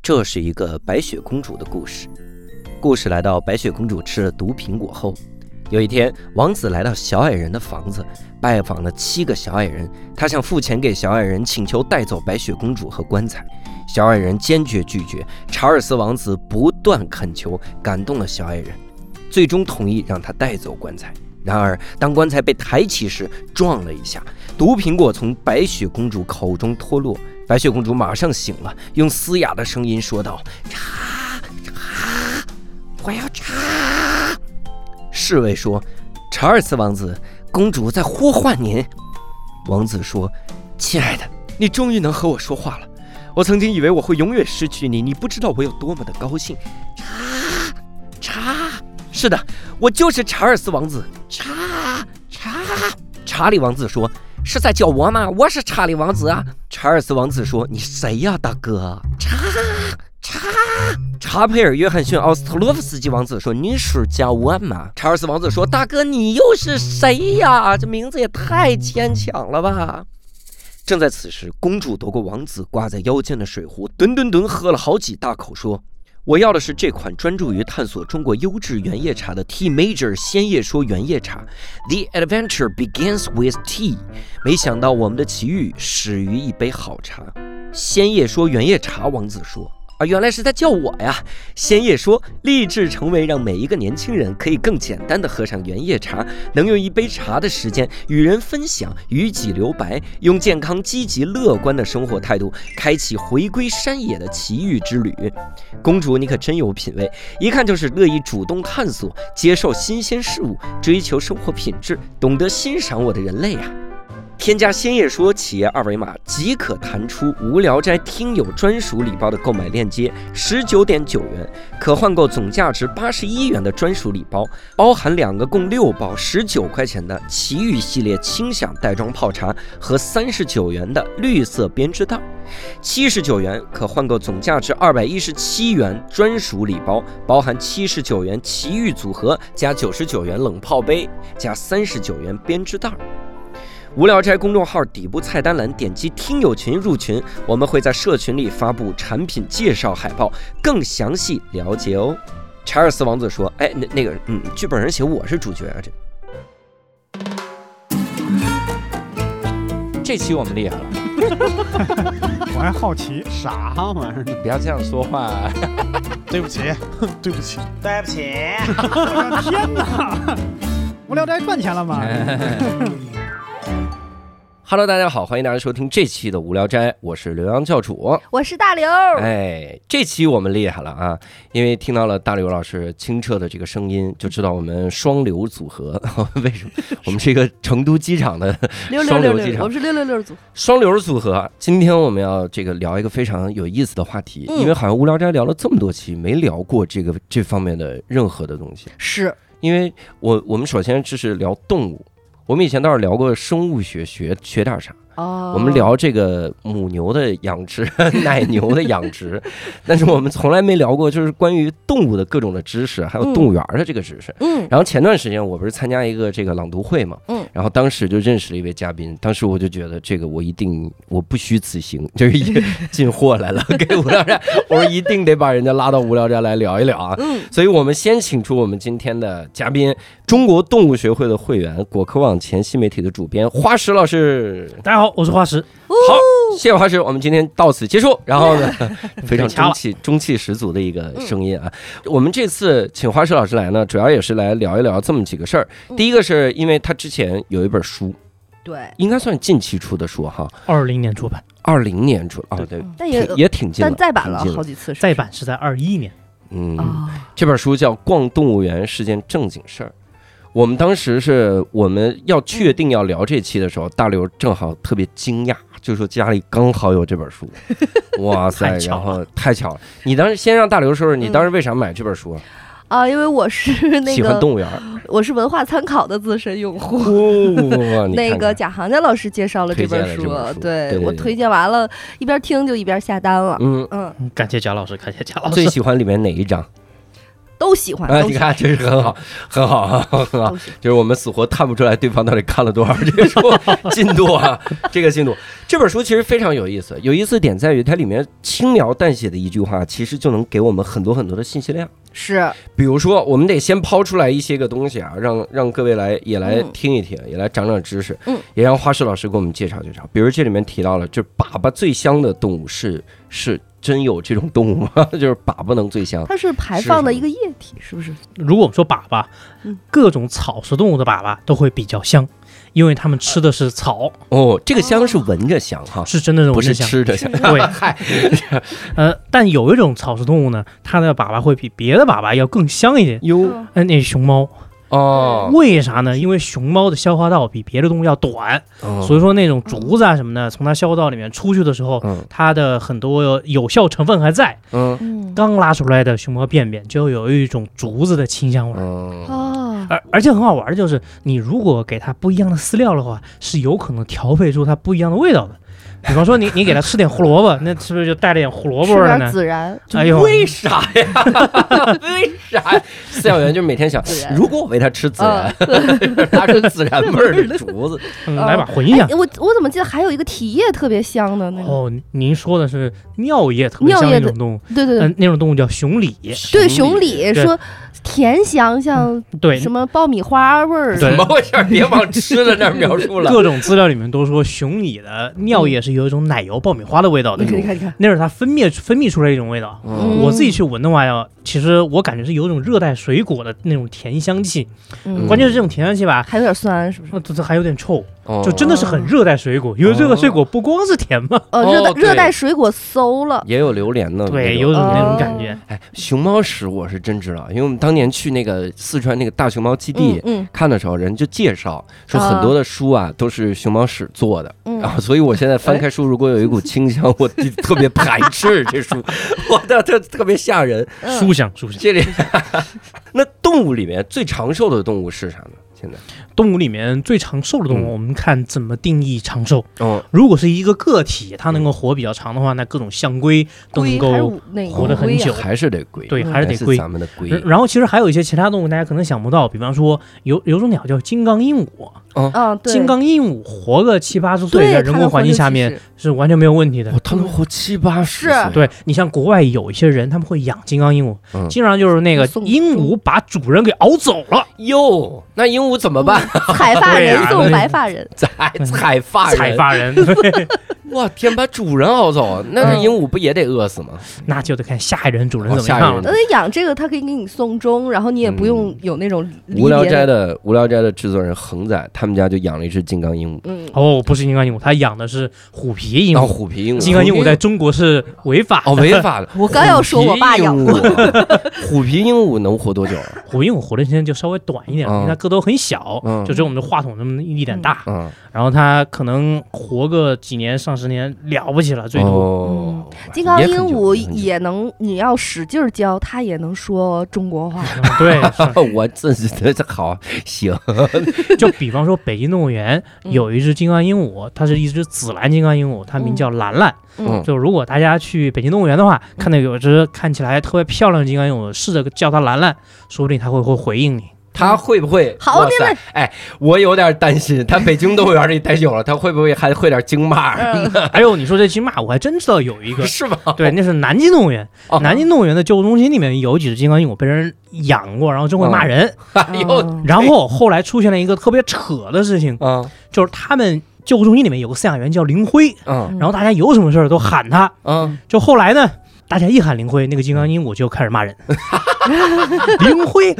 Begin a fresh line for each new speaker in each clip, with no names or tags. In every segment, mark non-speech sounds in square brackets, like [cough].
这是一个白雪公主的故事。故事来到白雪公主吃了毒苹果后，有一天，王子来到小矮人的房子，拜访了七个小矮人。他想付钱给小矮人，请求带走白雪公主和棺材。小矮人坚决拒绝。查尔斯王子不断恳求，感动了小矮人，最终同意让他带走棺材。然而，当棺材被抬起时，撞了一下，毒苹果从白雪公主口中脱落。白雪公主马上醒了，用嘶哑的声音说道：“查查，我要查。”侍卫说：“查尔斯王子，公主在呼唤您。”王子说：“亲爱的，你终于能和我说话了。我曾经以为我会永远失去你，你不知道我有多么的高兴。”查查，是的，我就是查尔斯王子。查查，查理王子说：“是在叫我吗？我是查理王子啊。”查尔斯王子说：“你谁呀、大哥？”查查。查佩尔·约翰逊·奥斯特洛夫斯基王子说：“你是叫我吗？”查尔斯王子说：“大哥，你又是谁呀？这名字也太牵强了吧！”正在此时，公主夺过王子挂在腰间的水壶，吨吨吨喝了好几大口，说：“我要的是这款专注于探索中国优质原叶茶的 Tea Major 鲜叶说原叶茶。The adventure begins with tea。没想到我们的奇遇始于一杯好茶。鲜叶说原叶茶，王子说啊，原来是在叫我呀。鲜叶说立志成为让每一个年轻人可以更简单的喝上原叶茶，能用一杯茶的时间与人分享，与己留白，用健康、积极、乐观的生活态度，开启回归山野的奇遇之旅。公主，你可真有品味，一看就是乐意主动探索、接受新鲜事物、追求生活品质、懂得欣赏我的人类啊！添加“鲜叶说”企业二维码即可弹出无聊斋听友专属礼包的购买链接，十九点九元可换购总价值八十一元的专属礼包，包含两个共六包十九块钱的奇遇系列轻享袋装泡茶和三十九元的绿色编织袋。七十九元可换购总价值二百一十七元专属礼包，包含七十九元奇遇组合加九十九元冷泡杯加三十九元编织袋儿。无聊斋公众号底部菜单栏点击听友群入群，我们会在社群里发布产品介绍海报，更详细了解哦。查尔斯王子说：“哎，那那个，嗯，剧本上写我是主角啊，这
这期我们厉害了，
我还好奇啥玩意儿呢？
不要这样说话。啊
对不起， [laughs] 对不起，
对不起，
我的天哪！无聊斋赚钱了吗？
哎
Hello，大家好，欢迎大家收听这期的无聊斋，我是刘洋教主。
我是大刘。
哎，这期我们厉害了啊！因为听到了大刘老师清澈的这个声音，就知道我们双流组合 [laughs] 为什么我们是一个成都机场的
[laughs] 六
双
六
流
六
机
六，
场
我们是六六六组。
双流组合。今天我们要这个聊一个非常有意思的话题，
嗯
因为好像无聊斋聊了这么多期，没聊过这个这方面的任何的东西。
是，
因为我我们首先就是聊动物，我们以前倒是聊过生物学，学学点啥。
哦，
我们聊这个母牛的养殖、 [laughs] 奶牛的养
[laughs]
殖，但是我们从来没聊过就是关于动物的各种的知识，还有动物园的这个知识。
嗯，
然后前段时间我不是参加一个这个朗读会嘛，
嗯，
然后当时就认识了一位嘉宾，当时我就觉得这个我一定我不虚此行， [laughs] 就是一进货来了给无聊斋，我说一定得把人家拉到无聊斋来聊一聊啊，
嗯，
所以我们先请出我们今天的嘉宾，中国动物学会的会员，果壳网前新媒体的主编花石老师。
大家好，我是花石。
哦
好，
嗯
谢谢花师，我们今天到此结束。然
[laughs]
后呢， [laughs] 非常
被掐
中
了
气中气十足的一个声音啊。
嗯
我们这次请花师老师来呢，主要也是来聊一聊这么几个事儿。
嗯
第一个是因为他之前有一本书，
对，
应该算近期出的书哈，
二零年出版，
二零年出啊，对，
但嗯也
挺也挺近
但
了，
再版了
挺近
好几次是不
再
是，
版是在二一年。
嗯，
啊，
这本书叫《逛动物园是件正经事儿》。我们当时是我们要
嗯
确定要聊这期的时候，大刘正好特别惊讶，就说家里刚好有这本
[laughs]
书，哇塞！
太巧
然
了
后太巧了，你当时先让大刘说说，你
嗯
当时为啥买这本书啊？
啊，因为我是那
喜欢
个
动物
[laughs]
园儿，
我是文化参考的资深用户。
哦，你看
那
看
个贾行家老师介绍了
推
这
荐
本
了这
书
本书，对
对
对
我
对
推荐完了，一边听就一边下单了。
嗯，
嗯，哦
嗯感谢贾老师，感谢贾老
最
师。
喜欢里面哪一章？
都喜欢，
啊，
都
你
喜欢，
看，真是很好，很好啊，很好
都。喜欢。
就是我们死活看不出来对方到底看了多少这个书进度啊，这个进度。这本书其实非常有意思，有意思点在于它里面轻描淡写的一句话，其实就能给我们很多很多的信息量。
是，
比如说，我们得先抛出来一些个东西啊，让让各位来也来
嗯
听一听，也来长长知识，
嗯，
也让花式老师给我们介绍介绍。比如这里面提到了，就是粑粑最香的动物是是真有这种动物吗？ [laughs] 就是粑粑能最香，
它是排
是
放
什
的
么
一个液体，是不是？
如果我们说粑粑
嗯，
各种草食动物的粑粑都会比较香，因为它们吃的是草，
哦，这个香是闻着香哈，
是真的
啊不
闻
是
着香。
吃着香。
对，嗨，
[laughs]
呃，但有一种草食动物呢，它的粑粑会比别的粑粑要更香一点。
哟
嗯
嗯，那熊猫
哦，
为啥呢？因为熊猫的消化道比别的动物要短，所
以
以说那种竹子啊什么的，从它消化道里面出去的时候，
嗯
它的很多有效成分还在。
嗯
嗯，
刚拉出来的熊猫便便就有一种竹子的清香味儿，
嗯
哦，
而而且很好玩的就是，你如果给它不一样的饲料的话，是有可能调配出它不一样的味道的。比方说你你给它吃点胡萝卜， [laughs] 那是不是就带了点胡萝
吃
卜味儿
点
呢？
孜然，嗯
哎呦，
为啥呀？
[laughs]
为啥呀？饲养员就每天想
孜，然
如果我喂它吃孜 [laughs] 然，它是孜然味儿的竹子，
嗯
哦
来把混一下，。
哎我我怎么记得还有一个体液特别香的那个？
哦，您说的是尿液特别像
尿液
那
的
种动物，
对对
嗯、
对，
那种动物叫熊李，
对熊李
对嗯
说甜香像
对，
什么爆米花味儿，
怎
[laughs] 对
么回事儿？别往吃的那儿描述了。
各种资料里面都说熊李的尿液是有一种奶油爆米花的味道的
你，看你看你看，
那是它分泌分泌出来一种味道。
嗯
我自己去闻的话，要其实我感觉是有一种热带水果的那种甜香气，
嗯
关键是这种甜香气吧，
还有点酸，是不是？
呃这这还有点臭，
哦
嗯就真的是很热带水果，因为热带水果不光是甜嘛，
哦，热带
哦对
热带水果馊了，
也有榴莲的，
对，有种那种感
哦
觉。
哎，熊猫屎我是真知道，因为我们当年去那个四川那个大熊猫基
嗯
地。
嗯
看的时候，人就介绍说
啊
很多的书啊都是熊猫屎做的，然
嗯，
后所以我现在翻开书，如果有一股清
[laughs]
香，我就特别排斥这书，我的特特别吓人。
嗯
书香书香，
这
[laughs]
里，那动物里面最长寿的动物是啥呢？现在，
动物里面最长寿的动
嗯
物，我们看怎么定义长寿。
哦，
如果是一个个体，它能够活比较长的话，那各种象龟都能
龟还是
够。
五那个
活得很
龟啊
久
哦还是得龟，
对
嗯
还是得龟
咱们的龟。
然然后其实还有一些其他动物，大家可能想不到，比方说有有种鸟叫金刚鹦鹉，
啊，对
金刚鹦鹉活个七八十岁，
对
在人工环境下面，是完全没有问题的
哇，。它能哦活七八十
是
岁，
对你像国外有一些人，他们会养金刚鹦鹉，
啊嗯
经常就是那个
送
鹦鹉把主人给熬走了，
哟，那鹦鹉怎么办？
嗯
它能
[laughs]
活六七十彩发
对
人
啊那
送白发人，
采采发人
采
[laughs]
发人，对
哇天，把主人熬走，啊那这
嗯
鹦鹉不也得饿死吗？
那就得看下一任主人
哦
怎么
下一
样
任
了。
那养这个它可以给你送终，然后你也不
嗯
用有那种离
无聊
别
斋
的，
的无聊斋的制作人恒仔，他们家就养了一只金刚鹦鹉，
嗯，
哦，不是金刚鹦鹉，他养的是虎皮鹦
然后
鹉。
哦虎皮鹦鹉，
金刚鹦鹉在中国是违法
哦
的，
违法的。
[laughs] 我刚要说我爸养
过，虎皮鹦鹉能活多久啊？
[laughs] 虎鹦鹉活的时间就稍微短一点，
嗯
因为它个头很小，
嗯
就只有我们的话筒那么一点大。
嗯，
然后它可能活个几年、上十年了不起了，最多。
哦，
金刚
也
鹦
很久
鹉
很久
嗯也能，你要使劲儿教它，也能说中国话。
嗯 [laughs] 对，是
哦我自己的好行，
[laughs] 就比方说北京动物园
嗯
有一只金刚鹦鹉，它是一只紫蓝金刚鹦鹉，它名叫兰兰。
嗯
就如果大家去北京动物园的话，看到有一只看起来特别漂亮的金刚鹦鹉，试着叫它兰兰，说不定它会会
[laughs]
回应你。
他会不会？
好
哇
的
塞，哎，我有点担心，他北京动物园里待久了，他会不会还会点京骂儿？
嗯
哎呦，你说这金马，我还真知道有一个，
[laughs] 是吧？
对，那是南京动物园
哦，
南京动物园的救护中心里面有几只金刚鹦鹉被人养过，然后真会骂人。
[laughs]
[laughs]
哎呦，
嗯
然后后来出现了一个特别扯的事情，
嗯
就是他们救护中心里面有个饲养员叫林辉，
嗯
然后大家有什么事儿都喊他。
嗯，
就后来呢，大家一喊林辉，那个金刚鹦鹉就开
[laughs]
始骂人。林辉，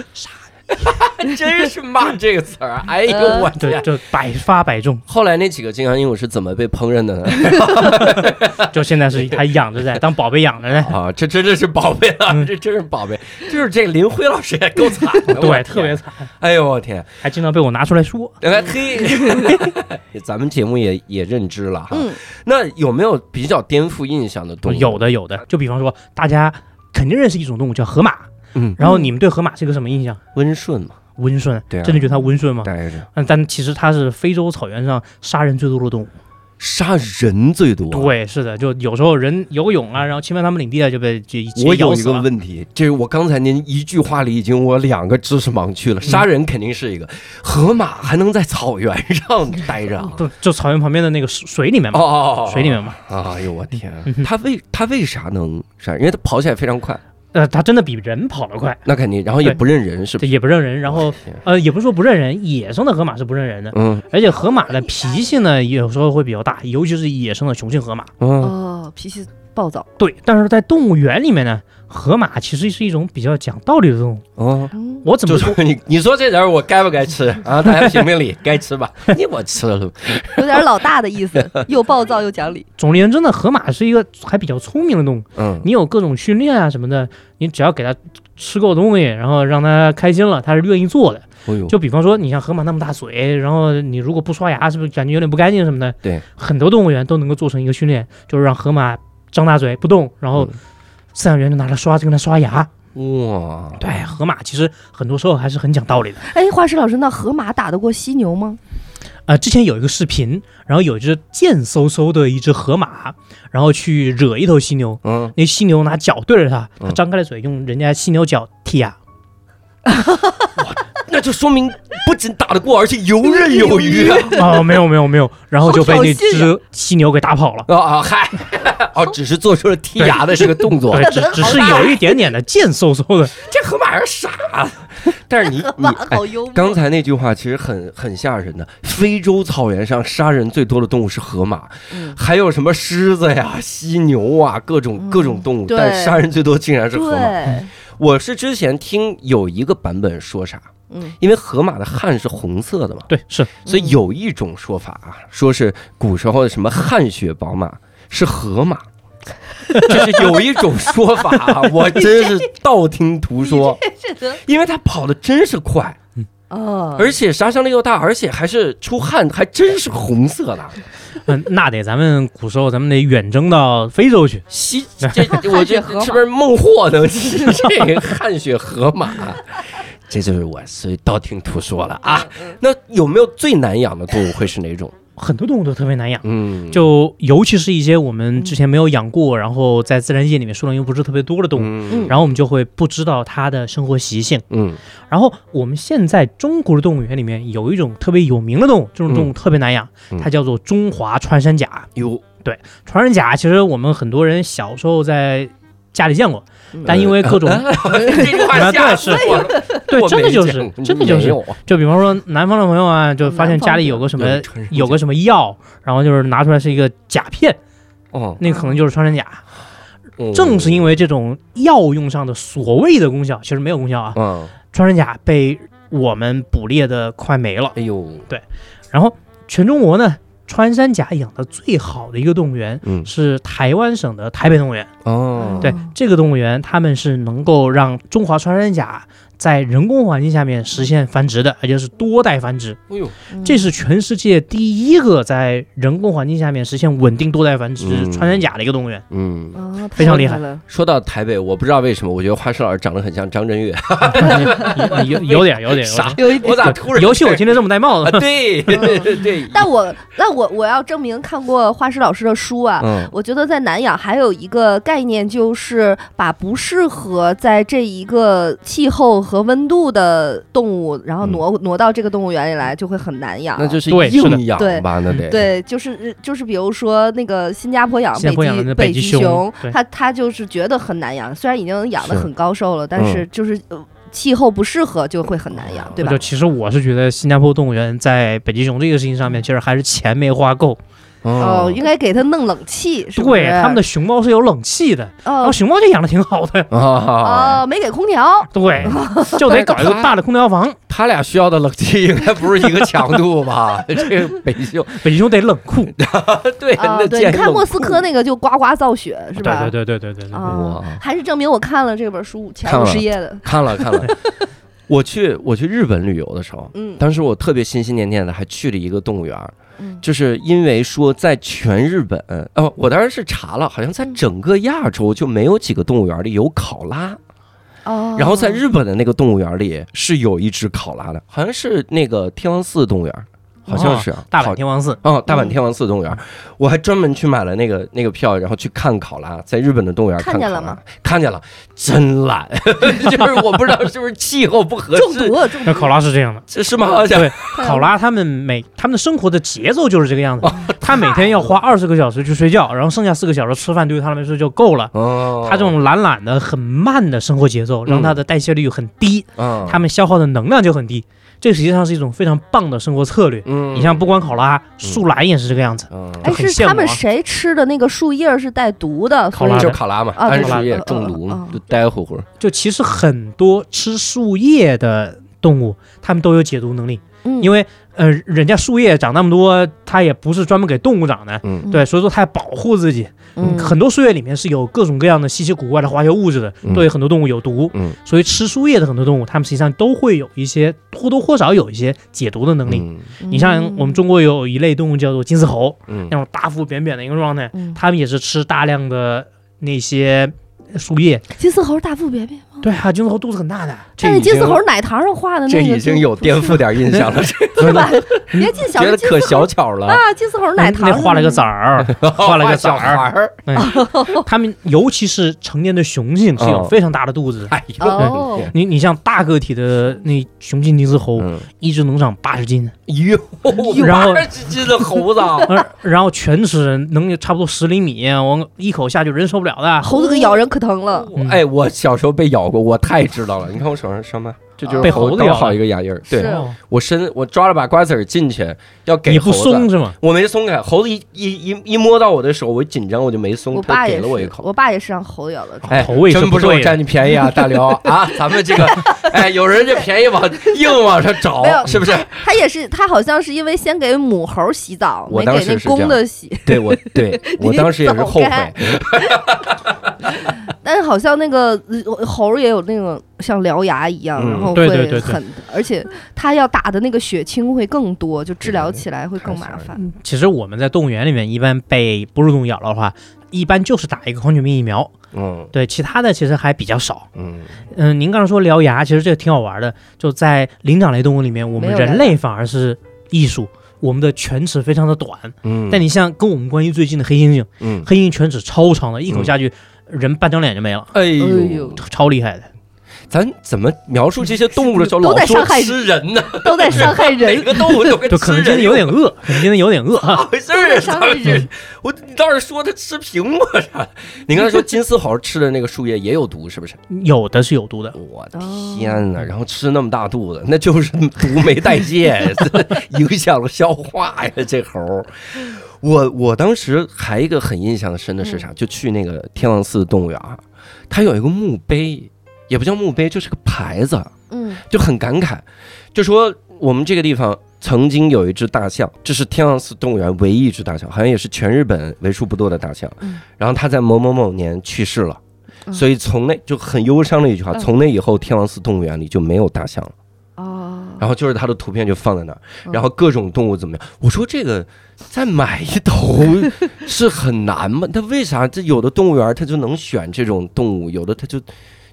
真是骂这个词儿啊，哎呦我
对，
天！
[laughs] 就百发
[laughs]
百中。
后来那几个金刚鹦鹉是怎么被烹饪的呢？
就现在是他养
[laughs]
着在，当宝贝养着呢。
啊，这真的是宝贝啊，
嗯
这真是宝贝，就是这林辉老师也够惨的，我
对，
天
特别，惨，
哎呦我天，
还经常被我拿出来说。
哎嘿，咱们节目也也认知了哈，
嗯，
那有没有比较颠覆印象的东西？
有，的有的，就比方说，大家肯定认识一种动物叫河马，
嗯，
然后你们对河马是个什么印象？
温顺嘛，
温顺，
对啊
真的觉得它温顺吗？
待着
嗯，但其实它是非洲草原上杀人最多的动物，
杀人最多。，
对，是的，就有时候人游泳啊，然后侵犯他们领地啊，就被就一
我有
咬
一
死
个
了。
问题，这我刚才您一句话里已经我两个知识盲区了。杀人肯定是一个，河马还能在草原上待着啊？
就就草原旁边的那个水水里面
哦
嘛，
哦哦，
水里面嘛，
啊！哎呦我天啊
[laughs] 嗯，哼
它为它为啥能杀？因为它跑起来非常快，
呃，它真的比人跑得快，
那肯定，然后也
对
不认人，是不哎
这
是？
也不认人。然后
我天
呃，也不是说不认人，野生的河马是不认人的，
嗯
而且河马的脾气呢，有时候会比较大，尤其是野生的雄性河马。
嗯，
哦，脾气暴躁，
对，但是在动物园里面呢，河马其实是一种比较讲道理的动物。
哦，
嗯，
我怎
就
么
是你你说这人我该不该吃啊？大家评评理，该吃
[laughs]
吧？你我吃了，
有点老大的意
[laughs]
思，又暴躁又讲理。
总而言之呢，河马是一个还比较聪明的动物，
嗯，
你有各种训练啊什么的，你只要给它吃够东西，然后让它开心了，它是愿意做的。
哎呦，
就比方说，你像河马那么大嘴，然后你如果不刷牙，是不是感觉有点不干净什么的？
对，
很多动物园都能够做成一个训练，就是让河马张大嘴不动，然
嗯
后饲养员就拿着刷子跟它刷牙。
哇，
对，河马其实很多时候还是很讲道理的。
哎，画师老师，那河马打得过犀牛吗？
呃，之前有一个视频，然后有一只贱嗖嗖的一只河马，然后去惹一头犀牛， [laughs]
嗯，
那犀牛拿脚对着它，它
嗯
张开了嘴，用人家犀牛角踢啊。
那就说明不仅打得过，而且游刃有余
[laughs]
啊
哦，没有没有没有，然后就被
好
那
挑衅
只犀牛给打跑了。
啊啊嗨， [laughs] 哦，只是做出了剔牙的这个动作
对，，只只是有一点点的贱嗖嗖的，
这河马是傻，啊但是你
河
你
马
哎
好幽默，
刚才那句话其实很很吓人的。非洲草原上杀人最多的动物是河马，
嗯
还有什么狮子呀、犀牛啊，各种
嗯
各种动物，
对
但杀人最多竟然 [laughs] 是河马。嗯
对，
我是之前听有一个版本说啥，
[laughs] 嗯，
因为河马的汗是红色的嘛，
对，是
所以有一种说法啊，说是古时候的什么汗血宝马是河马。 [laughs] 就是有一种说法啊，我真是道听途说，
这得
因为它跑的真是快，
哦，
[laughs] 而且杀伤力又大，而且还是出汗，还真是红色的。
嗯，那得咱们古时候咱们得远征到非洲去，
西，这
[laughs] 汗
我这
汗血河马
是不是孟获的这汗血河马？ [laughs] 这就是我是道听途说了
嗯
啊。那有没有最难养的动物会是哪种？
很多动物都特别难养。
嗯，
就尤其是一些我们之前没有养过，然后在自然界里面数量又不是特别多的动物，
嗯
然后我们就会不知道它的生活习性。
嗯
然后我们现在中国的动物园里面有一种特别有名的动物，这种动物特别难养，
嗯
它叫做中华穿山甲。
有，
穿山甲其实我们很多人小时候在家里见过，
呃
嗯
但因为各种、
[laughs] 这句话吓死我了。
对，
啊我
真的
没
就是
见过
真的就
没
是，
有
就比方说南方的朋友啊，就发现家里有个什么
南方对
有个什么药，然后就是拿出来是一个甲片，
哦，
那可能就是穿山甲。正是因为这种药用上的所谓的功效，其实没有功效啊，
嗯，
穿山甲被我们捕猎的快没了。
哎呦，
然后全中国呢，穿山甲养的最好的一个动物园
嗯
是台湾省的台北动物园。
哦，
对，这个动物园他们是能够让中华穿山甲在人工环境下面实现繁殖的，而且是多代繁殖。
哎呦，
嗯
这是全世界第一个在人工环境下面实现稳定多代繁殖
嗯
穿山甲的一个动物
[laughs]
园。
嗯，
哦太
非常厉害
了，
说到台北，我不知道为什么，我觉得花师老师长得很像张震岳，
有有
[laughs]
点有点有
啥
点。
有一点
我。咋突然？
尤其我今天这么戴帽
[laughs] 啊，
子，
对对，
但我但我我要证明看过画师老师的书啊，
嗯
我觉得在南养还有一个概念，就是把不适合在这一个气候和温度的动物，然后挪、挪到这个动物园里来，就会很难养。
那就是
对嗯是的
硬养
啊对
吧，那得，
对，就是就是，比如说那个新加坡养
新加坡养的那
北
北极
极
熊对
它它就是觉得很难养，虽然已经养的
是
很高寿了，但
嗯
是就是、呃气候不适合就会很难养，对吧
就？其实我是觉得新加坡动物园在北极熊这个事情上面，其实还是钱没花够。
哦，
哦
应该给它弄冷气，是不是？
对，他们的熊猫是有冷气的，然
哦
后熊猫就养的挺好的。
啊，
哦，没给空
[laughs]
调，
对，
哦
就得搞一个大的空调房，
他俩需要的冷气应该不是一个强度
[laughs]
吧？这个北秀，
北极熊得冷库。
对，
啊、
那
对，
见
你看莫斯科那个就呱呱造雪，是吧？
啊对对对对对对对。
啊
哇，
还是证明我看了这本书前
看
五
了
十页的，
看了看了，
[laughs]
我去我去日本旅游的时候。
嗯
当时我特别心心念念的，还去了一个动物园儿，
嗯
就是因为说在全日本，哦，我当时是查了，好像在整个亚洲就没有几个动物园里有考拉，
哦，
然后在日本的那个动物园里是有一只考拉的，好像是那个天王寺动物园，好像是啊，
大
好
阪天王寺，
哦，大阪天王寺动物园，我还专门去买了那个那个票，然后去看考拉，在日本的动物园
看
考
见
拉
了吗？
看见了，真懒， [laughs] 就是我不知道是不是气候不合
中
适，
毒了，啊中
那
毒
考拉是这样的。
这是吗？好像
对考拉他们每他们的生活的节奏就是这个样
哦
子，他每天要花二十个小时去睡觉，然后剩下四个小时吃饭，对于他来说就够了。
哦，
他这种懒懒的、很慢的生活节奏，让他的代谢率很低，
嗯，
他们消耗的能量就很低。这实际上是一种非常棒的生活策略。
嗯，
你像不光考拉，树懒也是这个样子。
嗯，
哎，
就很
是
羡慕
他们
啊
谁吃的那个树叶儿是带毒的，
考
所以
拉
就
的
考拉嘛，
啊
桉
对
树叶
考拉
中
嗯嗯
毒
嗯，
呆乎乎，
就其实很多吃树叶的动物，它们都有解毒能力，
嗯
因为呃，人家树叶长那么多，它也不是专门给动物长的。
嗯
对，所以说它要保护自己，
嗯
很多树叶里面是有各种各样的稀奇古怪的化学物质的
嗯，
对很多动物有毒。
嗯，
所以吃树叶的很多动物，它们实际上都会有一些或多或少有一些解毒的能力。
嗯
你像我们中国有一类动物叫做金丝猴，
嗯
那种大腹扁扁的一个状态，
嗯，
它们也是吃大量的那些树叶。
金丝猴大腹便便吗？
对啊，金丝猴肚子很大的，
但是金丝猴奶糖上画的那
这
个就，
已经有颠覆点印象
[laughs]
了，
是
[laughs]
吧？
[laughs]
别进小
觉得
金丝
可
猴
小巧
[laughs]
了，
啊，金丝猴奶糖
嗯那画了个崽 [laughs] 儿，画了个崽
小孩
儿。
儿，
它们尤其是成年的雄性是有
哦
非常大的肚子的。
哎呦，
哦
[laughs] 你你像大个体的那雄性金丝猴，
嗯，
一只能长八十斤，
哟，
然后
八十斤的猴子
[laughs]
啊，
而然后全齿能有差不多十厘米，我一口下去人受不了的。
猴子给咬人可疼了，
嗯
哎，我小时候被咬过，我太知道了。你看我手上啊伤疤，这就是
被猴子
刚
咬
好
的
一个牙印儿。
是
对
哦
我伸，我抓了把瓜子儿进去，要给
你不
猴子
松，是吗？
我没松开。猴子一一一一摸到我的手，我紧张，我就没松，
我
它
爸
嗯给
也是
了我一，口。
我爸也是让猴子咬的。
哎，
头位是
真不
不
是我
对的
占你便 [laughs] 宜啊，大刘啊！咱们这个，哎，有人这便宜往硬往上找
没，有
是不是？
他也是，他好像是因为先给母猴洗澡，
我
没
当
给
时
那
是这
公
样
的洗。
[laughs] 对我，对我当时也是后
[laughs]
悔
你早该。但是好像那个呃猴儿也有那种像獠牙一样，
嗯
然后
对
会
对对对
很，而且它要打的那个血清会更多，就治疗起来会更麻烦。
其实我们在动物园里面，一般被哺乳动物咬了的话，一般就是打一个狂犬病疫苗，
嗯
对其他的其实还比较少。
嗯，
嗯，您刚才说獠牙，其实这个挺好玩的，就在灵长类动物里面，我们
没有
人
獠
类反而是艺术。我们的犬齿非常的短，
嗯
但你像跟我们关系最近的黑猩猩，
嗯，
黑猩猩犬齿超长的，一口
嗯
下去，人半张脸就没了，
哎
哎
呦
呦，，
超厉害的。
咱怎么描述这些动物的时候，
都
老
在
说
伤害
吃人呢？
都在伤
[laughs]
害
每
人，
个动物都 [laughs] 跟
就可
吃
能今
人
天有点饿，可能今天有
[laughs]
点饿啊。
回事
都
儿
在
啊？
伤
咱
害
们这
人。
我你倒是说它吃苹果啥？你刚才说金丝猴吃的那个树叶也有毒，是不是？
有的是有毒的，
我
哦
天哪！然后吃那么大肚子，那 [laughs] 就是毒没代谢， [laughs] 影响了消化呀。 [laughs] 这猴儿，我我当时还一个很印象深的是啥？就去那个天王寺动物园儿，它有一个墓碑，也不叫墓碑，就是个牌子，
嗯，
就很感慨，就说我们这个地方曾经有一只大象，这是天王寺动物园唯一一只大象，好像也是全日本为数不多的大象。
嗯
然后它在某某某年去世了，
嗯
所以从那就很忧伤的一句话，
嗯
从那以后天王寺动物园里就没有大象了。
啊
哦，
然后就是它的图片就放在那儿，
嗯
然后各种动物怎么样？我说这个再买一头是很难吗？那为啥这有的动物园它就能选这种动物，有的它就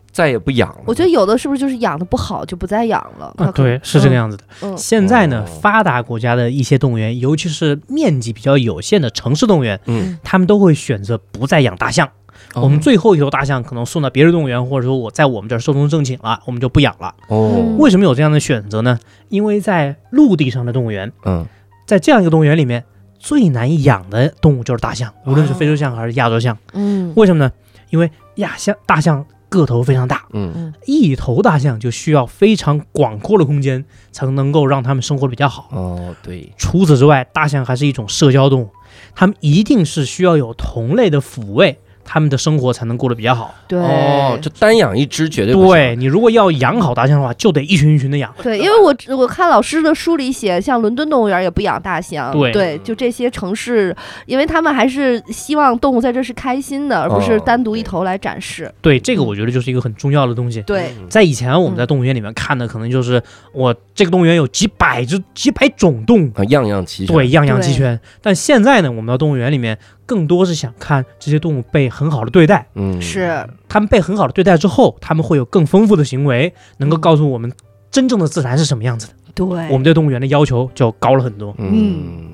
再也不养了？
我觉得有的是不是就是养的不好就不再养了？它
啊，
可能
对，是这个。样子的。
嗯
现在呢，
哦
发达国家的一些动物园，尤其是面积比较有限的城市动物园，
嗯，
他们都会选择不再养大象。我们最后一头大象可能送到别的动物园，或者说我在我们这儿寿终正寝了，我们就不养了。
哦，
为什么有这样的选择呢？因为在陆地上的动物园，
嗯
在这样一个动物园里面，最难养的动物就是大象，无论是非洲象还是亚洲象。
嗯，
为什么呢？因为亚象大象个头非常大，
嗯。
一头大象就需要非常广阔的空间，才能够让它们生活的比较好。
哦，对，
除此之外，大象还是一种社交动物，它们一定是需要有同类的抚慰，它们的生活才能过得比较好。
对，
哦，就单养一只绝对不
对你如果要养好大象的话，就得一群一群的养。
对，因为我我看老师的书里写，像伦敦动物园也不养大象，
对
就这些城市，因为他们还是希望动物在这是开心的，而不
哦
是单独
对
一头来展示。
对，这个我觉得就是一个很重要的东西。
对，
行，
在以前，我们在动物园里面看的可能就是我这个动物园有几百只、几百种动物，
啊，样样齐全。
对，，样样
对
俱全。但现在呢，我们到动物园里面更多是想看这些动物被很好的对待，
嗯，
是，
它们被很好的对待之后，它们会有更丰富的行为，能够
嗯
告诉我们真正的自然是什么样子的。
对，
我
[laughs]
们对动物园的要求就高了很多。
嗯，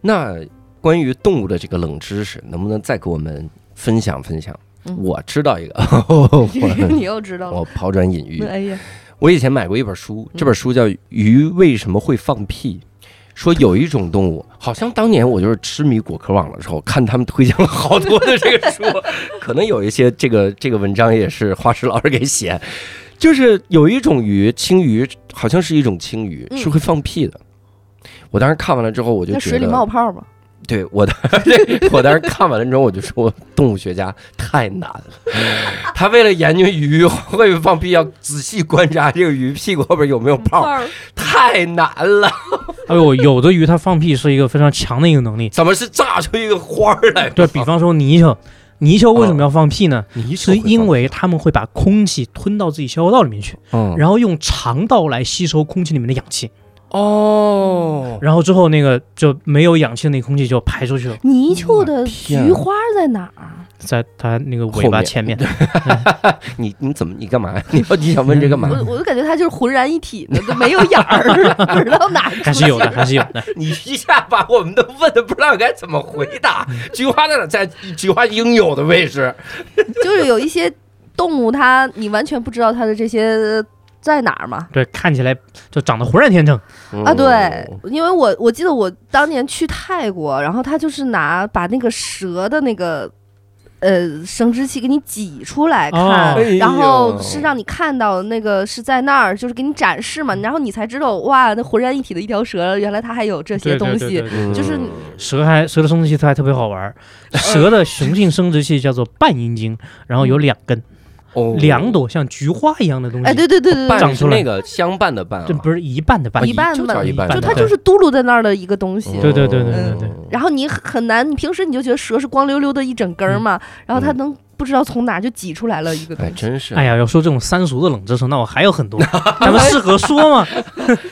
那关于动物的这个冷知识，能不能再给我们分享分享？
嗯
我知道一个， [laughs] 我
[laughs] [laughs] 你又知道了。
我抛砖引玉。
哎呀，
我以前买过一本书，
嗯
这本书叫《鱼为什么会放屁》，说有一种动
[laughs]
物，好像当年我就是痴迷果壳网了之后，看他们推荐了好多的这
[laughs]
个书，可能有一些这个这个文章也是花石老师给写，就是有一种鱼，青鱼，好像是一种青鱼
嗯
是会放屁的。我当时看完了之后，我就
那
觉
水
得
里，冒泡吗？
对我当对我当时 [laughs] 看完了之后，我就说，动物学家太难了。
嗯
他为了研究鱼 [laughs] 会不会放屁，要仔细观察这个鱼屁股后边有没有泡，嗯
儿
太难了。
哎呦，有的鱼它放屁是一个非常强的一个能力。
怎么是炸出一个花儿来？
对比方说泥鳅，泥鳅为什么要放屁呢？
你
是因为它们会把空气吞到自己消化道里面去，
嗯
然后用肠道来吸收空气里面的氧气，
哦，
然后之后那个就没有氧气的那个空气就排出去了，
泥鳅的
天啊
菊花在哪儿？啊
在它那个尾
后
巴
面 [laughs]
前面。
你你怎么你干嘛？ [laughs] 你要你想问这干嘛
我？
嗯
我就感觉它就是浑然一体的，都没有眼儿， [laughs] 不知道哪儿出
还是有的，
现
还是有的。
你一下把我们都问的不知道该怎么回答。
嗯
菊花在哪？在菊花应有的位置。
[laughs] 就是有一些动物它，你完全不知道它的这些在哪儿嘛。
对，看起来就长得浑然天成。
哦
啊，对，因为我我记得我当年去泰国，然后他就是拿把那个蛇的那个呃生殖器给你挤出来看，
哦
哎呦
然后是让你看到那个是在那儿，就是给你展示嘛，然后你才知道哇，那浑然一体的一条蛇，原来它还有这些东西。
嗯
就是
蛇还蛇的生殖器它还特别好玩儿，
呃
蛇的雄性生殖器叫做半阴茎，然后有两根，
哦
两朵像菊花一样的东西。
嗯哎，对对对对
半
对，
长
是
出来
那个相伴的伴啊，
这不是一半的半，
哦一半
就叫
嘛
一半
就
的
就
伴
它就是嘟噜在那儿的一个东
嗯
西。
对对对对对对
然后你很难，你平时你就觉得蛇是光溜溜的一整根儿嘛，然后它
嗯
能不知道从哪就挤出来了一个东
哎，
西。
真是
哎呀，要说这种三俗的冷知识，那我还有很
[laughs]
多，咱们适合说吗？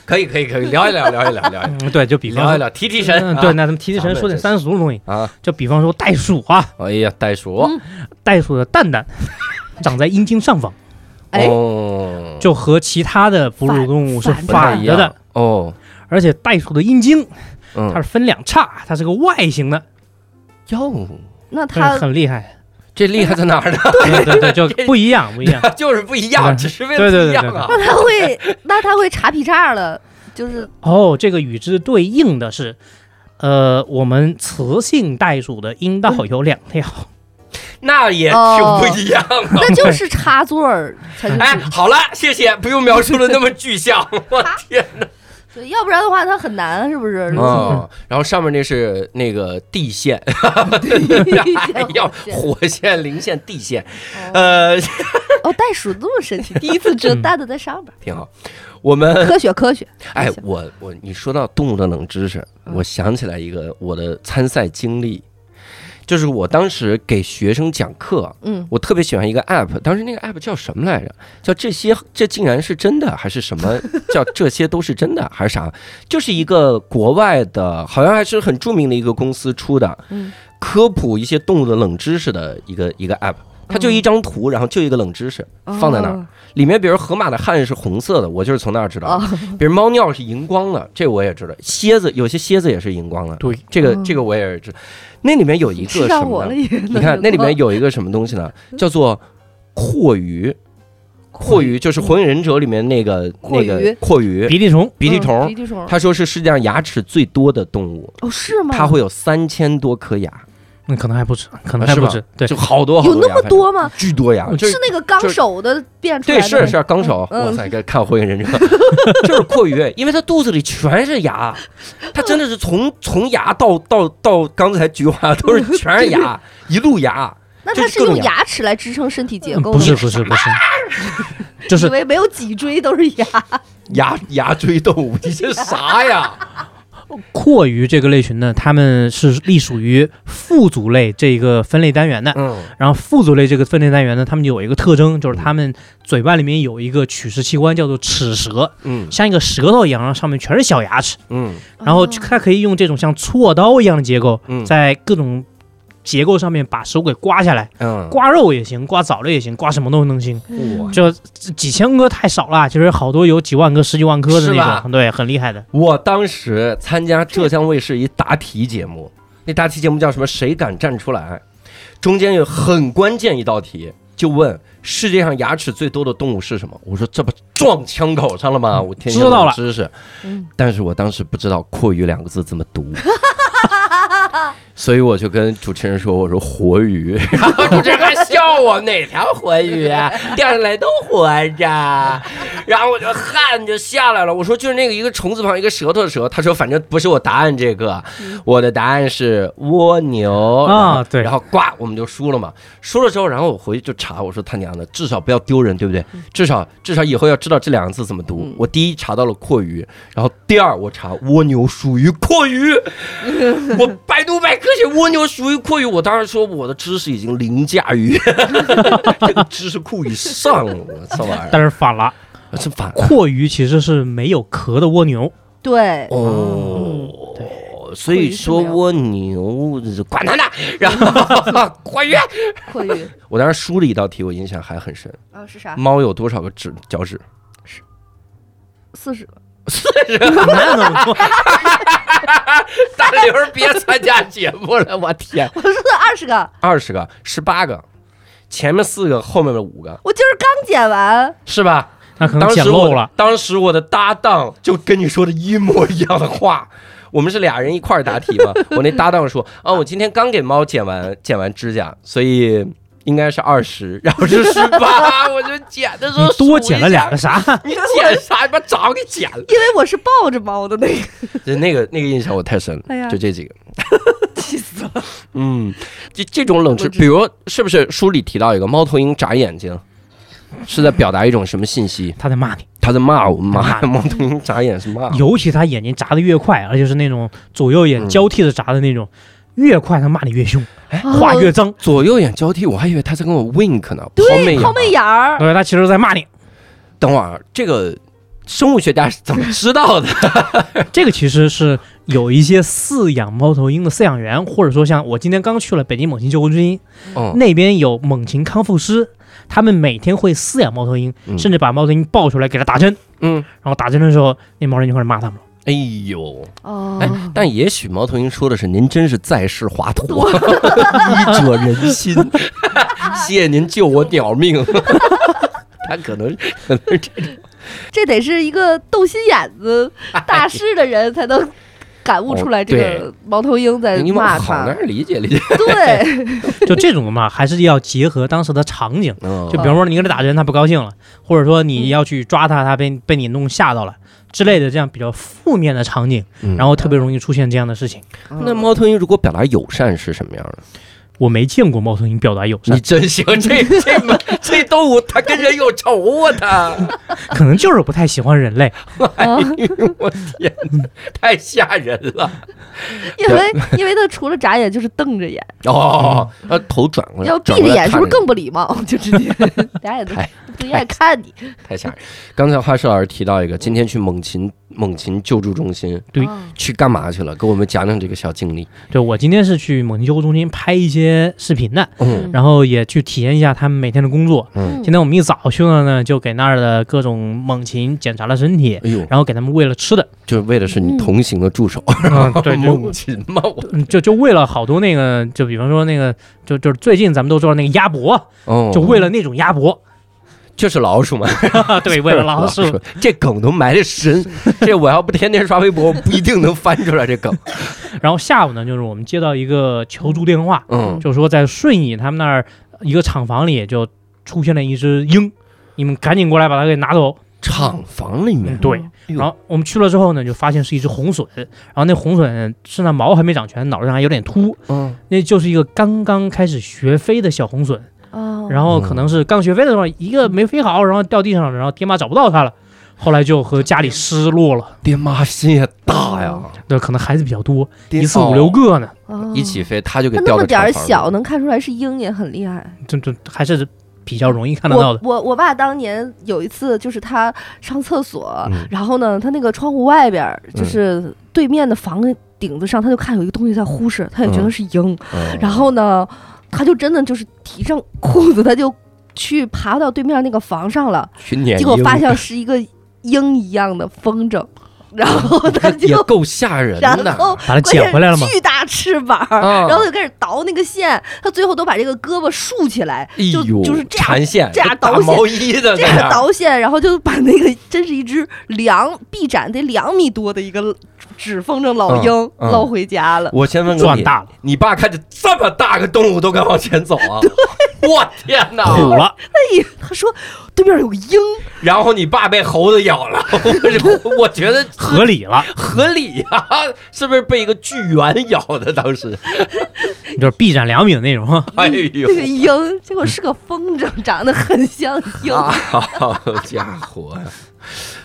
可以可以可以聊一聊聊一聊聊一聊
嗯，对，就比方
聊一
说，
聊提提神
嗯，
啊
对，那咱们提提神，
咱们
说点
这
三俗的东西，
啊，
就比方说袋鼠啊，
哎呀，袋鼠
嗯
袋鼠的蛋蛋长在阴茎上方，
哎
哦
就和其他的哺乳动物是
反
不太
反
一
着
样
的，
哦，
而且袋鼠的阴茎它
嗯，
是分两叉，它是个 Y 型的，
哟，哎
那
但
它
是很厉害。
这厉害在哪儿呢？ [laughs]
对对对，就不一样，不一 [laughs] 样。
就是不一样，
对
只是为了不一样啊。
那它会，那它会查劈叉了，
[laughs]
就是
哦，这个与之对应的是，呃，我们雌性袋鼠的阴道有两条，
那也挺不一样的。
那就是插座儿，它就
哎
是，
好了，谢谢，不用描述的那么具象。我天哪！
对，要不然的话它很难，是不是？
嗯
哦，然后上面那是那个地线， [laughs] 哎呀，火线、零线、地线，
哦
呃，
哦，袋鼠那么神奇，第一次知道
嗯
蛋蛋在上边儿，
挺好。我们
科学科学。
哎
科，学
我我你说到动物的冷知识，
嗯
我想起来一个我的参赛经历，就是我当时给学生讲课，
嗯，
我特别喜欢一个 app，当时那个 app 叫什么来着？叫这些这竟然是真的，还是什
[laughs]
么叫这些都是真的，还是啥？就是一个国外的，好像还是很著名的一个公司出的，
嗯
科普一些动物的冷知识的一个一个 app。它就一张图，然后就一个冷知识嗯放在那儿。
哦
里面比如河马的汗是红色的，我就是从那儿知道的。
哦，
比如猫尿是荧光的，这我也知道。蝎子有些蝎子也是荧光的，
对，
这个
嗯
这个我也知道。那里面有一
吃
个什
上火
么
了
呢？
也能够。
你看那里面有一个什么东西呢？叫做阔鱼。阔鱼就是《火影忍者》里面那个那
阔鱼
个阔鱼，
鼻涕虫，
鼻涕
嗯
虫
鼻。涕虫，
他说是世界上牙齿最多的动物，
哦是吗？
它会有三千多颗牙，
那可能还不止，可能
啊
还
是
不
吧
止。对，
就好多好
有那
牙
么
反正
多吗？哦
巨多牙，
嗯
就是
那个钢
就是
手的变出来
对，
的吗，
是是钢手，
嗯
哇塞，看看火影忍 [laughs] 者，就是阔鱼，因为它肚子里全是牙，它真的是从从牙到到到刚才菊花都是全是 [laughs] 牙，一路牙，
那
就
它
是
是
各种
用
牙
牙齿来支撑身体结
嗯
构的吗？
不是不是不
[laughs]
是，就
以
是
为没有脊椎都是牙，
牙牙椎动物，你这啥呀？
阔鱼这个类群呢，它们是隶属于腹足类这个分类单元的。
嗯，
然后腹足类这个分类单元呢，它们有一个特征，就是它们嘴巴里面有一个取食器官，叫做齿舌，
嗯
像一个舌头一样，然后上面全是小牙齿。
嗯
然后
哦
它可以用这种像锉刀一样的结构，
嗯
在各种结构上面把手给刮下来，
嗯，
刮肉也行，刮藻类也行，刮什么都能行。
哇
嗯
就几千颗太少了，其实好多有几万颗、十几万颗的
是吧
那种，对，很厉害的。
我当时参加浙江卫视一答题节目，那答题节目叫什么？谁敢站出来？中间有很关键一道题，就问世界上牙齿最多的动物是什么？我说这不撞枪口上了吗？我天天
知道了
嗯知识，
嗯
但是我当时不知道“阔鱼”两个字怎么 [laughs] 读。所以我就跟主持人说：“我说活鱼。”然后 [laughs] 主持人还笑我：“哪条活鱼啊？ [laughs] 钓上来都活着。”然后我就汗就下来了。我说：“就是那个一个虫字旁一个舌头的舌。”他说：“反正不是我答案这个，我的答案是蜗牛。”
啊对
然后呱，我们就输了嘛。输了之后，然后我回去就查，我说：“他娘的，至少不要丢人，对不对？至少至少以后要知道这两个字怎么读
嗯。”
我第一查到了阔鱼，然后第二我查蜗牛属于阔鱼。我百度百科写蜗牛属于阔鱼，我当时说我的知识已经凌驾于 [laughs] 这个知识库以上了，我操玩
[laughs]
意
但是反了，
儿，真烦
阔鱼其实是没有壳的蜗牛，
对，
哦。所以说
阔鱼是没有
蜗牛，管他呢，然 [laughs] 后还原。
阔鱼
我当时输了一道题，我印象还很深。
啊是啥？
猫有多少个指脚趾？
四十
那能做
[laughs] 大刘儿别参加节目了，我天！
我说的二十个，
二十个，十八个，前面四个，后面的五个，
我今儿刚剪完，
是吧？
那可能
当
捡
时
漏
我
了。
当时我的搭档就跟你说的一模一样的话。我们是俩人一块儿答题
[laughs]
嘛，我那搭档说啊，我今天刚给猫剪完剪完指甲，所以应该是二十， [laughs] 然后是十
[laughs]
八，我就剪的时
你
候
多捡了两
个
个，啥？
[laughs]
[laughs]
你剪啥？你把掌给剪了。
因为我是抱着猫的那个，
就那个那个印象我太深了，
哎
嗯
呀
就这几个，
气死了。
嗯，这这种冷知，
我知
比如是不是书里提到一个猫头鹰眨眼睛，是在表达一种什么信息？
他在骂你，
他在骂我，
[laughs] 骂
妈，
你
[laughs] 猫头鹰眨眼是骂我。
尤其他眼睛眨得越快，而且是那种左右眼
啊嗯
交替着眨的那种，越快他骂你越凶，
哦
话越脏。
左右眼交替，我还以为他在跟我 wink 呢。抛媚
对，
眼
抛媚眼儿，
对，他其实在骂你。
等会儿，这个生物学家是怎么知道
[laughs]
的？
这个其实是有一些饲养猫头鹰的饲养员，或者说像我今天刚去了北京猛禽救护中心，
嗯，
那边有猛禽康复师，他们每天会饲养猫头鹰，
嗯
甚至把猫头鹰抱出来给它打针，
嗯，
然后打针的时候，那猫头鹰就开始骂他们了。
哎呦，
哦
哎，但也许猫头鹰说的是您真是在世华佗，医者仁
[laughs]
心，谢谢您救我鸟命。 [laughs] 他可能可能是这
这得是一个斗心眼子大师的人才能感悟出来这个猫头鹰在
你
骂
往好那
他。
儿理解理解。[laughs]
对，
就这种的嘛，还是要结合当时的场景。
嗯
呃就比方说你跟他打针，他不高兴了，或者说你
嗯
要去抓他，他被
嗯
被你弄吓到了之类的，这样比较负面的场景，
嗯
然后特别容易出现这样的事情。
那猫头鹰如果表达友善是什么样的？
我没见过猫头鹰表达友
你
善，
真行，这这这动物它跟人有仇啊，它。
[laughs] 可能就是不太喜欢人类。
啊
我天哪，太吓人了！
因为因为他除了眨眼就是瞪着眼，
哦，他头转过来，
嗯要闭
转
着
过来
眼是不
看
是更不礼貌？就直接 [laughs] 俩眼都
太
不愿意看你。
着太吓人？刚才花师老师提到一个，今天去猛禽猛禽救助中心
对
啊
去干嘛去了？给我们讲讲这个小经历。
对我今天是去猛禽救护中心拍一些视频的，
嗯
然后也去体验一下他们每天的工作。
嗯
今天我们一早去了呢，就给那儿的各种猛禽检查了身体，
哎呦，
然后给他们喂了吃的。
就是为的是你同行的助手，
[laughs] 嗯，
[laughs]
对，就
猛禽嘛，我
嗯就就喂了好多那个，就比方说那个，就就是最近咱们都知道那个鸭脖，
哦
就喂了那种鸭脖，
就是老鼠嘛，
对，喂了老
[laughs]
鼠。，
这梗都埋的深，这我要不天天刷微博，我不一定能翻出来这梗。
然后下午呢，就是我们接到一个求助电话，
嗯
就说在顺义他们那儿一个厂房里就出现了一只鹰，你们赶紧过来把它给拿走。
厂房里面，
对，
哎呦
然后我们去了之后呢，就发现是一只红隼，然后那红隼身上毛还没长全，脑袋上还有点秃，
嗯，
那就是一个刚刚开始学飞的小红隼，
哦，
然后可能是刚学飞的时候一个没飞好，然后掉地上了，然后爹妈找不到它了，后来就和家里失落了。
爹妈心也大呀，
对，可能孩子比较多，
爹
一次五六个呢，
哦
一起。飞，他就给
他那
掉
么
到
点儿
厂房里
小，能看出来是鹰，也很厉害。
这这还是比较容易看得到
我
的。
我我爸当年有一次，就是他上厕所，
嗯
嗯
然后呢，他那个窗户外边儿就是对面的房顶子上，他就看有一个东西在呼哧，他也觉
嗯
得是鹰，
哦
嗯
然后呢，他就真的就是提上裤子，他就去爬到对面那个房上了，
去撵
结果
鹰
发现是一个鹰一样的风筝，
[laughs]
然后
[laughs]
他
也
就，
够吓人
然
的。
后
把它
关键
捡回来了吗？哦
巨大翅膀，
啊
然后他就开始倒那个线，他最后都把这个胳膊竖起来，
哎
就
呦，
就是这样
缠线，
这样
跟打
导线
毛衣 [laughs] 的
这
在那
样
儿
导线，然后就把那个真是一只两臂展得两米多的一个纸风筝老鹰
嗯
捞回家了。
我先问个
赚
你，
大了，
你爸看见这么大个动物都敢往前走啊？我天
苦
哪！
了，
哎，他说对面有个鹰，
然后你爸被猴子咬 [laughs] 了，我我觉得
合理了，
合理呀、是不是被一个巨猿咬的？当
[laughs]
时，
就是臂展两米的那种， [laughs]
哎呦
那，个
[laughs]
鹰，结果是个风筝，长得很像鹰。
好啊家伙呀！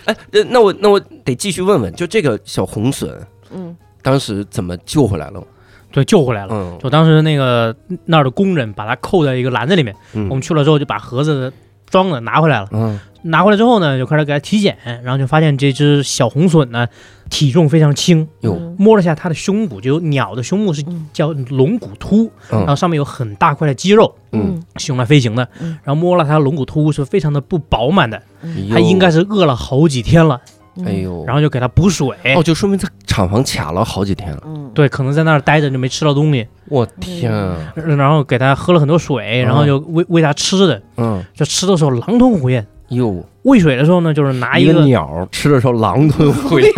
哎，呃那我那我得继续问问，就这个小红隼
嗯，
当时怎么救回来了？
对，救回来
哦
了。
嗯，
就当时那个那儿的工人把它扣在一个篮子里面，我们
嗯
去了之后就把盒子装的拿回来了。
嗯
拿回来之后呢，就开始给它体检，然后就发现这只小红隼呢，体重非常轻，
哟
嗯
摸了下它的胸骨，就有鸟的胸部是
嗯
叫龙骨突，
嗯
然后上面有很大块的肌肉，
嗯，
是用来飞行的。
嗯
然后摸了它的龙骨突是非常的不饱满的，
哎呦
它应该是饿了好几天了，
嗯
哎，呦，
然后就给它补水。
哦，就说明他厂房卡了好几天了。
嗯，
对，可能在那儿待着就没吃到东西，
我天啊，
然后给它喝了很多水，
哦
然后就喂喂它吃的，
嗯，
就吃的时候狼吞虎咽。
哟，
喂水的时候呢，就是拿一
个
个，
鸟吃的时候狼吞 [laughs] 虎咽，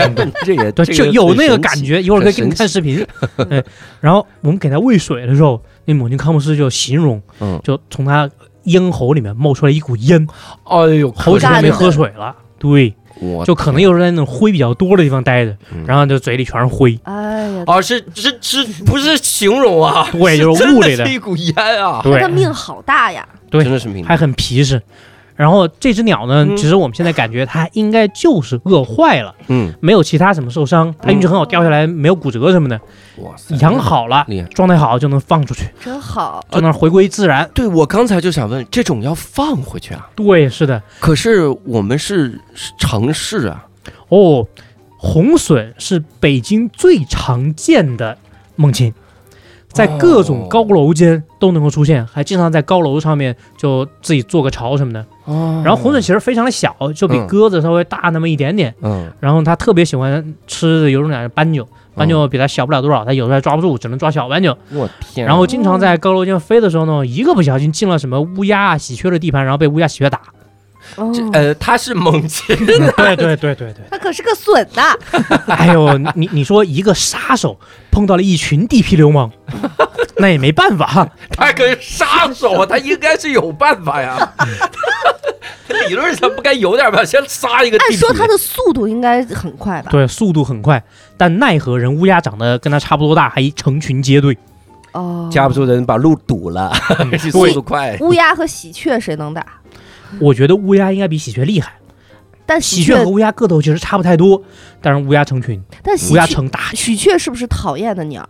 这也
对，
这
就有
很
那个
神
感
奇。
觉。一会儿可以给
很神
你们看视
[laughs]
频。对，然后我们给它喂水的时候，那猛禽康姆斯就形容，
嗯
就从它咽喉里面冒出来一股烟，
哎呦，
好几天没
干的
喝水了。对，
我
就可能又是在那种灰比较多的地方待着，
嗯
然后就嘴里全是灰。
哎呀，
啊，是是是不是形容啊？
[laughs] 对就是
真
雾里的
是一股烟啊，
他的
对，
命好大呀。
对
真的是命。
还很皮实。然后这只鸟呢，
嗯
其实我们现在感觉它应该就是饿坏了，
嗯，
没有其他什么受伤，它运气很好，掉下来没有骨折什么的，
哇塞，
养好了
哎厉害，
状态好就能放出去，
真好，
就能回归自然。
对我刚才就想问，这种要放回去啊？
对，是的，
可是我们是是城市啊，
哦，红隼是北京最常见的猛禽，在各种高楼间都能够出现，还经常在高楼上面就自己做个巢什么的。
哦
然后红隼其实非常的小，就比
嗯
鸽子稍微大那么一点点。
嗯，
然后它特别喜欢吃的有种鸟是斑鸠，斑鸠比它小不了多少，它有时候还抓不住，只能抓小斑鸠。
我天啊，
然后经常在高楼间飞的时候呢，一个不小心进了什么乌鸦啊、喜鹊的地盘，然后被乌鸦、喜鹊打。
哦
嗯
这呃，他是猛禽，
[laughs] 对对对对对，
他可是个笋呐，
哎呦，你你说一个杀手碰到了一群地痞流 [laughs] 氓，那也没办法。
他可是杀
[laughs]
手，啊他应该是有办法呀。 [laughs] 他理论上不该有点吧？先杀一个地
按
痞。
说他的速度应该很快吧？
对，速度很快，但奈何人乌鸦长得跟它差不多大，还成群结队。
哦，
架不住哎人把路堵了， [laughs] 速度快。
乌鸦和喜鹊谁能打？
我觉得乌鸦应该比喜鹊厉害，
但
喜
喜
鹊
鹊
和，乌鸦个头其实差不太多，但是乌鸦成群，
但喜
乌鸦
鹊，
成大群。
喜鹊是不是讨厌的鸟？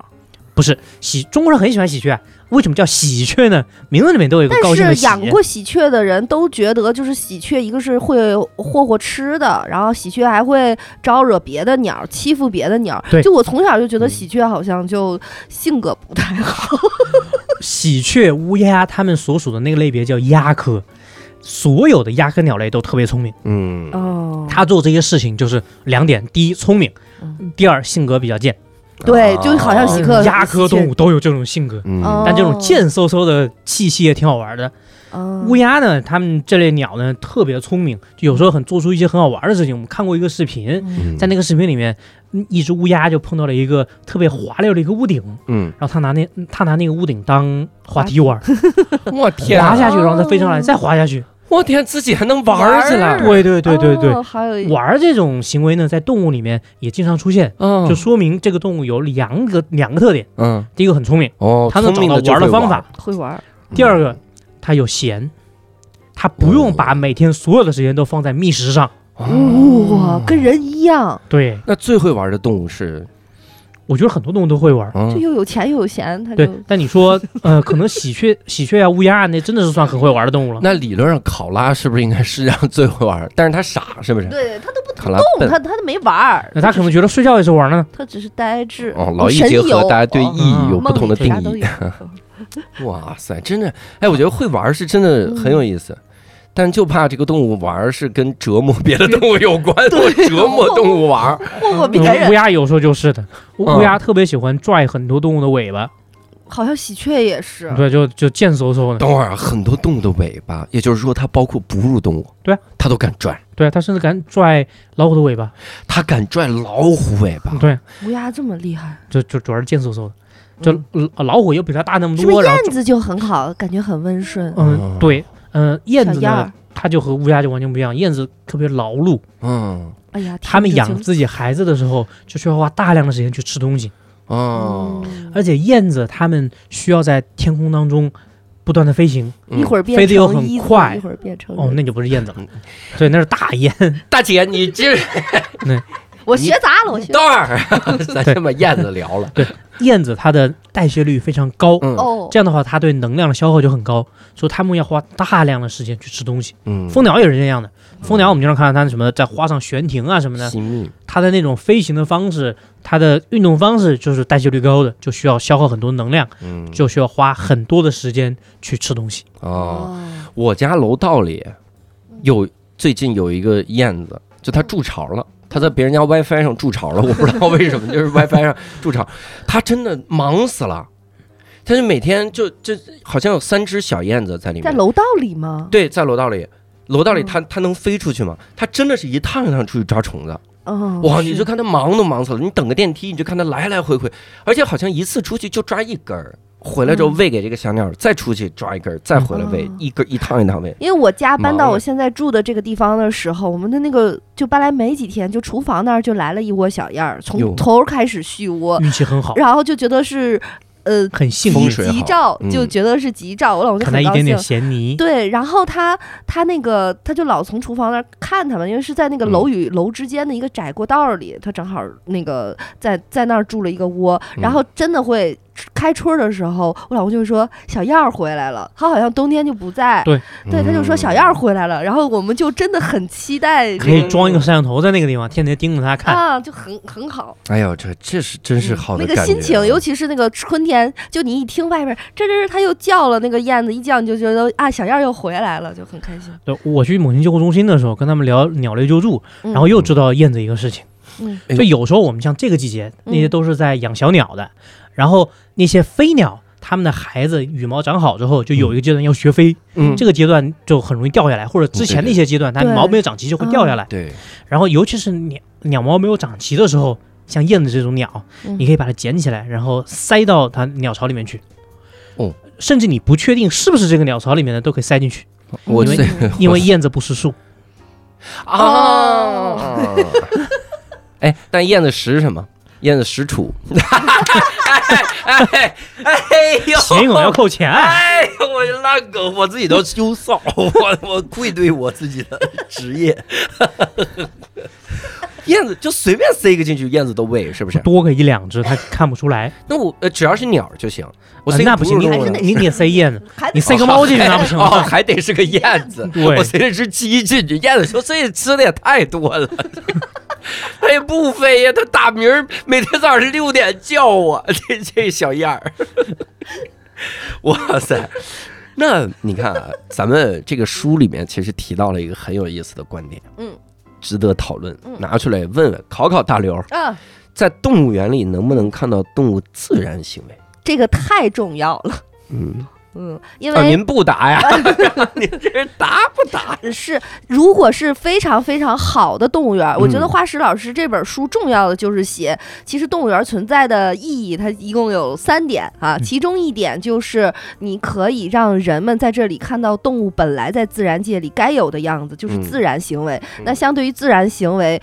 不是喜，中国人很喜欢喜鹊，啊为什么叫喜鹊呢？名字里面都有一个高
但
兴的
是
喜。
养过喜鹊的人都觉得，就是喜鹊，一个是会霍霍吃的，然后喜鹊还会招惹别的鸟，欺负别的鸟。
对
就我从小就觉得
嗯
喜鹊好像就性格不太好。
喜鹊、乌鸦，它们所属的那个类别叫鸦科，所有的鸦科鸟类都特别聪明。
嗯
哦，
它做这些事情就是两点：第一，聪明
嗯；
第二，性格比较贱。
对，就好像
喜
喜克
鸦哦科动物，都有这种性格，
嗯
哦嗯
但这种贱嗖嗖的气息也挺好玩的。乌
鸦
鸦呢，它们这类鸟呢特别聪明，就有时候很做出一些很好玩的事情。我们看过一个视频，
嗯
在那个视频里面，嗯一只乌鸦就碰到了一个特别滑溜的一个屋顶，
嗯，
然后他拿那他拿那个屋顶当滑梯玩儿，
[laughs] 我天
滑
啊，
哦
下去，然后再飞上来，再滑下去。
我天，自己还能玩儿起来，
对对对对对，
嗯哦、还有一
玩儿这种行为呢，在动物里面也经常出现，
嗯
就说明这个动物有两个两个特点：
嗯
第一个很聪明，
哦，
它能
聪
找
明
到
的就
玩儿的
会
方
玩儿嗯
法；
会玩儿，
第二个，它有闲，它不用把每天所有的时间都放在觅食上。
哇、
哦
跟人一样，
对，
那最会玩的动物是，
我觉得很多动物都会玩儿。
就
嗯
又有钱又有闲，他就
对，但你说，呃，可能喜鹊、喜鹊啊、乌鸦啊，那真的
嗯
是算很会玩儿的动物了。
那理论上考拉是不是应该是让最会玩儿？但是它傻，是不是？
对他都不
考拉
动，
笨
它它没玩儿，
那他可能觉得睡觉也是玩呢。
它只是呆 [laughs] 滞。
哦，劳逸
神
结合
游，
大家对意
哦
义有
嗯
不同的定
梦里啥都
义
有。
哇塞，真的，哎，我觉得会玩儿是真
嗯
的很有意思，但就怕这个动物玩儿是跟折磨别的动物有
[laughs]
关，我折磨动物玩儿。
霍霍别
嗯乌
人，
鸦有时候就是的，乌
嗯
乌鸦特别喜欢拽很多动物的尾巴，
好像喜鹊也
嗯
是。
对，就就贱嗖嗖的。
等会儿啊，很多动物的尾巴，也就是说它包括哺乳动物，
对啊，
它都敢拽，
对，它甚至敢拽老虎的尾巴，
它敢拽老虎尾巴。
对，
乌鸦这么厉害，
就就主要是贱嗖�嗖的。就老老虎又比它大那么
是不
多，
是
然后
燕子就很好，感觉很温顺？
哦
嗯，对，嗯，燕
小
子
燕
呢
儿，，
它就和乌鸦就完全不一样，燕子特别劳碌，
嗯，
哎呀，
它们
听着
养
就
自己孩子的时候就需要花大量的时间去吃东西，
哦，
嗯
而且燕子它们需要在天空当中不断的飞行。
一会
儿
儿变
飞得又
成
很
一字
快
一会儿变成
哦，
人
那就不是燕子
嗯
了， [laughs] 对，那是大雁。
大姐，你这
我学杂了，我学
等会儿 [laughs] 啊，咱先把燕子聊了。
[laughs] 燕子它的代谢率非常高，
嗯
哦，
这样的话它对能量的消耗就很高，所以它们要花大量的时间去吃东西。
嗯，
蜂鸟也是这样的，
嗯
蜂鸟我们经常看到它什么在花上悬停啊什么的，
惜命。
它的那种飞行的方式，它的运动方式就是代谢率高的，就需要消耗很多能量，
嗯，
就需要花很多的时间去吃东西。
哦，我家楼道里有最近有一个燕子，就它筑巢了。它在别人家 WiFi 上筑
嗯
巢了，我不知道为什么，就是 WiFi 上筑巢，它真的忙死了。它就每天就就好像有三只小燕子在里
在
面，
楼道里吗？
对，在楼道里，楼道里
嗯
它它能飞出去吗？它真的是一趟一趟出去抓虫子，
嗯，
哇！
是
你就看它忙都忙死了。你等个电梯，你就看它来来回回，而且好像一次出去就抓一根儿，回来之后
嗯
喂给这个小鸟，再出去抓一根儿，再回来喂
嗯
一根儿一趟一趟喂。
因为我家搬
忙啊
到
了
我现在住的这个地方的时候，我们的那个就搬来没几天，就厨房那儿就来了一窝小燕儿，
哟
从头开始续窝，
运气很
[laughs]
好，
然后就觉得是呃
很幸
风
运，
水
吉
好
兆，
嗯
就觉得是吉兆，我老公就
可能
很
一
高
点
兴
点。咸泥。
对，然后他他那个他就老从厨房那儿看他们，因为是在那个楼与楼之间的一个窄过道儿里，他正好那个在在那儿住了一个窝，然
嗯
后真的会开春儿的时候，我老公就会说小燕儿回来了，他好像冬天就不在，对，他就说小燕儿回来了，然后我们就真的很期待
可以装一个摄像头在那个地方，天天盯着它看。
啊，就很很好，
哎呦，这这是真是
嗯
好的
那个
感觉啊
心情，尤其是那个春天，就你一听外边吱吱吱，它又叫了，那个燕子一叫，你就觉得啊，小燕儿又回来了，就很开心。
对，我去猛禽救护中心的时候，跟他们聊鸟类救助，
然
然后又知道燕子一个事情。
嗯
哎呦
就有时候我们像这个季节，那些
嗯
都是在养小鸟的，然后那些飞鸟，它们的孩子羽毛长好之后，就有一个阶段要学飞，
嗯
这个阶段就很容易掉下来，或者之前的一些阶段，它
对嗯
毛没有长齐就会掉下来。
对，
然后尤其是鸟鸟毛没有长齐的时候，像燕子这种鸟，
嗯
你可以把它捡起来，然后塞到它鸟巢里面去。
哦，
甚至你不确定是不是这个鸟巢里面的，都可以塞进去，
我
因为
这
因为
[laughs]
燕子不识数，
啊，哎，但燕子食什么？燕子食楚。 [laughs] 哎哎哎呦！
谐音梗要
[laughs]
扣钱。
哎呦，我就烂梗，我自己都羞臊，我我愧对我自己的职业。 [laughs] 燕子就随便塞一个进去，燕子都喂，是不是？
多个一两只，它看不出来。
那我呃只要是鸟就行，我
啊
塞
那
个
不
哺
行，
乳
你
动
还
物
是
呢
得
你你得塞燕子，
还
你塞个猫进去那不行吗
哦，还得是个燕子。
[laughs] 对
我随着只鸡进去，燕子说：“这吃的也太多了。” [laughs] 它也不飞呀，它打鸣儿，每天早上六点叫我，这这小燕儿， [laughs] 哇塞！那你看啊，咱们这个书里面其实提到了一个很有意思的观点，
嗯，
值得讨论，
嗯
拿出来问问，考考大刘儿，
啊，
在动物园里能不能看到动物自然行为？
这个太重要了，
嗯，
嗯，因
哦，
为
您不答
[laughs]
呀？您这人答不答？
是，如果是非常非常好的动物园儿，我觉得
嗯
花石老师这本书重要的就是写，其实动物园儿存在的意义，它一共有三点啊，
嗯
其中一点就是你可以让人们在这里看到动物本来在自然界里该有的样子，就是
嗯
自然行为。那
嗯
相对于自然行为。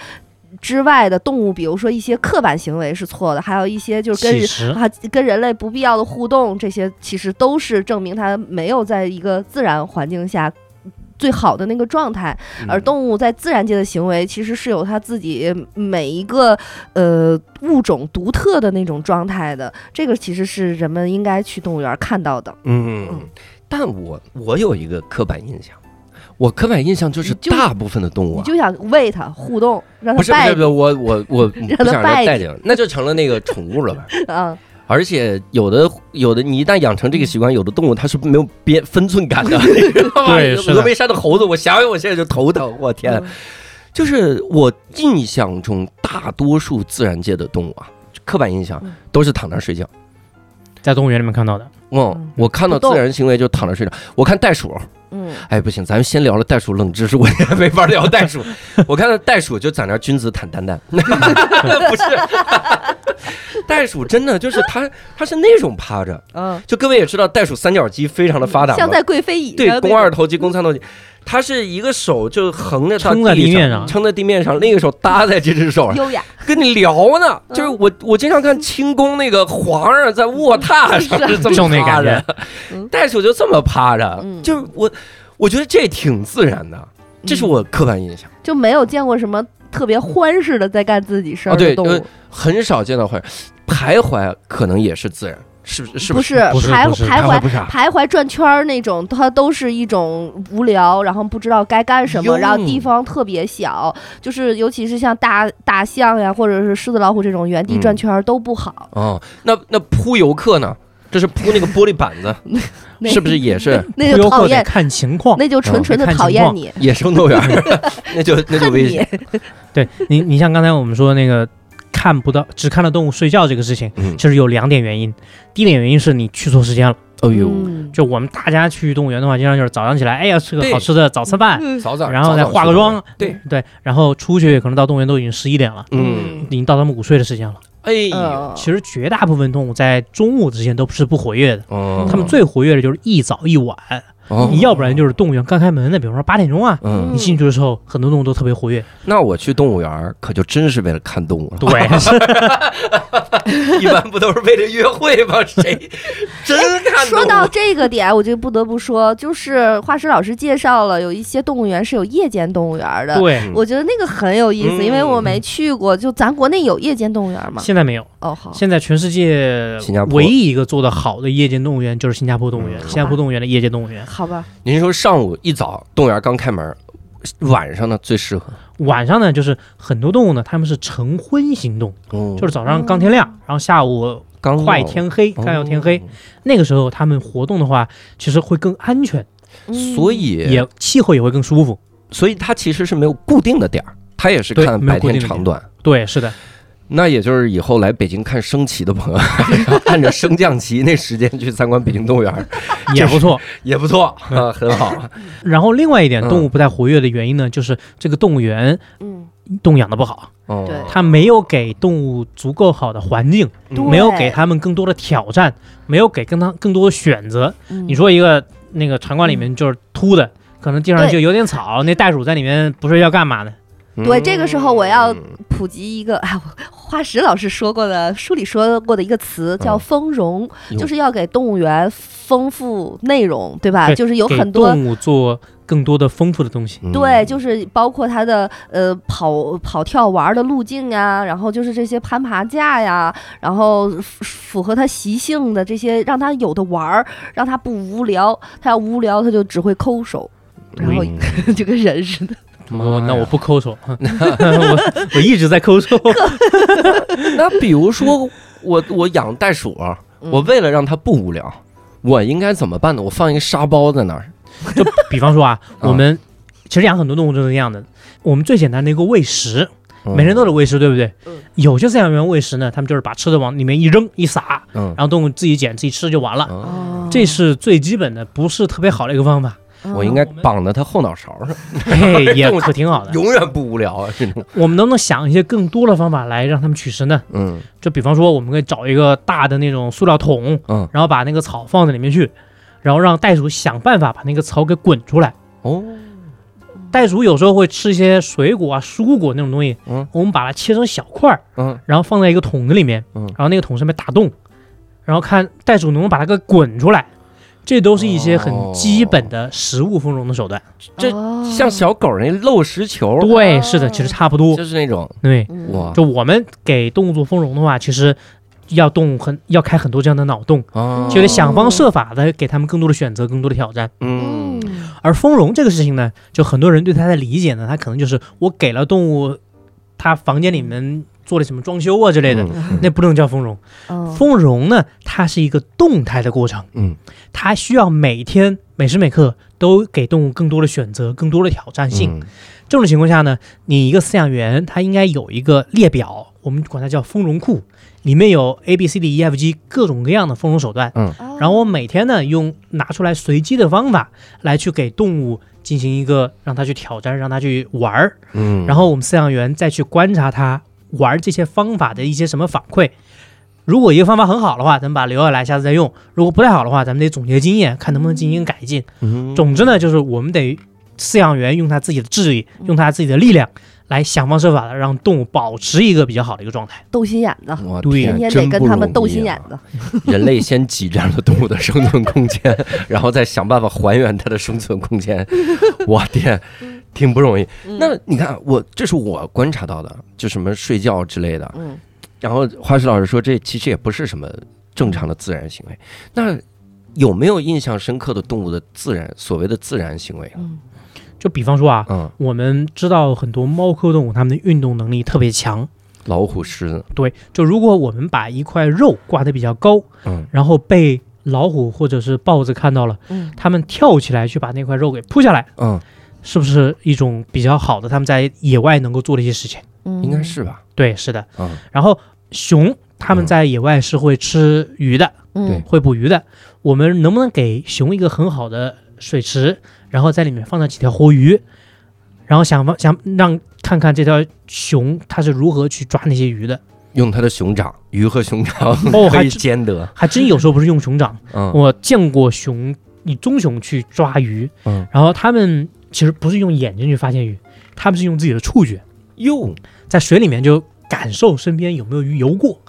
之外的动物，比如说一些刻板行为是错的，还有一些 [laughs] 就是跟
乞
人
食
啊，跟人类不必要的互动，这些其实都是证明它没有在一个自然环境下最好的那个状态。
嗯
而动物在自然界的行为，其实是有它自己每一个呃物种独特的那种状态的。这个其实是人们
嗯
应该去动物园看到的。
嗯，但我我有一个刻板印象，我刻板印象就是
你就
大部分的动物
你
啊，
就想喂它互动，让
不
它
是不
带
是不是我我我
让它
不想让
拜
带领，那就成了那个宠物了吧？
啊，
而且有的有的，你一旦养成这个习惯，有的动物它是没有边分寸感
[laughs]
的。
对是的
峨眉山的猴子，我想想我现在就头疼，我 [laughs] 天！啊
嗯
就是我印象中，大多数自然界的动物啊，刻板印象
嗯
都是躺那儿睡觉。
在动物园里面看到的，
嗯
嗯，
我看到
不动
自然行为就躺着睡觉。我看袋鼠，
嗯，
哎，不行，咱们先聊了袋鼠冷知识，我也没法聊袋鼠。我看到袋鼠就在那儿君子坦荡荡， [laughs] 不是，袋鼠真的就是它，它是那种趴着。
嗯，
就各位也知道，袋鼠三角肌非常的发达嘛，
像在贵妃椅
对
上那
肱二
种
头肌、肱三头肌，它是一个手就横着到
撑在地面上
撑在地面上，另一个手搭在这只手上，
优雅，
跟你聊呢。
嗯
就是我，我经常看清宫那个皇上在卧榻上是这
就
么
那
趴
感
着
觉，
啊嗯
袋鼠就这么趴着，
嗯
就是我，我觉得这挺自然的，这是
嗯
我刻板印象，
就没有见过什么特别欢似的在干自己事
哦
儿
对
的动物
呃，很少见到会徘徊，可能也是自然，是不是？是
不
是？
是
不是
呃徘
不是
徘
徘徊
徊
不是啊
徘徊转圈儿那种，它都是一种无聊，然后不知道该干什
哟
么，然后地方特别小，就是尤其是像大大象呀，或者是狮子、老虎这种原地转圈儿都不好。
哦，那那扑游客呢？这是扑那个玻璃板
[laughs]
子，
那
嗯是不是也是？
那
不
就
游
讨
客得
厌，
看情况。
那就纯
嗯
纯的
看情
讨厌
况
你，
野生动物园儿，
[laughs]
那就那就
恨
危
你
险。。
对你，你像刚才我们说那个看不到，只看到动物睡觉这个事情，
嗯，
其实有两点原因。第一点原因是你去错时间了，
哎
嗯
就我们大家去动物园的话，经常就是早上起来，哎呀，吃个
对
好吃的早餐饭，
嗯
早早，
然后再
早早
化个
去
妆，
对
对，然后出去可能到动物园都已经十一点了，
嗯，
已经到他们午睡的时间了。
哎呦，
呃
其实绝大部分动物在中午之前都是不活跃的，
嗯
哦，
它们最活跃的就是一早一晚，
哦
你要不然就是动物园刚开门的，比方说八点钟啊，
嗯
你，进去的时候很多动物都特别活跃。
那我去动物园儿可就真是为了看动物了，
对， [laughs] 是
[laughs] 一般不都是为了约会吗？谁 [laughs] 哎真看动
说
物？
到这个点，我就不得不说，就是画师老师介绍了有一些动物园是有夜间动物园的，
对，
我觉得那个很有意思，因为我
嗯
没去过。就咱国内有夜间动物园吗？
现在没有。
哦，好，
现在全世界
新加坡
唯一一个做得好的夜间动物园就是新加坡动物园，
嗯
新加坡动物园的夜间动物园，
好吧，
您说上午一早动物园刚开门，晚上呢最适合？
晚上呢就是很多动物呢，它们是晨昏行动，
嗯，
就是是早上刚天亮，然后下午
刚
快
到
天黑，
哦
快要天黑，那个时候它们活动的话，其实会更安全，
嗯
所以
也气候也会更舒服。
所以它其实是没有固定的点儿，它也是
对
看
没有
白
固
天
定的
长
点
短。
对，是
[laughs]
的，
那也就是以后来北京看升旗的朋友，按照升降旗那时间去参观北京动物园儿
也不错。
[laughs] 也不错啊，很好。
然后另外一点，
嗯
动物不太活跃的原因呢，就是这个动物园
嗯，
动物养的不好，
哦
对
它没有给动物足够好的环境，
对
没有给它们更多的挑战，没有给更它更多的选择。
嗯
你说一个那个场馆里面就是秃的，可能地上
对
就有点草，那袋鼠在里面不睡觉干嘛呢？
对这个时候我要
嗯
普及一个，哎，我化石老师说过的书里说过的一个词叫
嗯
丰容，
哟
就是要给动物园丰富内容，对吧？
对
就是有
给
很多。
动物做更多的丰富的东西。
嗯
对，就是包括它的呃跑跑跳玩儿的路径呀，然后就是这些攀爬架呀，然后符符合它习性的这些，让它有的玩儿，让它不无聊。它要无聊，它就只会抠手， [laughs] 然后
嗯
就跟人似的。
我那
妈呀
我不抠手， [laughs]
[laughs]
我我一直在抠手。
那比如说我我养袋鼠，
嗯
我为了让它不无聊，我应该怎么办呢？我放一个沙包在那儿，
就比方说啊，
嗯
我们其实养很多动物都是这样的。我们最简单的一个喂食，
嗯
每人都得喂食，对不对
嗯？
有些饲养员喂食呢，他们就是把吃的往里面一扔一撒，
嗯
然后动物自己捡自己吃就完了。
嗯，
哦
这是最基本的，不是特别好的一个
[laughs]
方法，
嗯我应该绑在它后脑勺上，
嘿，也可挺好
[laughs]
的。
永远不无聊啊，这种。
我们能不能想一些更多的方法来让他们取食呢？
[laughs] 嗯
就比方说，我们可以找一个大的那种塑料桶，
嗯
然后把那个草放在里面去，然后让袋鼠想办法把那个草给滚出来。
哦，
袋鼠有时候会吃一些水果啊、蔬果那种东西，
嗯
我们把它切成小块儿，
嗯
然后放在一个桶子里面，
嗯
然后那个桶上面打洞，然后看袋鼠能不能把它给滚出来。这都是一些
哦
很基本的食物丰容的手段。
这
哦
像小狗那漏食球，
对，是的，其实差不多
就。是那种
对，
嗯
哇
就我们给动物做丰容的话，其实要动很要开很多这样的脑洞，
啊，
就得想方设法的给他们更多的选择、更多的挑战。
嗯
嗯，
而丰容这个事情呢，就很多人对它的理解呢，它可能就是我给了动物，它房间里面做了什么装修啊之类的，
嗯哦
那不能叫丰容。
嗯，
丰容呢，它是一个动态的过程，
嗯，
它需要每天每时每刻都给动物更多的选择，更多的挑战性。
嗯
这种情况下呢，你一个饲养员他应该有一个列表，我们管它叫丰容库，里面有 A、B、C、D、E、F、G E 各种各样的丰容手段。
哦
然后我每天呢，用拿出来随机的方法来去给动物进行一个让它去挑战，让它去玩儿。
嗯，
然后我们饲养员再去观察它玩儿这些方法的一些什么反馈。如果一个方法很好的话，咱们把它留下来，下次再用；如果不太好的话，咱们得总结经验，看能不能进行改进。
嗯
总之呢，就是我们得饲养员用他自己的智力，用他自己的力量，来想方设法的让动物保持一个比较好的一个状态。
斗心眼子，
我
对
天
天天
嗯
得
哎真
跟
不
他们
容
斗
易
心
啊
眼子。
人类先挤占了动物的生存空间，
[laughs]
然后再想办法还原它的生存空间。我天，挺不容易。
嗯
那你看，我这是我观察到的，就什么睡觉之类的。
嗯，
然后花石老师说，这其实也不是什么正常的自然行为。那有没有印象深刻的动物的自然所谓的自然行为啊？
嗯
就比方说啊，
嗯，
我们知道很多猫科动物，它们的运动能力特别强。
老虎、狮子，
对，就如果我们把一块肉挂得比较高，
嗯，
然后被老虎或者是豹子看到了，
嗯
它们跳起来去把那块肉给扑下来，
嗯，
是不是一种比较好的它们在野外能够做的一些事情？
嗯，
应该是吧？
对，是的。
嗯
然后熊，它
嗯
们在野外是会吃鱼的，
嗯
对
会捕鱼的。我们能不能给熊一个很好的水池，然后在里面放上几条活鱼，然后想方想让看看这条熊它是如何去抓那些鱼的？
用它的熊掌，鱼和熊掌
哦，
可
还
以
真
兼得。
还真有时候不是用熊掌，
嗯
我见过熊以棕熊去抓鱼，
嗯，
然后他们其实不是用眼睛去发现鱼，他们是用自己的触觉，
哟，
在水里面就感受身边有没有鱼游过。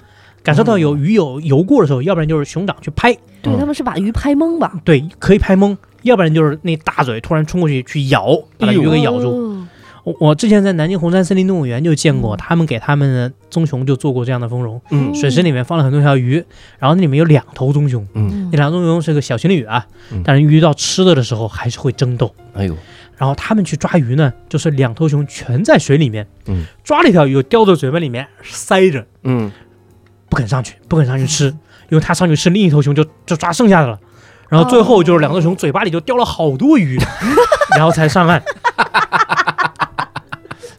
感受到有鱼有游过的时候，要不然就是熊掌去拍，
对，
嗯
他们是把鱼拍懵吧？
对，可以拍懵；要不然就是那大嘴突然冲过去去咬，把那
哎呦
鱼给咬住。
住。
我我之前在南京红山森林动物园就见过，
嗯
他们给他们的棕熊就做过这样的丰容，
嗯
水池里面放了很多条鱼，然后那里面有两头棕熊，
嗯，
嗯
那两头棕熊是个小情侣啊
嗯，
但是遇到吃的的时候还是会争斗。
哎呦，
然后他们去抓鱼呢，就是两头熊全在水里面，
嗯
抓了一条鱼叼到嘴巴里面塞着，
嗯，
不肯上去，不肯上去吃，因为他上去吃，另一头熊就就抓剩下的了。然后最后就是两头熊嘴巴里就叼了好多鱼，然后才上岸，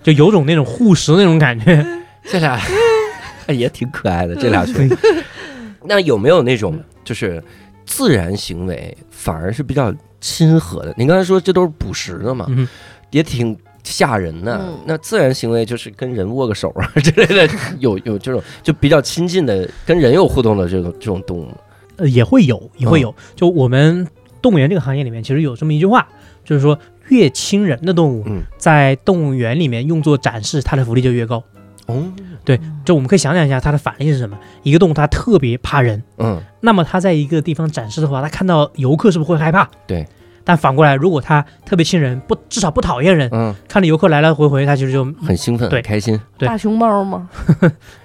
就有种那种护食那种感觉。 [laughs]
这俩 [laughs] 也挺可爱的，这
嗯
俩熊。 [laughs] 那有没有那种就是自然行为反而是比较亲和的？您刚才说这都是捕食的嘛，
嗯，
也挺吓人的。
嗯
那自然行为就是跟人握个手啊之类的，有有这种就比较亲近的跟人有互动的这种这种动物。
呃，也会有，也会有。就我们动物园这个行业里面，其实有这么一句话，就是说越亲人的动物
嗯，
在动物园里面用作展示，它的福利就越高。
哦，
嗯
就我们可以想想一下，它的反应是什么？一个动物它特别怕人，
嗯，
那么它在一个地方展示的话，它看到游客是不是会害怕？
对。
但反过来，如果它特别亲人，不至少不讨厌人，
嗯，
看着游客来来回回，它其实就
很兴奋，
对
很开心。
对
大熊猫吗？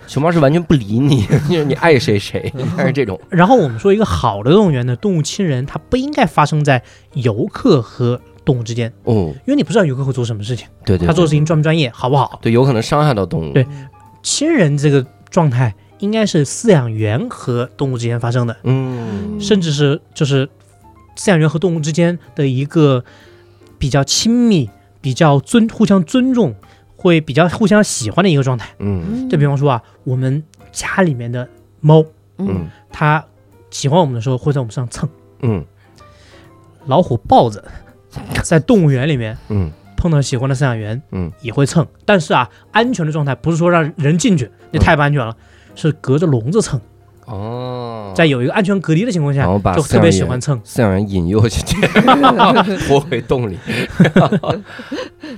熊猫是完全不理你， [laughs] 你爱谁谁，
嗯
但是这种，
然后我们说一个好的动物园的动物亲人，它不应该发生在游客和动物之间，
哦，
因为你不知道游客会做什么事情，
对对，
他嗯做
对
事情专不专业，好不好？
对，有可能伤害到动物。
对亲人这个状态应该是饲养员和动物之间发生的，
嗯，
甚至是就是饲养员和动物之间的一个比较亲密、比较尊互相尊重，会比较互相喜欢的一个状态。
嗯
就比方说啊，我们家里面的猫，
嗯
它喜欢我们的时候会在我们身上蹭；
嗯
老虎、豹子在动物园里面
嗯
碰到喜欢的饲养员，
嗯，
也会蹭。但是啊，安全的状态不是说让人进去，
嗯
那太不安全了，是隔着笼子蹭，
哦，
在有一个安全隔离的情况下
然，后哦把
就特别喜欢蹭。
饲养员引诱去 [laughs] 拖回洞里， [laughs]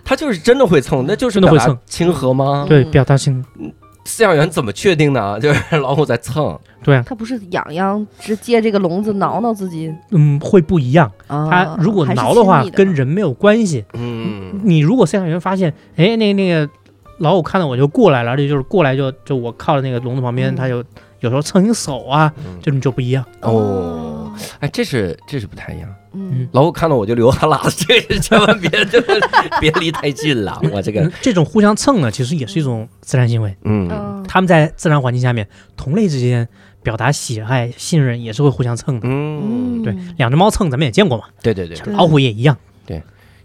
他就是真的会蹭，那就是
真的会
表达
蹭
亲和吗？
对，
嗯
表达性，
饲养员怎么确定呢？就是老虎在蹭，
对啊，
它不是痒痒，直接这个笼子挠挠自己。
嗯，会不一样。
啊
它如果
还是
挠的话，
亲密
跟人没有关系。
嗯
你如果饲养员发现，哎，那个那个老虎看到我就过来了，而且就是过来就就我靠着那个笼子旁边，
嗯
它就有时候蹭你手啊，
嗯
这种就不一样。
哦，哎，这是这是不太一样。
嗯，
老虎看到我就流哈喇子，这个千万别这个别离太近了，我这个
嗯这种互相蹭呢，其实也是一种自然行为。
嗯
嗯，
他们在自然环境下面，同类之间表达喜爱、信任也是会互相蹭的。
嗯，
对，两只猫蹭，咱们也见过嘛，
对对对，
对
老虎也一样。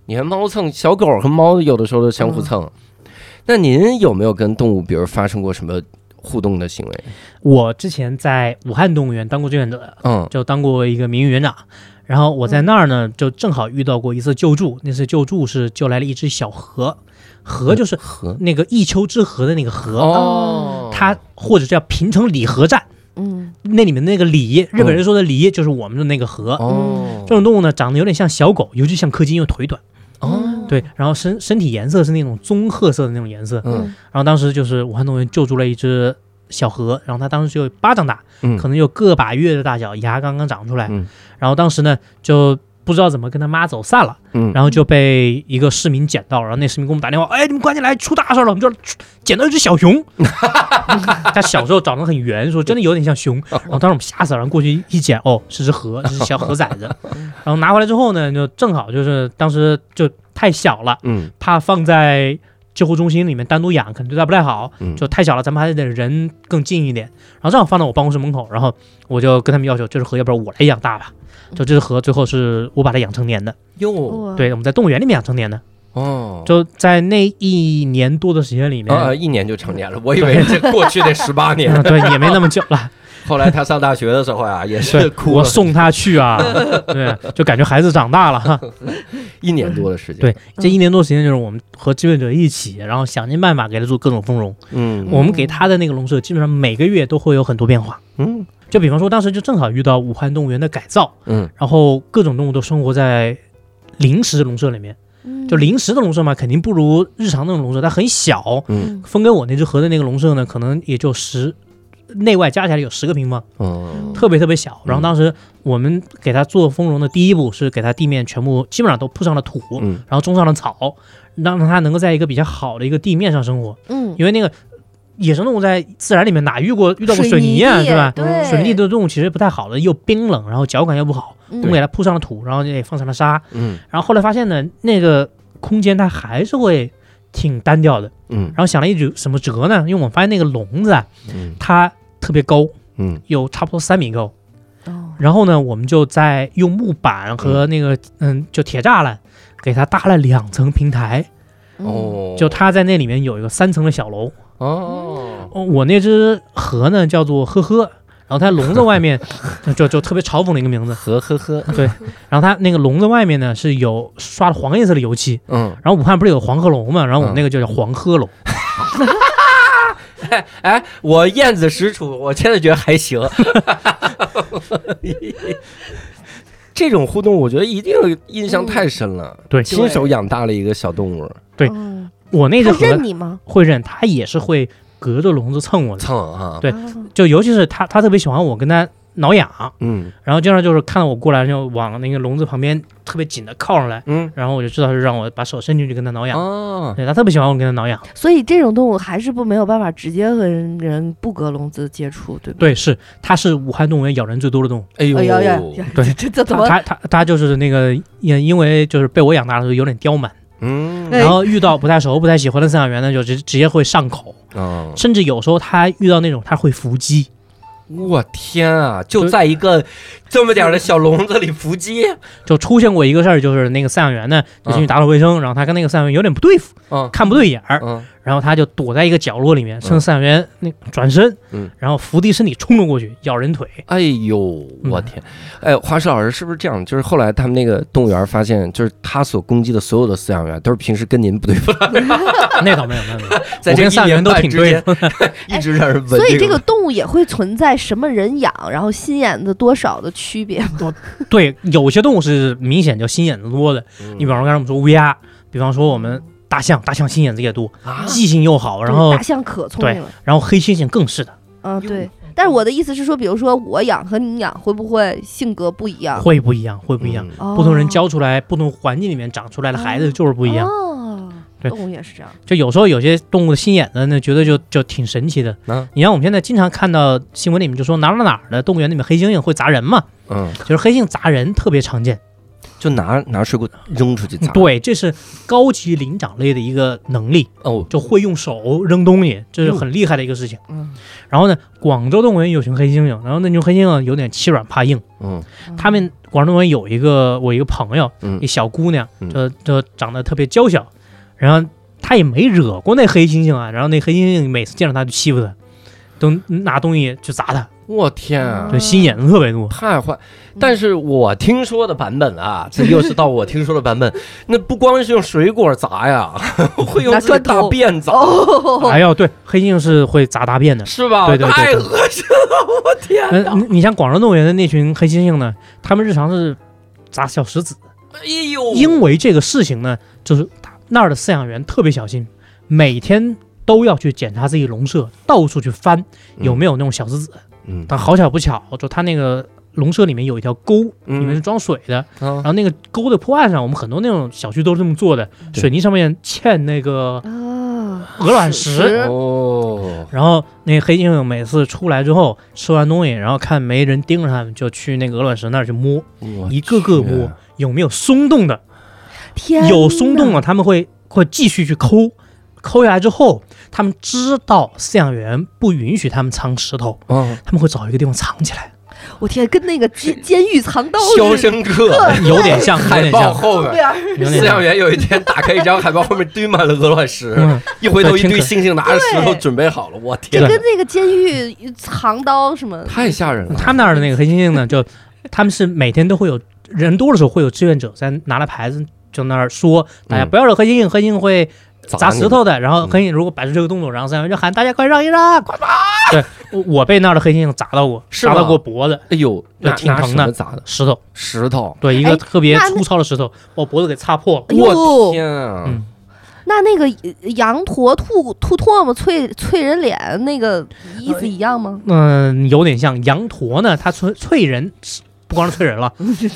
你看猫蹭小狗和猫有的时候都相
嗯
互蹭。那您有没有跟动物，比如发生过什么互动的行为？
我之前在武汉动物园当过志愿者，
嗯
就当过一个名誉园长。然后我在那儿呢，就正好遇到过一次救助。那次救助是救来了一只小河，河就是
和
那个一丘之貉的那个河，
哦，
它或者叫平城里河站，
嗯
那里面那个里，日本人说的里就是我们的那个河。
哦
这种动物呢，长得有点像小狗，尤其像柯基，因为腿短。
哦
对，然后身身体颜色是那种棕褐色的那种颜色。
嗯
然后当时就是武汉动物园救助了一只小河，然后它当时就巴掌大，
嗯
可能有个把月的大小，牙刚刚长出来。
嗯
然后当时呢就不知道怎么跟他妈走散了，
嗯
然后就被一个市民捡到，然后那市民给我们打电话，哎，你们赶紧来，出大事了，我们这儿出捡到一只小熊。 [laughs] 它小时候长得很圆，说真的有点
[laughs]
像熊。然后当时我们吓死了，然后过去一捡，哦，是只河，是只小河崽子。然后拿回来之后呢，就正好就是当时就太小了，
嗯
怕放在救护中心里面单独养，可能对它不太好，
嗯
就太小了，咱们还得人更近一点。然后正好放到我办公室门口，然后我就跟他们要求，这只河要不然我来养大吧。
嗯
就这只河最后是我把它养成年的，
哟
嗯
对，我们在动物园里面养成年的，
嗯哦。
就在那一年多的时间里面，
啊，一年就成年了，我以为这
[laughs]
过去得十八年
嗯。对，也没那么久了。
[laughs] 后来他上大学的时候啊，也
对
是，哭
我
了
送它
[laughs]
去啊，对，就感觉孩子长大了哈。
一年多的时间。
对，这一年多时间就是我们和志愿者一起，然后想尽办法给它做各种丰容。
嗯
我们给它的那个笼舍，基本上每个月都会有很多变化。
嗯
就比方说，当时就正好遇到武汉动物园的改造，
嗯，
然后各种动物都生活在临时的笼舍里
嗯
面。就临时的笼舍嘛，肯定不如日常那种笼舍，它很小。
嗯
分给我那只河的那个笼舍呢，可能也就十，内外加起来有十个平方，
哦
特别特别小。
嗯
然后当时我们给它做丰容的第一步是给它地面全部基本上都铺上了土，
嗯
然后种上了草，让让它能够在一个比较好的一个地面上生活。
嗯，
因为那个野生动物在自然里面哪遇过遇到过水泥啊，
地
是吧？
对，
水泥地的动物其实不太好的，又冰冷，然后脚感又不好，
嗯
我们给它铺上了土，然后也放上了沙，
嗯
然后后来发现呢，那个空间它还是会挺单调的。
嗯
然后想了一折什么辙呢？因为我们发现那个笼子啊，
嗯
它特别高，
嗯
有差不多三米高。
哦
然后呢，我们就在用木板和那个嗯，就铁栅栏给它搭了两层平台，
嗯
哦，
就它在那里面有一个三层的小楼。
哦，
哦，我那只河呢叫做呵呵，然后它笼子外 [laughs] 面就就就特别嘲讽的一个名字，
呵呵呵，
对。然后它那个笼子外面呢是有刷了黄颜色的油漆，
嗯，
然后武汉不是有黄鹤楼嘛，然后我们
嗯
那个就叫黄鹤楼，
[laughs] 哎，我燕子使楚，我现在觉得还行。 [laughs] 这种互动，我觉得一定印象太深了。
对
亲手养大了一个小动物，
对
哦
我那只
他认
河
你吗？
会认，它也是会隔着笼子蹭我的，
蹭啊，
对
哦
就尤其是它，它特别喜欢我跟它挠痒，
嗯
然后经常就是看到我过来就往那个笼子旁边特别紧的靠上来，
嗯，
然后我就知道是让我把手伸进去跟它挠痒，
哦，
对，它特别喜欢我跟它挠痒。
所以这种动物还是不没有办法直接和人不隔笼子接触，对吧？
对，是它是武汉动物园咬人最多的动物。
哎呦
哎呀呀呀，
对
[laughs] 这这怎么？
他他他就是那个，因因为就是被我养大的时候有点刁蛮，
嗯，
然后遇到不太熟、不太喜欢的饲养员呢，就直直接会上口，
哦
甚至有时候他遇到那种他会伏击，
我天啊，就在一个这么点儿的小笼子里伏击，
就出现过一个事儿，就是那个饲养员呢
啊
就进去打扫卫生，然后他跟那个饲养员有点不对付，
嗯
看不对眼儿，
嗯
然后他就躲在一个角落里面，趁饲养员那转身，
啊嗯
然后伏地身体冲了过去，
[laughs]
咬人腿。
哎呦，我
嗯
天！哎，华师老师是不是这样？就是后来他们那个动物园发现，就是他所攻击的所有的饲养员，都是平时跟您不对付，
那倒没有，那倒没有，
[laughs] 在这
我跟
一
饲养员
年
都
半
挺
之
对 [laughs]
间，一直在那闻。
哎所以这个动物也会存在什么人养，然后心眼子多少的区别吗？
对，有些动物是明显就心眼子多的，
嗯，
你比方说刚才我们说乌鸦，比方说我们大象，大象心眼子也多。
啊，
记性又好，然
对
后
大象可聪明了，
然后黑猩猩更是的，
嗯，对。但是我的意思是说，比如说我养和你养，会不会性格不一样？
会不一样，会不一样，
嗯
哦
不同人教出来，不同环境里面长出来的孩子就是不
不
一样。
哦，
对
动物也是这样。
就有时候有些动物的心眼子呢，觉得就就挺神奇的。
嗯
你像我们现在经常看到新闻里面就说哪儿哪儿哪儿的动物园里面黑猩猩会砸人嘛，
嗯，
就是黑猩猩砸人特别常见。
就拿拿水果扔出去砸。
对，这是高级灵长类的一个能力，
哦，
就会用手扔东西，这是很厉害的一个事情。
嗯，
然后呢，广州动物园有群黑猩猩，然后那群黑猩猩有点欺软怕硬。
嗯
他们广州动物园有一个我一个朋友，
嗯
一小姑娘
嗯，
就就长得特别娇小，然后她也没惹过那黑猩猩啊，然后那黑猩猩每次见到她就欺负她，都拿东西去砸她，
[laughs] 我天啊
嗯
对，！心眼子特别多。
太坏！但是我听说的版本啊，这又是到我听说的版本，那不光是用水果砸呀， [laughs] 会用
拿
自己
砖头
大便砸，
哦，
哎呦，对，黑猩猩是会砸大便的。
是吧？
对对对
太
对
恶心了，我天
嗯、
哪！
你你像广州动物园的那群黑猩猩呢，他们日常是砸小石子，
哎呦，
因为这个事情呢，就是他那儿的饲养员特别小心，每天都要去检查自己笼舍，到处去翻有没有那种小石子。
嗯
但好巧不巧，就他那个笼舍里面有一条沟，里面是装水的，
嗯
然后那个沟的破案上，我们很多那种小区都是这么做的，
对
水泥上面嵌那个
啊，
鹅卵石。
是
哦，
然后那黑猩猩每次出来之后，吃完东西，然后看没人盯着它们，就去那个鹅卵石那儿去摸，
我
一个个
去啊
摸有没有松动的，
天，
有松动，啊了，他们会会继续去抠，抠下来之后，他们知道饲养员不允许他们藏石头，
嗯，
他们会找一个地方藏起来，
我天，跟那个监监狱藏盗
《肖
似的，
申克》
有点像，有
海
点
报
像，
后面。
对啊
有
饲
点
养
像。
员有一天打开一张海报，后面堆满了鹅卵石，
嗯，
一回头一堆
对
猩猩拿着石头
对
准备好了，我
就
天，
跟那个监狱藏刀什么，
太吓人了！
他们那儿的那个黑猩猩呢，就他们是每天都会有人多的时候会有志愿者在拿了牌子就那儿说，大家
嗯
不要惹黑猩猩，黑猩猩会砸
你
石头的。然后
嗯
黑猩猩如果摆出这个动作，然后三羊就喊大家快让一让，快跑！对，我我被那儿的黑猩猩砸到过，
是吗
砸到过脖子，
哎呦，
对
拿
挺
拿
疼
什
的
么砸的？
石头，
石头！
对，一
哎
个特别
那那
粗糙的石头把我脖子给擦破了。
哎呦
我天啊！
嗯，
那那个呃羊驼吐吐唾沫啐啐人脸那个意思一样吗？
嗯，有点像羊驼呢，它催催人，不光是催人了，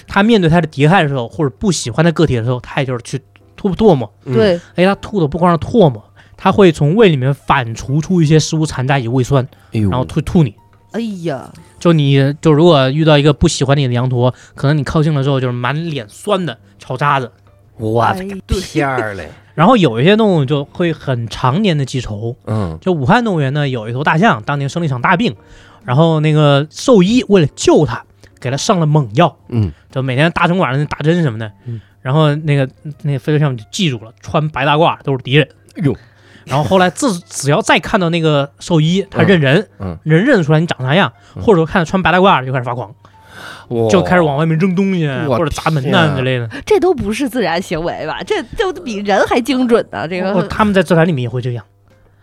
它面对它的敌害的时候，或者不喜欢的个体的时候，它也就是去吐唾沫。
嗯，
对，
哎，它吐的不光是唾沫，它会从胃里面反除出一些食物残渣以胃酸，
哎呦，
然后吐吐你。
哎呀，
就你就如果遇到一个不喜欢你的羊驼，可能你靠近了之后就是满脸酸的炒渣子。
我
哎对
天儿
[laughs]
嘞！
然后有一些动物就会很常年的记仇，
嗯，
就武汉动物园呢有一头大象，当年生了一场大病，然后那个兽医为了救它，给它上了猛药，
嗯，
就每天大针管的打针什么的，
嗯
然后那个那个飞机上面就记住了，穿白大褂都是敌人，
哎呦，
然后后来自只要再看到那个兽医，他认人，
嗯
人认出来你长啥样，
嗯
或者说看到穿白大褂就开始发狂，
我
就开始往外面扔东西啊，
我
或者砸门
天啊
呐之类的。
这都不是自然行为吧？这这都比人还精准呢、这
哦
个
他们在自然里面也会这样，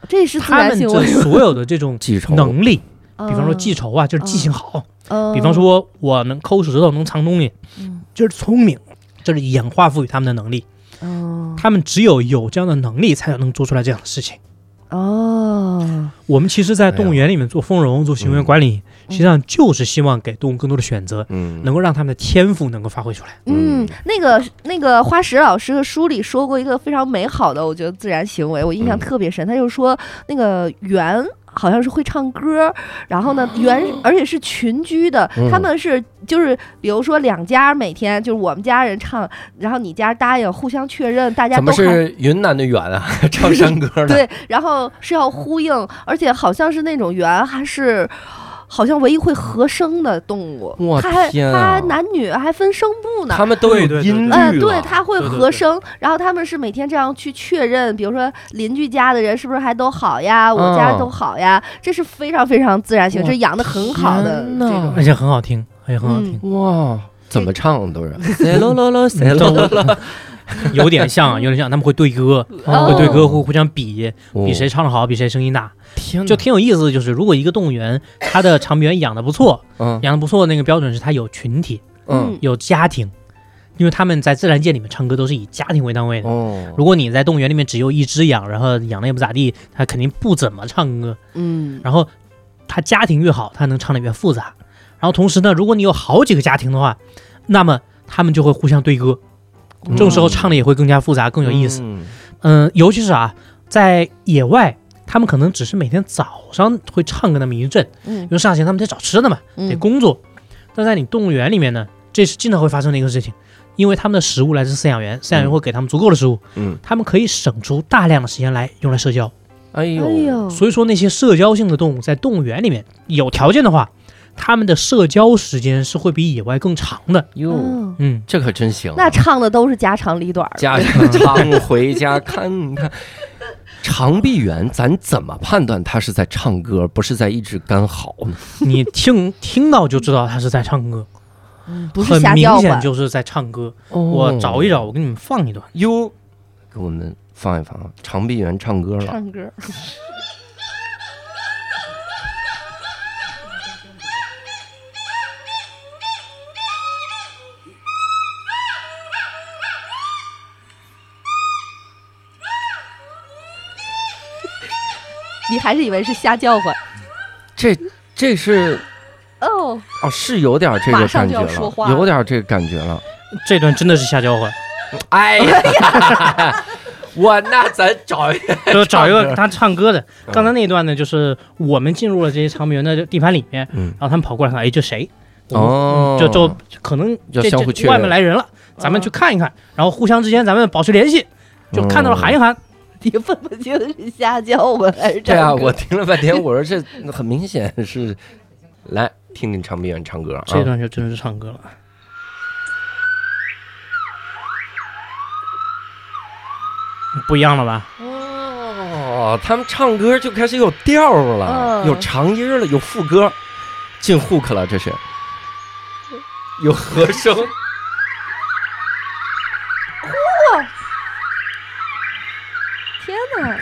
这是自
他
然
们
行
这
为。嗯
所有的这
[laughs]
种
记仇，
能力，比
比
方说记仇啊，就是记性好。
嗯
比方，说我能抠石头，能藏东西，
嗯
就是聪明，这是演化赋予他们的能力。
嗯
他们只有有这样的能力，才能做出来这样的事情。
哦，
我们其实，在
呀
动物园里面做丰容、做行为管理，
嗯
实际上就是希望给动物更多的选择，
嗯，
能够让他们的天赋能够发挥出来。
嗯
嗯，那个那个花石老师的书里说过一个非常美好的，我觉得自然行为，我印象
嗯
特别深。他就说那个猿好像是会唱歌，然后呢，猿而且是群居的，他
哦嗯
们是就是比如说两家每天就是我们家人唱，然后你家答应，互相确认，大家
怎
都
么
喊
是云南的远啊？ [laughs] 唱山歌呢？
[laughs]
对，然后是要呼应，而且好像是那种猿还是。好像唯一会和声的动物，
我
它还
天啊
它男女还分声部呢。
他们都有
对对对
音律
嗯
嗯，
了，
对，它会
对对
和
对
声，然后他们是每天这样去确认，比如说邻居家的人是不是还都好呀，我家
嗯
都好呀，这是非常非常自然型，
我
这养的很好的
天
这
呐
种
而且很好听，而且很好听，
哇，怎么唱的都
[laughs]
是谁喽喽喽谁喽
都 [laughs]
喽喽，
有点
[laughs]
像，有点像，他们会对歌，
嗯哦
会对歌，会互相比，比谁
哦
唱的好，比谁声音大，
嗯
天哪
就挺有意思的。就是如果一个动物园它的长臂猿养的不错，
嗯
养的不错，那个标准是它有群体，
嗯
嗯，
有家庭，因为他们在自然界里面唱歌都是以家庭为单位的。
哦，
如果你在动物园里面只有一只羊，然后养的也不咋地，它肯定不怎么唱歌。
嗯，
然后它家庭越好，它能唱的越复杂。然后同时呢，如果你有好几个家庭的话，那么他们就会互相对歌，这种时候唱的也会更加复杂，更有意思。
嗯
嗯、尤其是啊，在野外，他们可能只是每天早上会唱个那么一阵，
嗯
因为上学他们得找吃的嘛，得
嗯
工作。但在你动物园里面呢，这是经常会发生的一个事情，因为他们的食物来自饲养员，
嗯
饲养员会给他们足够的食物，
嗯，
他们可以省出大量的时间来用来社交。
哎
哎
呦，
呦，
所以说，那些社交性的动物在动物园里面有条件的话，它们的社交时间是会比野外更长的。
哟，
嗯
嗯，
这可真行。啊
那唱的都是家长里短
[laughs]
儿，
家常回家看
[laughs]
看。长臂猿，咱怎么判断它是在唱歌，不是在一直干嚎呢？
[laughs] 你听听到就知道它是在唱歌，
嗯不是
很
瞎
明
叫
显
唤。
就是在唱歌。
哦
我找一找，我给你们放一段。
哟，给我们放一放啊长臂猿唱歌了。
唱 [laughs] 歌，你还是以为是瞎叫唤
这这是
哦？
哦，是有点这个
马上
感
就
觉
要说话
了，
了
有点这个感觉
[laughs]
了。
这段真的是瞎叫唤，
哎
[laughs]
呀，我那咱找一个
就找一个他唱歌的。
嗯
刚才那一段呢，就是我们进入了这些长臂猿的地盘里面，
嗯
然后他们跑过来看，哎，这谁？我们
哦，
就就可能
要
这
相互
这
确认
外面来人了，咱们去看一看，然后互相之间咱们保持联系，就看到了
哦
喊一喊，
你分不清是瞎叫唤还是
[laughs] 对啊，
唱歌
我听了半天，我说这很明显是来听听长臂猿唱歌啊。
这段就真是唱歌了。不一样了吧？
哦，他们唱歌就开始有调儿了，
嗯
有长音儿了，有副歌，进 hook 了，这是有和声。
天哪！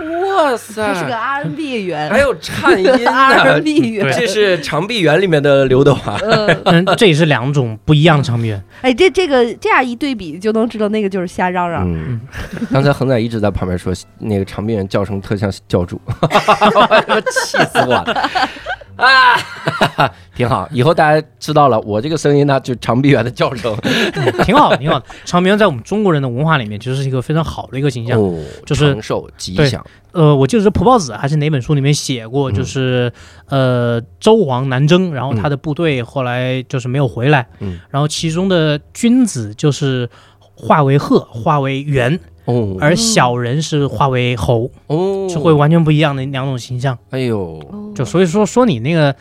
哇塞！
他是个 R&B
还
员
有颤音
[laughs]
呢，
啊，R&B
对
员。
这是长臂猿里面的刘德华。
嗯，
嗯，这也是两种不一样的场面。
哎，这这个这样一对比，就能知道那个就是瞎嚷嚷。
嗯， [laughs] 刚才恒仔一直在旁边说，那个长臂猿叫声特像教主，我他妈气死我了啊！ [laughs] 挺好，以后大家知道了，我这个声音呢，就长臂猿的叫声。
嗯挺好的，挺好的。长臂猿在我们中国人的文化里面，其实是一个非常好的一个形象。
哦，
就是
长寿吉
对
祥。
呃，我记得是蒲豹子还是哪本书里面写过，
嗯
就是、呃，周王南征，然后他的部队后来就是没有回来，
嗯
然后其中的君子就是化为鹤，化为猿，
哦
而小人是化为猴，
哦，
是会完全不一样的两种形象。
哎呦，
哦
就所以说说你那个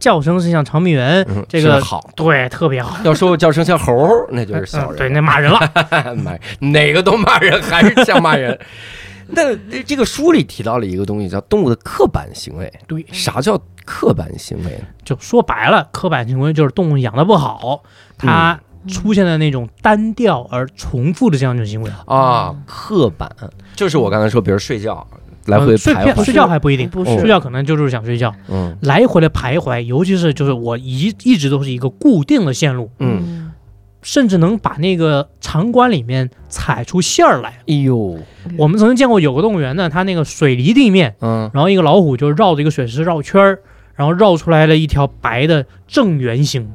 叫声是像长臂猿，
嗯
这
是
个
好。
对，特别好。
要说我叫声像猴儿，那就是小
嗯对，
人。
那骂
[laughs]
人了。
骂哪个都骂人，还是像骂人。那这个书里提到了一个东西，叫动物的刻板行为。
对，
啥叫刻板行为呢？
就说白了，刻板行为就是动物养的不
嗯
好，它出现的那种单调而重复的这样一种行为。
啊，刻板就是我刚才说，比如睡觉来回
嗯睡
徘
片
徊，
睡觉还不一定，
不
哦
睡
是
觉可能就是想睡觉，
嗯
来回的徘徊，尤其是就是我一一直都是一个固定的线路，
嗯，，
甚至能把那个场馆里面踩出线儿来。
哎呦，
我们曾经见过有个动物园呢，它那个水泥地面，
嗯，
然后一个老虎就绕着一个水池绕圈儿，然后绕出来了一条白的正圆形。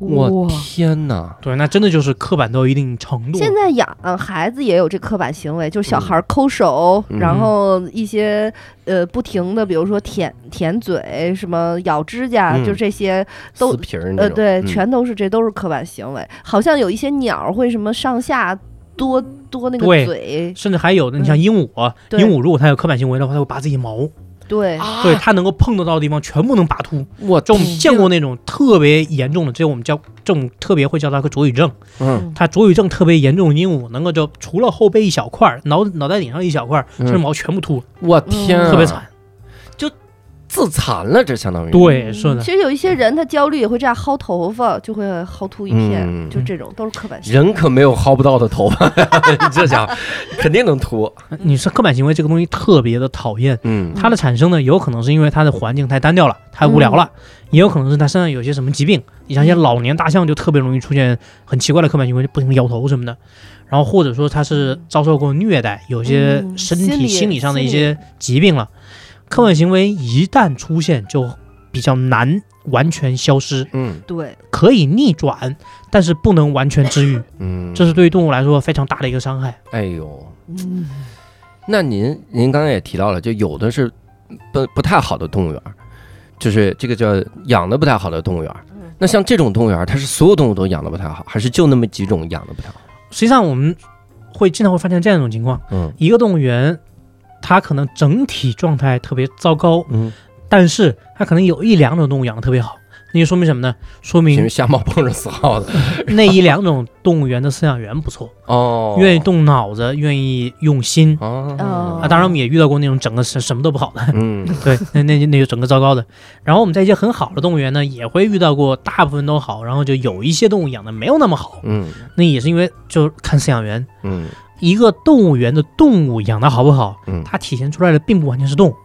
我
哇
天哪，
对，那真的就是刻板到一定程度了。
现在养呃孩子也有这刻板行为，就是小孩儿抠手，
嗯
然后一些呃不停的，比如说舔舔嘴，什么咬指甲，
嗯
就这些都
撕皮儿那
呃
种，
对，
嗯
全都是这都是刻板行为。好像有一些鸟会什么上下多多那个
对
嘴，
甚至还有的，你像
嗯
鹦鹉，啊
对啊
鹦鹉如果它有刻板行为的话，它会拔自己毛，
啊
对，
嗯
对，它能够碰得到的地方全部能拔秃。
我
就我们见过那种特别严重的，这我们叫这种特别会叫它个啄羽症，
嗯
它啄羽症特别严重的鹦鹉，能够就除了后背一小块儿，脑脑袋顶上一小块儿，
嗯
这毛全部秃，
我天啊，
特别惨。
自残了，这相当于
对，是的
嗯其，实有一些人他焦虑也会这样薅头发，就会薅秃一片，
嗯
就这种都是刻板行为。
人可没有薅不到的头发， [laughs] 你这家伙肯定能秃，
你是刻板行为这个东西特别的讨厌。
嗯
它的产生呢，有可能是因为它的环境太单调了，太无聊
嗯
了，也有可能是它身上有些什么疾病。你像一些老年大象就特别容易出现很奇怪的刻板行为，就不停地摇头什么的。然后或者说它是遭受过虐待，有些
嗯
身体、
心理
心理上的一
心理
些疾病了。刻板行为一旦出现，就比较难完全消失，
嗯
对，
可以逆转，但是不能完全治愈，
嗯，
这是对于动物来说非常大的一个伤害。
哎呦，
嗯，
那您您刚才也提到了，就有的是不不太好的动物园儿，就是这个叫养的不太好的动物园儿。那像这种动物园儿，它是所有动物都养的不太好，还是就那么几种养的不太好？
实际上，我们会经常会发现这样一种情况：
嗯
一个动物园，它可能整体状态特别糟糕，
嗯，
但是它可能有一两种动物养的特别好，那就说明什么呢？说
平时
明
瞎猫碰上死耗子
那一两种动物园的饲养员不错，
哦，
愿意动脑子，愿意用心。
哦
哦
啊，当然我们也遇到过那种整个什什么都不好的，
嗯
对，那那那就整个糟糕的。然后我们在一些很好的动物园呢，也会遇到过大部分都好，然后就有一些动物养的没有那么好，
嗯
那也是因为就看饲养员。
嗯
一个动物园的动物养的好不好，
嗯
它体现出来的并不完全是动物，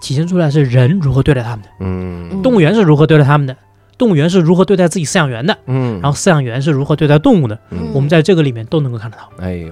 体现出来是人如何对待它们的，
嗯
动物园是如何对待它们的，动物园是如何对待自己饲养员的，
嗯，
然后饲养员是如何对待动物的，
嗯
我们在这个里面都能够看得到。
哎呦，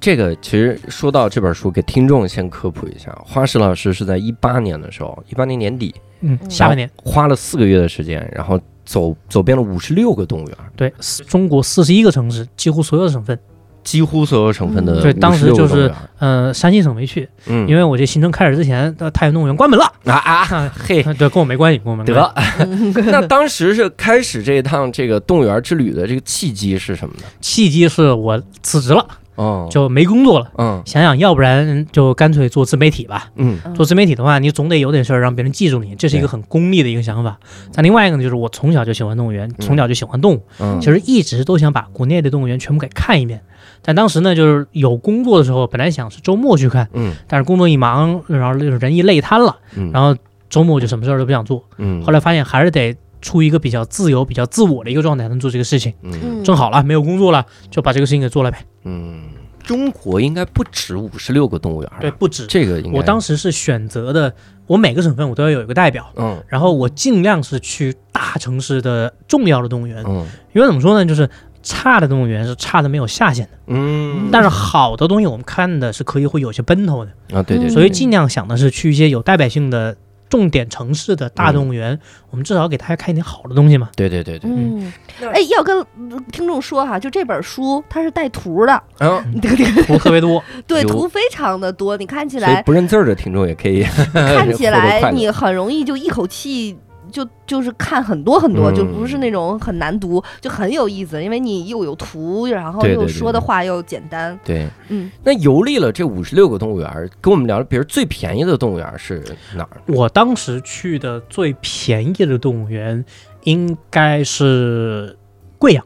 这个其实说到这本书，给听众先科普一下，花石老师是在一八年的时候，一八年年底
嗯，
嗯
下半年
花了四个月的时间，然后走走遍了五十六个动物园，
对四中国四十一个城市，几乎所有的省份，
几乎所有省份的
嗯
对当时
56
就
个动物
是
园，
嗯、山西省没去，
嗯，
因为我这行程开始之前，呃太原动物园关门了。
啊啊 [laughs] 嘿。
啊对，跟我没关系，跟我没关系。
得，
[laughs]
[laughs]
那当时是开始这一趟这个动物园之旅的这个契机是什么呢？
契机是我辞职了，
哦，
就没工作了。
嗯
想想，要不然就干脆做自媒体吧。
嗯
嗯
做自媒体的话，你总得有点事儿让别人记住你，这是一个
对
很功利的一个想法。再另外一个呢，就是我从小就喜欢动物园，从小就喜欢动物，
嗯，
其实一直都想把国内的动物园全部给看一遍。但当时呢，就是有工作的时候，本来想是周末去看，
嗯
但是工作一忙，然后人一累瘫了，
嗯，
然后周末就什么事儿都不想做。
嗯，
后来发现还是得处于一个比较自由、比较自我的一个状态，能做这个事情。
嗯
正好了，没有工作了，就把这个事情给做了呗。
嗯，中国应该不止五十六个动物园，
对，，不止。
这个应该
我当时是选择的，我每个省份我都要有一个代表，
嗯
然后我尽量是去大城市的重要的动物园，
嗯
因为怎么说呢，就是差的动物园是差的没有下限的，
嗯，
但是好的东西我们看的是可以会有些奔头的，
啊，对对，
嗯
所以尽量想的是去一些有代表性的重点城市的大动物园，我们至少给大家看一点好的东西嘛。 [laughs]
对对对对，
嗯，哎，要跟呃听众说哈，就这本书它是带图的，
嗯，
[laughs]
图特别多，
对，
有
图非常的多，你看起
所以
来
不认字儿的听众也可以
看
[laughs]
起
获得快
来
乐
你很容易就一口气就就是看很多很多，
嗯
就不是那种很难读，就很有意思，因为你又有图，然后
对对
又
对
说的话又简单，
对，
嗯，
那游历了这五十六个动物园儿，跟我们聊，比如最便宜的动物园儿是哪儿？
我当时去的最便宜的动物园应该是贵阳，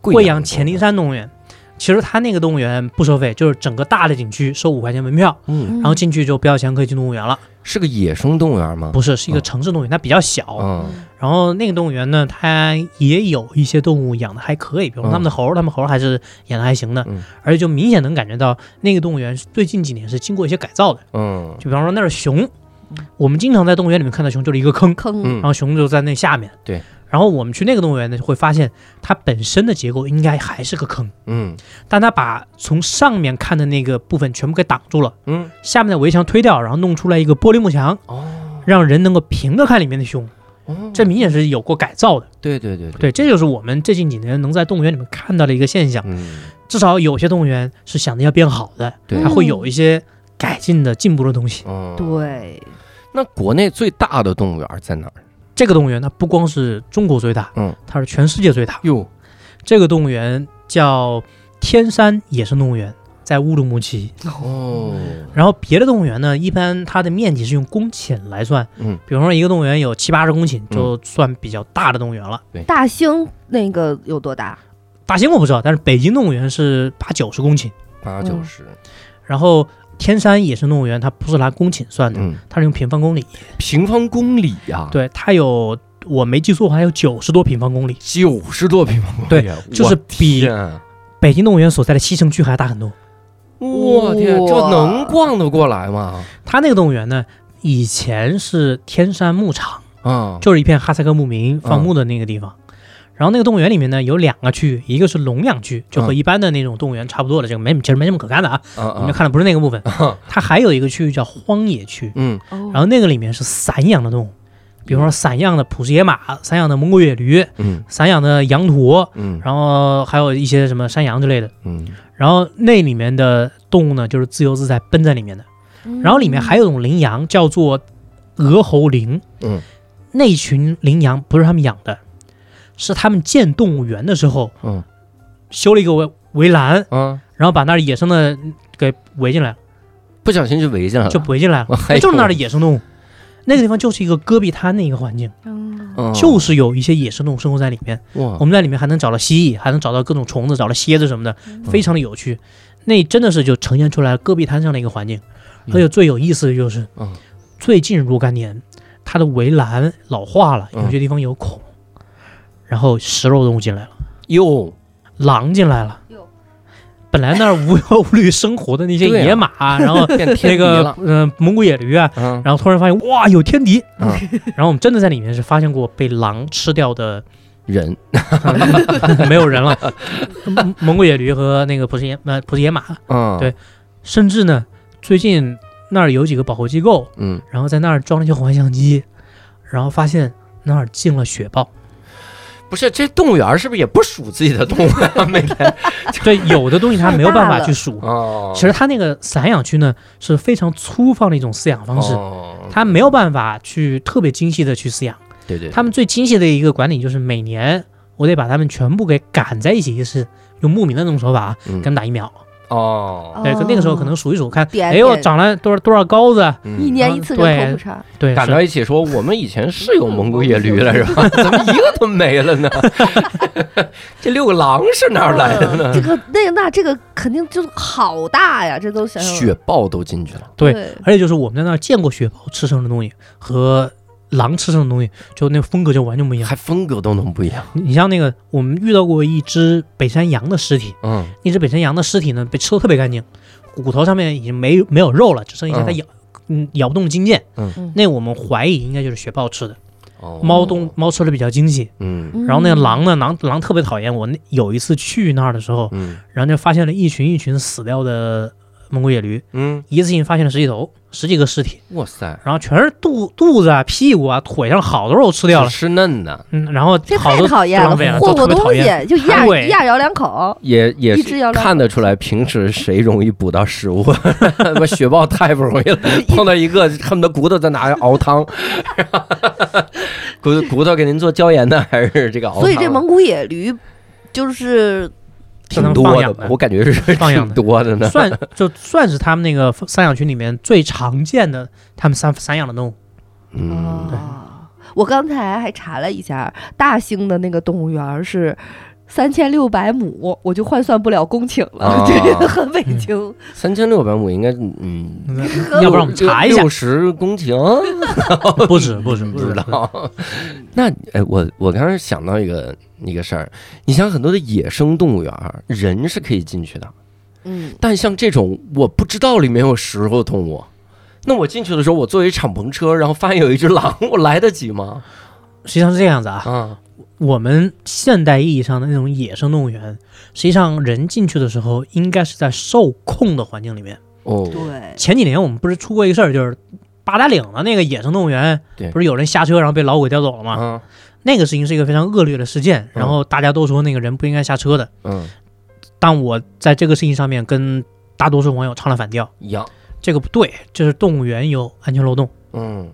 贵
哦
阳黔灵山动物园。其实它那个动物园不收费，就是整个大的景区收五块钱门票，
嗯，
然后进去就不要钱可以进动物园了。
是个野生动物园吗？
不是，是
哦
一个城市动物园，它比较小。
嗯
然后那个动物园呢，它也有一些动物养的还可以，比如说
嗯
他们的猴儿，他们猴儿还是养的还行的
嗯。
而且就明显能感觉到那个动物园是最近几年是经过一些改造的，
嗯
就比方说那儿熊，我们经常在动物园里面看到熊就是一个坑，
坑，
嗯
然后熊就在那下面。
对。
然后我们去那个动物园呢，就会发现它本身的结构应该还是个坑，
嗯
但它把从上面看的那个部分全部给挡住了，
嗯
下面的围墙推掉，然后弄出来一个玻璃幕墙，
哦
让人能够平着看里面的熊。
哦，
这明显是有过改造的。
对对对对，
对，这就是我们最近几年能在动物园里面看到的一个现象。
嗯
至少有些动物园是想着要变好的，
对
它，会有一些改进的、进步的东西。
嗯，
对，
那国内最大的动物园儿在哪儿？啊
这个动物园它不光是中国最大，
嗯，
它是全世界最大。
哟，
这个动物园叫天山野生动物园，在乌鲁木齐。
哦，
然后别的动物园呢，一般它的面积是用公顷来算，
嗯，
比方说一个动物园有七八十公顷，就算比较大的动物园了。
大兴那个有多大？
大兴我不知道，但是北京动物园是八九十公顷。
八九十，
然后天山野生动物园它不是拿公顷算的，
嗯，啊
它是用平方公里。
平方公里啊呀，，
对，它有我没记错，还有九十多平方公里，
九十多平方公里，啊
对，就是比
天。
北京动物园所在的西城区还大很多。
我天，这
哇
能逛得过来吗？
它那个动物园呢，以前是天山牧场，
啊，
就是一片哈萨克牧民放牧的那个地方。
嗯
然后那个动物园里面呢，有两个区域，一个是笼养区，就和
嗯
一般的那种动物园差不多了，这个没其实没什么可干的啊。
啊
你们
啊，
看的不是那个部分，
[laughs] 啊
它还有一个区域叫荒野区，
嗯，
然
然后那个里面是散养的动物，比如说散养的普氏野马、散养的蒙古野驴、
嗯
散养的羊驼，
嗯
然后还有一些什么山羊之类的。
嗯，
然后那里面的动物呢，就是自由自在奔在里面的。然后里面还有一种羚羊，叫做鹅喉羚。
嗯，
那群羚羊不是他们养的，是他们建动物园的时候，
嗯，
修了一个围围栏，
啊，
然后把那儿野生的给围进来了，
不小心就围上了，
就围进来了，
[laughs] 哎呦
就是那儿的野生动物。那个地方就是一个戈壁滩的一个环境，
嗯
嗯
就是有一些野生动物生活在里面。
哇
我，们在里面还能找到蜥蜴，还能找到各种虫子，找到蝎子什么的，
嗯
非常的有趣。那真的是就呈现出来戈壁滩上的一个环境，
嗯
而且最有意思的就是
嗯，
最近若干年它的围栏老化了，
嗯
有些地方有孔，然后食肉动物进来了，
哟，
狼进来了
哟。
本来那儿无忧无虑生活的那些
对啊
野马
[laughs]
啊，然后
变
那
天敌
个
了，
嗯、蒙古野驴啊，
嗯
然后突然发现哇有天敌，
嗯
然后我们真的在里面是发现过被狼吃掉的
人，
[laughs] 没有人了，蒙蒙古野驴和那个普氏野呃普氏野马，
嗯，
对甚至呢，最近那儿有几个保护机构，
嗯，
然后在那儿装了一些环像机，然后发现那儿进了雪
[laughs]
豹。
不是，这动物园是不是也不数自己的动物啊？每天 [laughs]
对，有的东西它没有办法去数。
哦，
其实它那个散养区呢是非常粗放的一种饲养方式，
哦，
它没有办法去特别精细的去饲养。
对对，
他们最精细的一个管理就是每年我得把它们全部给赶在一起，就是用牧民的那种手法啊
嗯
给它们打疫苗。
哦，
哎对，可那个时候可能数一数看，
点
哎呦
点
长了多少多少高子啊，
嗯
一年一次人口普查，
对，
赶
是
到一起说，我们以前是有蒙古野驴了，是
[laughs]
吧？怎么一个都没了呢？ [laughs] 这六个狼是哪儿来的
[laughs]
嗯
呢？
这个那那这个肯定就好大呀，这都想想
雪豹都进去了，
对而且就是我们在那儿见过雪豹吃剩的东西和狼吃剩的东西，就那风格就完全不一样。
还风格都能不一样。
你像那个，我们遇到过一只北山羊的尸体，
嗯，
那只北山羊的尸体呢被吃的特别干净，骨头上面已经没没有肉了，只剩一些它
嗯
咬嗯咬不动筋腱。
嗯
嗯
那我们怀疑应该就是雪豹吃的，
哦
猫东，猫吃的比较精细。
嗯
嗯
然后那个狼呢，狼狼特别讨厌我。那有一次去那儿的时候，
嗯
然后就发现了一群一群死掉的蒙古野驴，
嗯，
一次性发现了十几头、十几个尸体。
哇塞，
然后全是肚肚子啊、屁股啊、腿上好多肉吃掉了，
吃嫩的，
嗯， [laughs] 然后
这
好
太
多
讨厌
都浪费了
霍
都特别
霍东
讨
西
厌
就一
馋
下
鬼
一下咬两口，
也也
一
是
只要狼
看得出来平时谁容易捕到食物。 [laughs] 他妈雪豹太不容
[laughs]
易了，碰到一个恨不得骨头在哪熬汤， [laughs] 骨骨头给您做椒盐呢，还是这个熬汤？
所以这蒙古野驴就是
挺多
放养
的，
的
我感觉是
放养
[laughs] 挺
的
多的呢。
算就算是他们那个散养群里面最常见的他们散散养的动物。
嗯，
啊，我刚才还查了一下，大兴的那个动物园是。三千六百亩，我就换算不了公顷了，
啊
这
[laughs]
个很北京。
三千六百亩应该，嗯，
嗯要不然我们查一下
六，十公顷，
[laughs] 不止不止
不
不
知
止，
道。 [laughs] 那哎，我我刚才想到一个一个事儿，你像很多的野生动物园儿，人是可以进去的，
嗯，
但像这种我不知道里面有食肉动物，那我进去的时候，我作为敞篷车，然后发现有一只狼，我来得及吗？
实际上是这样子啊，
啊，
我们现代意义上的那种野生动物园，实际上人进去的时候应该是在受控的环境里面。
哦，
对，
前几年我们不是出过一个事儿，就是八达岭的那个野生动物园
对，
不是有人下车然后被老虎给叼走了吗？
啊，
那个事情是一个非常恶劣的事件，然后大家都说那个人不应该下车的，
嗯，
但我在这个事情上面跟大多数网友唱了反调，
羊，
这个不对，这是动物园有安全漏洞。
嗯，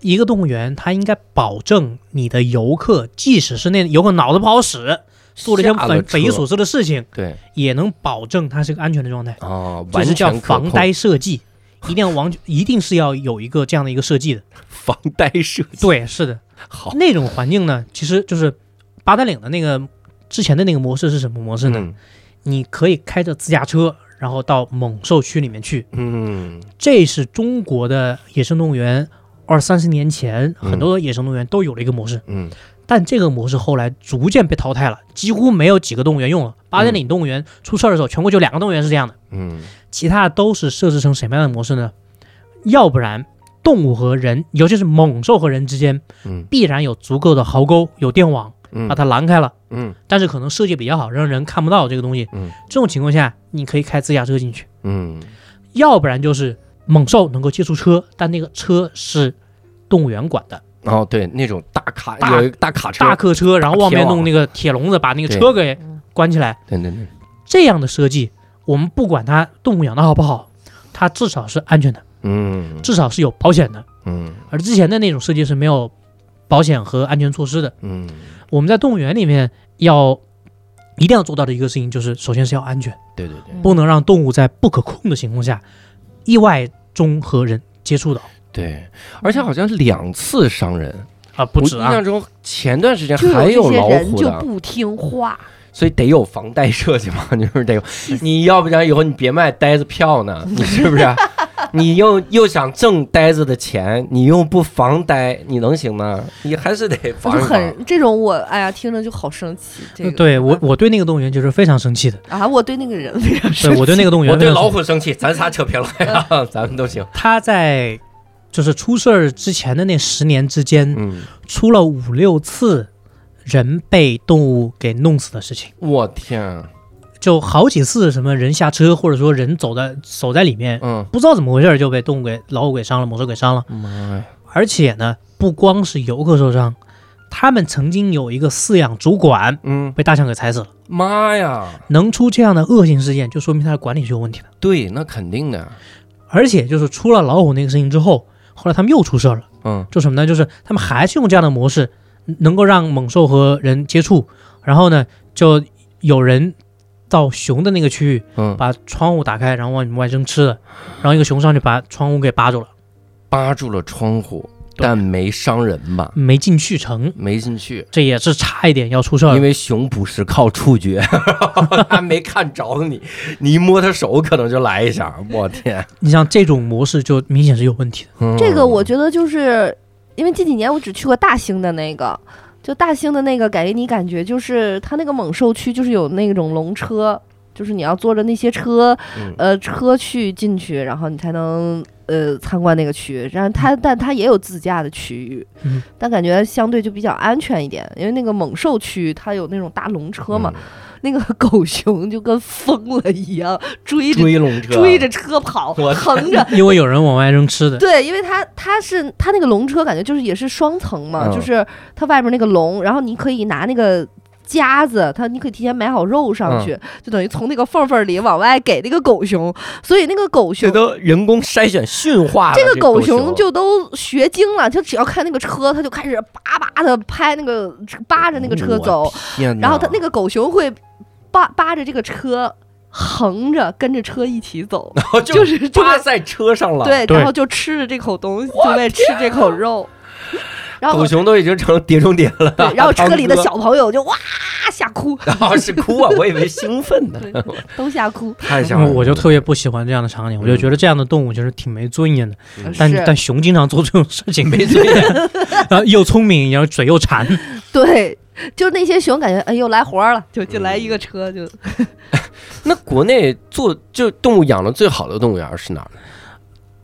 一个动物园它应该保证你的游客，即使是那游客脑子不好使，做了一些
下
匪
车
匪夷所思的事情，
对，
也能保证它是个安全的状态，
啊，
这
完
是叫
全可
防
控
呆设计，一定要往一定是要有一个这样的一个设计的。
防呆设计，
对，是的，
好，
那种环境呢，其实就是八达岭的那个之前的那个模式是什么模式呢？
嗯
你可以开着自驾车，然后到猛兽区里面去。
嗯，
这是中国的野生动物园二三十年前
嗯
很多的野生动物园都有了一个模式，
嗯，
但这个模式后来逐渐被淘汰了，几乎没有几个动物园用了。八达岭动物园出事儿的时候，全国就两个动物园是这样的，
嗯，
其他的都是设置成什么样的模式呢？要不然。动物和人，尤其是猛兽和人之间，
嗯，
必然有足够的壕沟、有电网
嗯
把它拦开了。
嗯
但是可能设计比较好，让人看不到这个东西。
嗯，
这种情况下，你可以开自驾车进去。
嗯，
要不然就是猛兽能够接触车，但那个车是动物园管的，
哦，对，那种大卡
大
有一个大卡车，
大客车，然后外面
铁网
弄那个铁笼子把那个
对
车给关起来，
对对对，
这样的设计，我们不管它动物养的好不好，它至少是安全的，
嗯
至少是有保险的。
嗯
而之前的那种设计是没有保险和安全措施的。
嗯
我们在动物园里面要一定要做到的一个事情，就是首先是要安全，
对对对，
不能让动物在不可控的情况下意外中和人接触到
对，而且好像两次伤人，
啊，不
我
止
印
啊
象，中前段时间
就
还
这些
老
人
虎
就
的，
不听话，
所以得有防呆设计嘛， [laughs] 就是得有，你要不然以后你别卖呆子票呢，你是不是？你又又想挣呆子的钱，你又不防呆，你能行吗？你还是得
我
防
就
一防。
很这种我哎呀听着就好生气。这个
嗯对我我对那个动物园就是非常
[laughs]
生气的，
啊，我对那个人非常生
对
气。
我对那个动物园
我对
非常
老
生气
虎生气，咱仨扯平了呀， [laughs] 咱们都行。
他在就是出事儿之前的那十年之间，
嗯，
出了五六次人被动物给弄死的事情，
我天啊，
就好几次什么人下车，或者说人走在走在里面，
嗯，
不知道怎么回事儿就被动物给老虎给伤了，猛兽给伤了。
妈呀，
而且呢，不光是游客受伤，他们曾经有一个饲养主管
嗯，
被大象给踩死了。
妈呀，
能出这样的恶性事件，就说明他的管理是有问题的。
对，那肯定的，
而且就是出了老虎那个事情之后，后来他们又出事儿了。
嗯
就什么呢？就是他们还是用这样的模式，能够让猛兽和人接触，然后呢，就有人到熊的那个区域，
嗯，
把窗户打开，然后往你们外扔吃的，然后一个熊上去把窗户给扒住了，
扒住了窗户，
对
但没伤人吧？
没进去成，
没进去，
这也是差一点要出事儿
因
了。
为熊捕食靠触觉， [laughs] 它没看着你，你一摸它手可能就来一下。我天，
你像这种模式就明显是有问题的。
这个我觉得就是因为近几年我只去过大兴的那个，就大兴的那个给你感觉就是它那个猛兽区就是有那种龙车，就是你要坐着那些车，
嗯
呃，车去进去，然后你才能呃参观那个区。然后它但它也有自驾的区域，
嗯
但感觉相对就比较安全一点，因为那个猛兽区它有那种大龙车
嗯
嗯
嘛，，那个狗熊就跟疯了一样追
嗯
着。
追龙车，
追着车跑，
我
横
[laughs]
着
因为有人往外扔吃的，
对，因为它它是它那个笼车，感觉就是也是双层嘛，
嗯
就是它外面那个笼，然后你可以拿那个。夹子，它你可以提前买好肉上
嗯
去，就等于从那个缝缝里往外给那个狗熊，所以那个狗
这，
熊
都人工筛选驯化了
这
这
个
狗
狗熊就都学精了，就只要看那个车，它就开始叭叭的拍那个扒着那个车走，，然后它那
个
个狗熊会扒扒着这个车，横着跟着车一起走，
[laughs] 就
就是就
扒
会
在车上了，，
对，
对
然后就吃着这口东西，就为吃这口肉，然后
狗熊都已经成碟中谍了。 [laughs]
对，然后车里的
堂哥
小朋友就哇吓哭，
然后是哭啊，我以为兴奋
[laughs]
呢，
对都吓哭，
太吓人了。
我就特别不喜欢这样的场景，我就觉得这样的动物就是挺没尊严的。
嗯
但
是
但熊经常做这种事情，
[laughs]
没尊严，然后又聪明，然后嘴又馋，
对，就是那些熊感觉哎呦来活儿了，就进来一个车就
那国内做就动物养的最好的动物园是哪儿呢？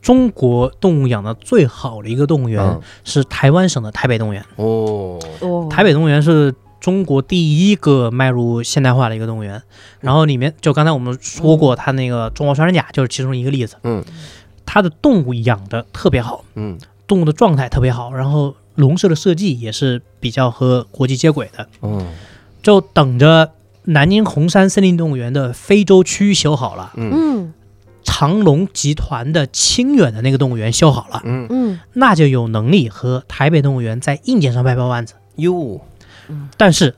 中国动物养的最好的一个动物园、
嗯
是台湾省的台北动物园。
哦，
哦
台北动物园是中国第一个迈入现代化的一个动物园，然后里面就刚才我们说过，它那个中国穿山甲就是其中一个例子。
嗯，
它的动物养的特别好，
嗯
动物的状态特别好，然后笼舍的设计也是比较和国际接轨的。
嗯
就等着南京红山森林动物园的非洲区修好了，
嗯
嗯
长隆集团的清远的那个动物园修好了。
嗯，
嗯
那就有能力和台北动物园在硬件上掰掰腕子。
哟，
但是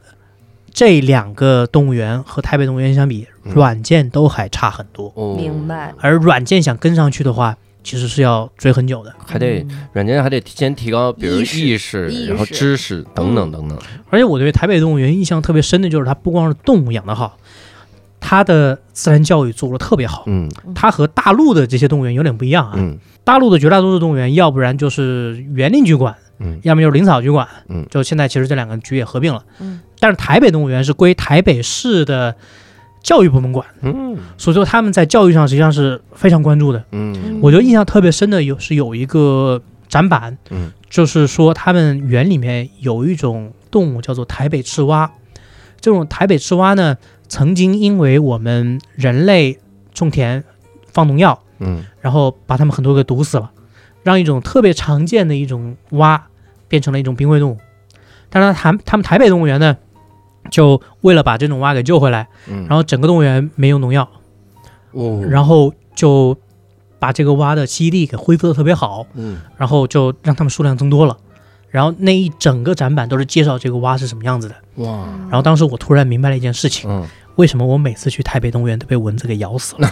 这两个动物园和台北动物园相比，
嗯
软件都还差很多。
哦
明白，
而软件想跟上去的话，其实是要追很久的。
还得
嗯
软件还得先提高，比如
意识
意识，
意识嗯
然后知识等等等等。
而且我对台北动物园印象特别深的就是，它不光是动物养得好，它的自然教育做得特别好。
嗯
它和大陆的这些动物园有点不一样啊。
嗯
大陆的绝大多数动物园，要不然就是园林局管，
嗯
要么就是林草局管，
嗯
就现在其实这两个局也合并了，
嗯，
但是台北动物园是归台北市的教育部门管，
嗯
所以说他们在教育上实际上是非常关注的。
嗯
我觉得印象特别深的有是有一个展板，
嗯，
就是说他们园里面有一种动物叫做台北赤蛙，这种台北赤蛙呢，曾经因为我们人类种田放农药，
嗯
然后把它们很多给毒死了，让一种特别常见的一种蛙变成了一种濒危动物。但是呢台他们台北动物园呢，就为了把这种蛙给救回来，
嗯
然后整个动物园没有农药，
哦
然后就把这个蛙的栖息地给恢复的特别好，
嗯
然后就让它们数量增多了。然后那一整个展板都是介绍这个蛙是什么样子的。
哇
然后当时我突然明白了一件事情：
嗯，
为什么我每次去台北动物园都被蚊子给咬 [laughs] 死了？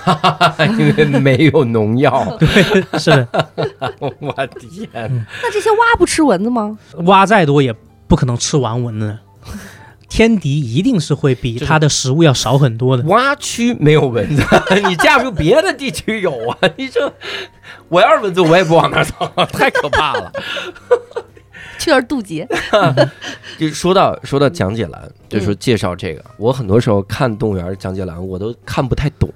哎因为没有农药， [laughs]
对，是的，
我天，
那这些蛙不吃蚊子吗？
蛙再多也不可能吃完蚊子，天敌一定是会比它的食物要少很多的。
蛙区没有蚊子， [laughs] 你架不住别的地区有啊！ [laughs] 你这，我要是蚊子，我也不往那儿走， [laughs] 太可怕了。
去那儿渡劫。
就说到说到讲解栏，就说介绍这个，我很多时候看动物园讲解栏，我都看不太懂，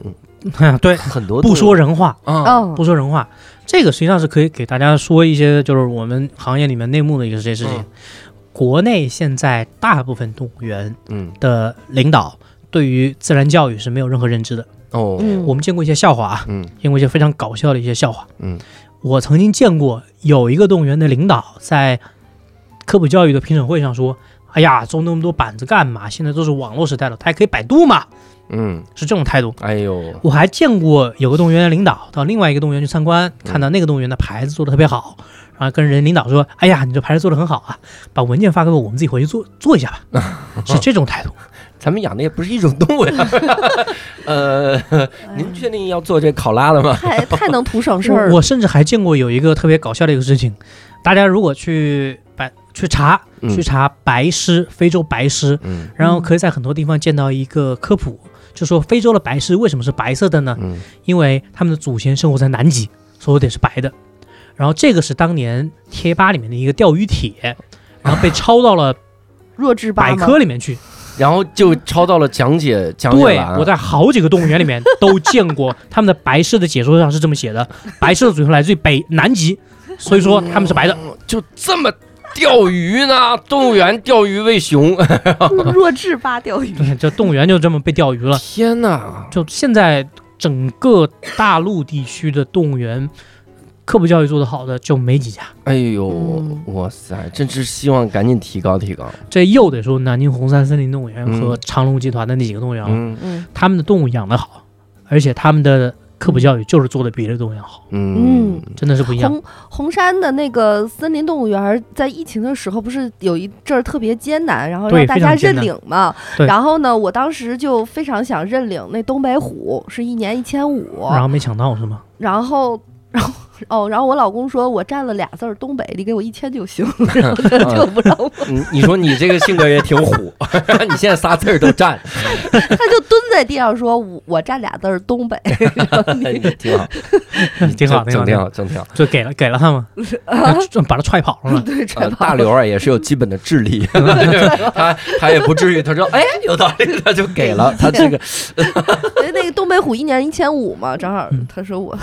对，
很多
[laughs] 不说
人
人话，
啊，
哦，
不说人话，这个实际上是可以给大家说一些，就是我们行业里面内幕的一个这些事情。
嗯
国内现在大部分动物园
嗯
的领导对于自然教育是没有任何认知的。
哦，
嗯，
我们见过一些笑话啊，
嗯
见过一些非常搞笑的一些笑话。
嗯，
我曾经见过有一个动物园的领导在科普教育的评审会上说：“哎呀，装那么多板子干嘛？现在都是网络时代了，它还可以百度嘛。
嗯，”
是这种态度。
哎呦，
我还见过有个动物园的领导到另外一个动物园去参观，看到那个动物园的牌子做的特别好，然后跟人领导说：“哎呀，你这牌子做的很好啊，把文件发给我，我们自己回去做做一下吧。”
[laughs]
是这种态度。
咱们养的也不是一种动物 [laughs] 呀。呃，您确定要做这考拉的吗？
太太能图省事儿了。
我甚至还见过有一个特别搞笑的一个事情，大家如果去白去查
嗯
去查白狮，非洲白狮，
嗯
然后可以在很多地方见到一个科普，就说非洲的白狮为什么是白色的呢？
嗯
因为他们的祖先生活在南极，所以得是白的。然后这个是当年贴吧里面的一个钓鱼帖，然后被抄到了
弱智吧
百
吗？
科里面去。
然后就抄到了啊讲解讲解
对，
栏。
我在好几个动物园里面都见过，他们的白狮的解说上是这么写的：白狮的祖先来自于北南极，所以说他们是白的。
就这么钓鱼呢？动物园钓鱼喂熊，
弱智吧钓鱼。
对，这动物园就这么被钓鱼了。
天哪！
就现在整个大陆地区的动物园，科普教育做得好的就没几家。
哎呦，
嗯
哇塞，真是希望赶紧提高提高。
这又得说南京红山森林动物园和
嗯
长隆集团的那几个动物园了。
嗯
嗯
他们的动物养得好，而且他们的科普教育就是做的比别的动物要好，
嗯
真的是不一样。
红红山的那个森林动物园儿，在疫情的时候不是有一阵儿特别艰难，然后
对
让大
非
家
常艰
认
难
领嘛。
对
然后呢，我当时就非常想认领那东北虎，是一年一千五。
然后没抢到
[laughs]
是吗？ [laughs]
然后， [laughs] 然后，哦，然后我老公说我占了俩字儿东北，你给我一千就行，
[laughs]
然后他就不让我，
你你说你这个性格也挺虎， [laughs] 你现在仨字儿都占，
他就蹲在地上说我我占俩字儿东北，然后
哎
你
[laughs] 你挺好，
挺
整
好，挺
挺
好，
好，整挺好。
就给了给了他
[laughs]
们，就把他踹跑了嘛。
对
呃
[laughs] 全跑
大刘儿也是有基本的智
[laughs]
力，他他也不至于，他说哎有道理，他就给了他这
[laughs]
个
哎那个东北虎一年一千五嘛，正好
嗯
他说我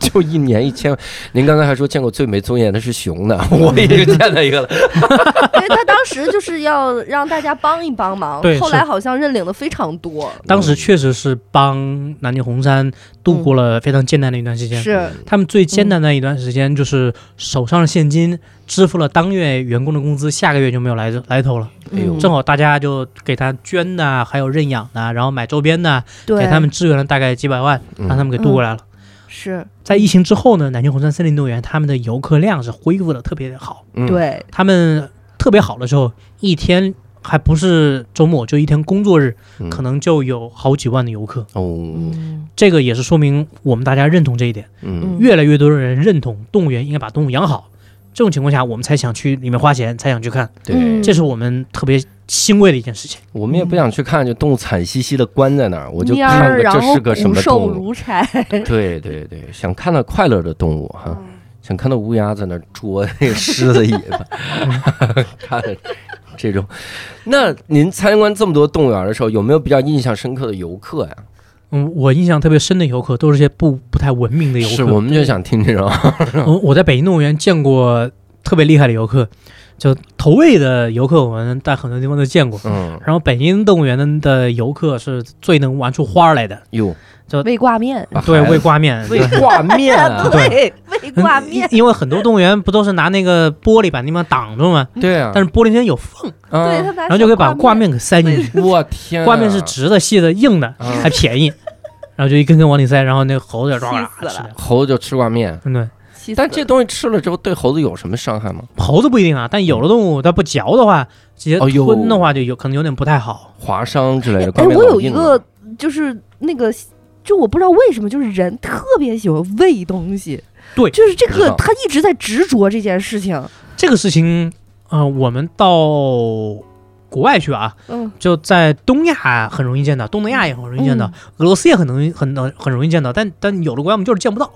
就一年一千。您刚才还说见过最没尊严的是熊呢，我
[laughs]
已经见到一个了。
因为他当时就是要让大家帮一帮忙
对，
后
是
来好像认领的非常多，
当时确实是帮南京红山度过了非常艰难的一段时间。
是
他们最艰难的一段时间就是手上的现金支付了当月员工的工资，下个月就没有来来头了。
哎呦
嗯
正好大家就给他捐呐、还有认养呐、然后买周边呐、
对
给他们支援了大概几百万，
嗯
啊
让他们给度过来了。
是
在疫情之后呢，南京红山森林动物园他们的游客量是恢复的特别好，
嗯，
对
他们特别好的时候，一天还不是周末，就一天工作日，
嗯
可能就有好几万的游客。
哦，
嗯
这个也是说明我们大家认同这一点，
嗯
越来越多的人认同动物园应该把动物养好。这种情况下，我们才想去里面花钱，才想去看，
对，
嗯
这是我们特别欣慰的一件事情。
我们也不想去看，就动物惨兮兮的关在那儿，我就
蔫
看看
儿，然
这
后
是个什
骨
么
瘦
动物。
如柴， [laughs]
对对对，想看到快乐的动物哈，
嗯
想看到乌鸦在那儿啄那个狮子尾
[laughs]
巴，看着这种。那您参观这么多动物园的时候，有没有比较印象深刻的游客呀？
嗯，我印象特别深的游客都是些不不太文明的游客。
是我们就想听这种。
我我在北京动物园见过特别厉害的游客，就投喂的游客，我们在很多地方都见过。
嗯，
然后北京动物园的游客是最能玩出花儿来的，
哟，
喂挂
[laughs]
面，
把
对
孩子
喂挂面，
为挂面啊，
[laughs]
对，喂 [laughs] 挂
嗯
面，
因因为很多动物园不都是拿那个玻璃把那地方挡住
嗯
吗？
对啊，
但是玻璃之间有缝，
对他
啊
嗯，
拿
然后就可以把挂
挂
面给塞进去。
我
嗯
天啊，
挂面是直的、细的、硬的，
嗯
还便宜，然后就一根根往里塞，然后那个猴子就抓
气死了
了。
猴子就吃挂面，
嗯，对，
气死
但
了
这东西吃了之后对猴子有什么伤害吗？
猴子不一定啊，但有的动物它不嚼的话，直接
哦
哎呦
吞的话就有可能有点不太好。
划伤之类的？
哎，
挂面
我
老
有一
啊
硬
个
了
就是那个，就我不知道为什么，就是人特别喜欢喂东西。
对
就是这
知
个
道，
他一直在执着这件事情。
这个事情，呃，我们到国外去啊，
嗯，
就在东亚很容易见到，东南亚也很容易见到，
嗯
俄罗斯也很容易很能很容易见到，但但有的国家我们就是见不到，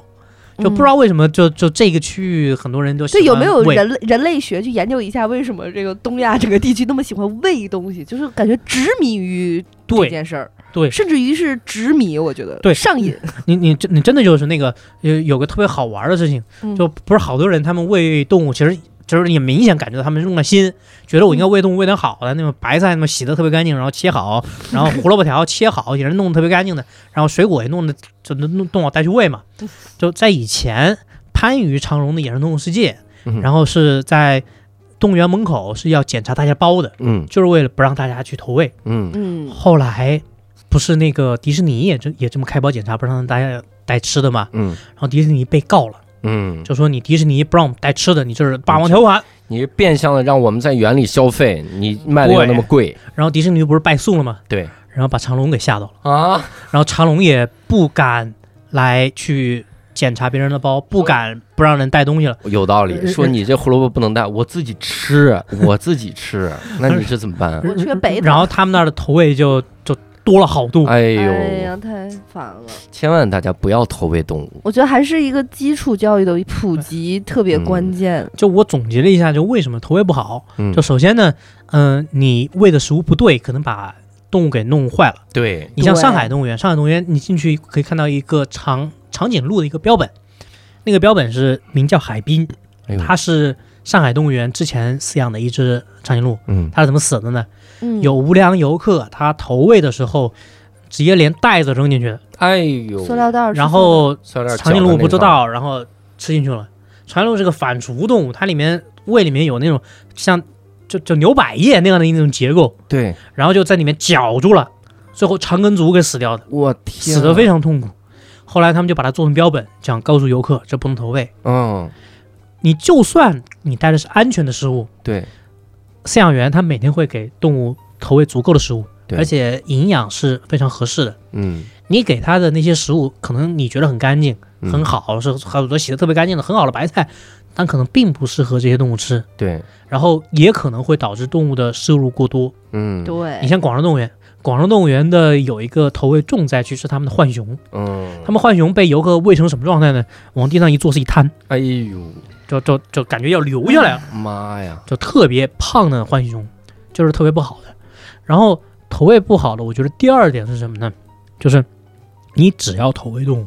就不知
嗯。
道为什么就就这个区域很多人就
对，
喜
有
欢
没有
喂
人类人类学去研究一下，为什么这个东亚这个地区那么喜欢喂东西？就是感觉执迷于这
对
件事儿，
对
甚至于是执迷，我觉得
对
上瘾。
你你真你真的就是那个有有个特别好玩的事情，
嗯
就不是好多人他们喂动物，其实就是也明显感觉到他们用了心，觉得我应该喂动物喂点好的，那种白菜那么洗的特别干净，然后切好，然后胡萝卜条切好也是弄得特别干净的，然后水果也弄的就弄弄弄好带去喂嘛。就在以前番禺长荣的野生动物世界，
嗯
然后是在动物园门口是要检查大家包的，
嗯
就是为了不让大家去投喂。
嗯，
嗯
后来不是那个迪士尼也这也这么开包检查，不让大家带吃的嘛，
嗯
然后迪士尼被告了，
嗯，
就说你迪士尼不让我们带吃的，你这是霸王条款。
你是变相的让我们在园里消费，你卖的又那么贵
然后迪士尼不是败诉了吗？
对，
然后把长隆给吓到了，
啊？
然后长隆也不敢来去检查别人的包，不敢不让人带东西了。
有道理，
呃
说你这胡萝卜不能带，我自己
[laughs]
吃，我自己吃，那你这怎么办啊？
我去北
呃然
岛
后他们那儿的投喂就就多了好多。
哎
哎
呦，
呀，太烦了。
千万大家不要投喂动物。
我觉得还是一个基础教育的普及特别
嗯
关键。
就我总结了一下，就为什么投喂不好，
嗯
就，首先呢，嗯、你喂的食物不对，可能把动物给弄坏了。
对，
你像
对
上海动物园，上海动物园你进去可以看到一个长长颈鹿的一个标本，那个标本是名叫海滨，
哎呦，
它是上海动物园之前饲养的一只长颈鹿。
嗯，
它是怎么死的呢？
嗯，
有无良游客他投喂的时候，直接连袋子扔进去的，
哎呦，
塑料袋儿吃
然
塑料袋儿，
后
塑料袋
长颈
搅
鹿
的那
不知
种，
道，然后吃进去了。长颈鹿是个反刍动物，它里面胃里面有那种像就就牛百叶那样的那种结构，
对，
然后就在里面绞住了，最后长梗足给死掉的，
我天啊，
死得非常痛苦。后来他们就把它做成标本，想告诉游客这不能投喂。
嗯，
你就算你带的是安全的食物，
对，
饲养员他每天会给动物投喂足够的食物，
对
而且营养是非常合适的。
嗯，
你给它的那些食物，可能你觉得很干净、
嗯
很，好，是很多洗的特别干净的很好的白菜，但可能并不适合这些动物吃，
对，
然后也可能会导致动物的摄入过多。
嗯，
对，
哎你像广州动物园，广州动物园的有一个投喂重灾区是他们的浣熊，
嗯，
他们浣熊被游客喂成什么状态呢？往地上一坐是一滩，
哎呦，
就就就感觉要流下来了。
妈呀，
就特别胖的浣熊，就是特别不好的。然后投喂不好的，我觉得第二点是什么呢？就是你只要投喂动物，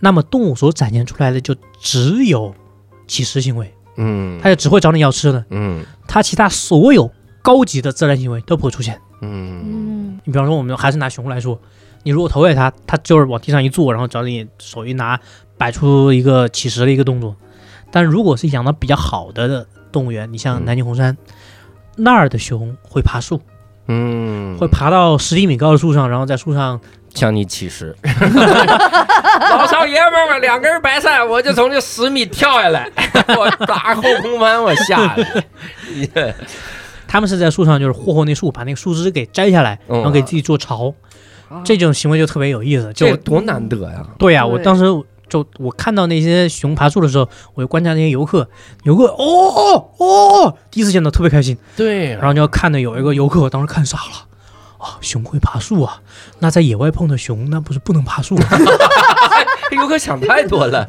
那么动物所展现出来的就只有乞食行为，
嗯，
它就只会找你要吃的，
嗯
它其他所有高级的自然行为都不会出现。
嗯
嗯，
你比方说，我们还是拿熊来说，你如果投喂它，它就是往地上一坐，然后找你手一拿，摆出一个乞食的一个动作。但如果是养的比较好的动物园，你像
嗯
南京红山、那儿的熊会爬树，
嗯，
会爬到十几米高的树上，然后在树上
向你起誓。 [laughs] 老少爷们儿，两根白菜，我就从这十米跳下来， [laughs] 我打后空翻，我下
[laughs]
来。
他们是在树上就是霍霍那树，把那个树枝给摘下来，
嗯
然后给自己做巢。
啊
这种行为就特别有意思。就
这多难得呀！
对呀、我
对
当时就我看到那些熊爬树的时候，我就观察那些游客，游客哦哦哦，第一次见到特别开心。
对啊呀
[laughs]
然后
嗯
就看着有一个游客，我当时看傻了。啊，熊会爬树啊！那在野外碰到熊，那不是不能爬树啊吗？
[laughs]
游客哎想太多了。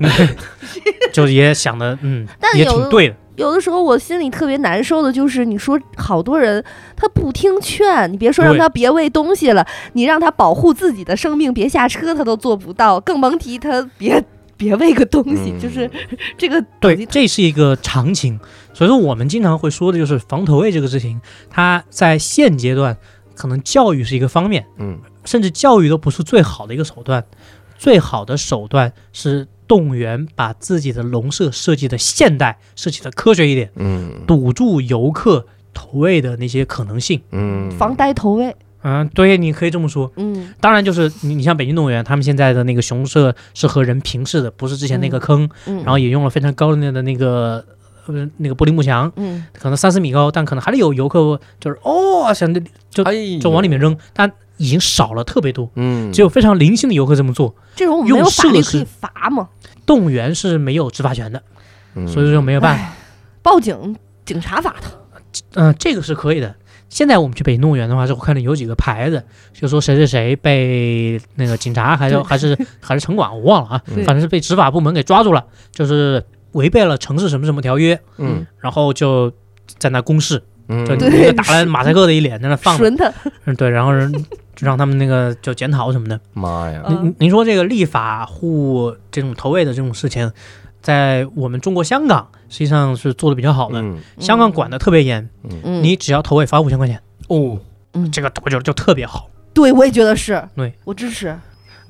就也想的，嗯，
但
也
有
挺对的。
有的时候我心里特别难受的就是，你说好多人他不听劝，你别说让
对
他别喂东西了，你让他保护自己的生命，别下车他都做不到，更甭提他别别喂个东西，
嗯
就是这个
对，这是一个常情。所以说，我们经常会说的就是防投喂这个事情，它在现阶段可能教育是一个方面，
嗯，
甚至教育都不是最好的一个手段。最好的手段是动员把自己的笼舍设计的现代、设计的科学一点，
嗯
堵住游客投喂的那些可能性。
嗯，
防呆投喂，
嗯，对，你可以这么说。
嗯
当然，就是你，你像北京动物园，他们现在的那个熊舍是和人平视的，不是之前那个坑，
嗯，
然后也用了非常高的那个呃那个玻璃幕墙，
嗯
可能三四米高，但可能还是有游客就是哦想着
哎，
就往里面，扔，但已经少了特别多，
嗯，
只有非常零星的游客这么做。
这种我们没有
用
法律
设
可
施
以罚嘛，
动物园是没有执法权的，
嗯
所以说没有办法。
报警，警察罚他。
嗯、这个是可以的。现在我们去北京动物园的话，是我看到有几个牌子，就说谁谁谁被那个警察还是
对
还是还是城管，我忘了啊，
对
反正是被执法部门给抓住了，就是违背了城市什么什么条约，
嗯
然后就在那公示，
嗯，
就
对
那个打了马赛克的一脸，在那放着，
损他，
嗯，对，然后人就让他们那个就检讨什么的。
妈呀，
嗯
您您说这个立法护这种投喂的这种事情，在我们中国香港实际上是做的比较好的，
嗯
香港管的特别严，
嗯
你只要投喂罚五千块钱，
哦，
这个我觉得就特别好。
对我也觉得是，
对
我支持。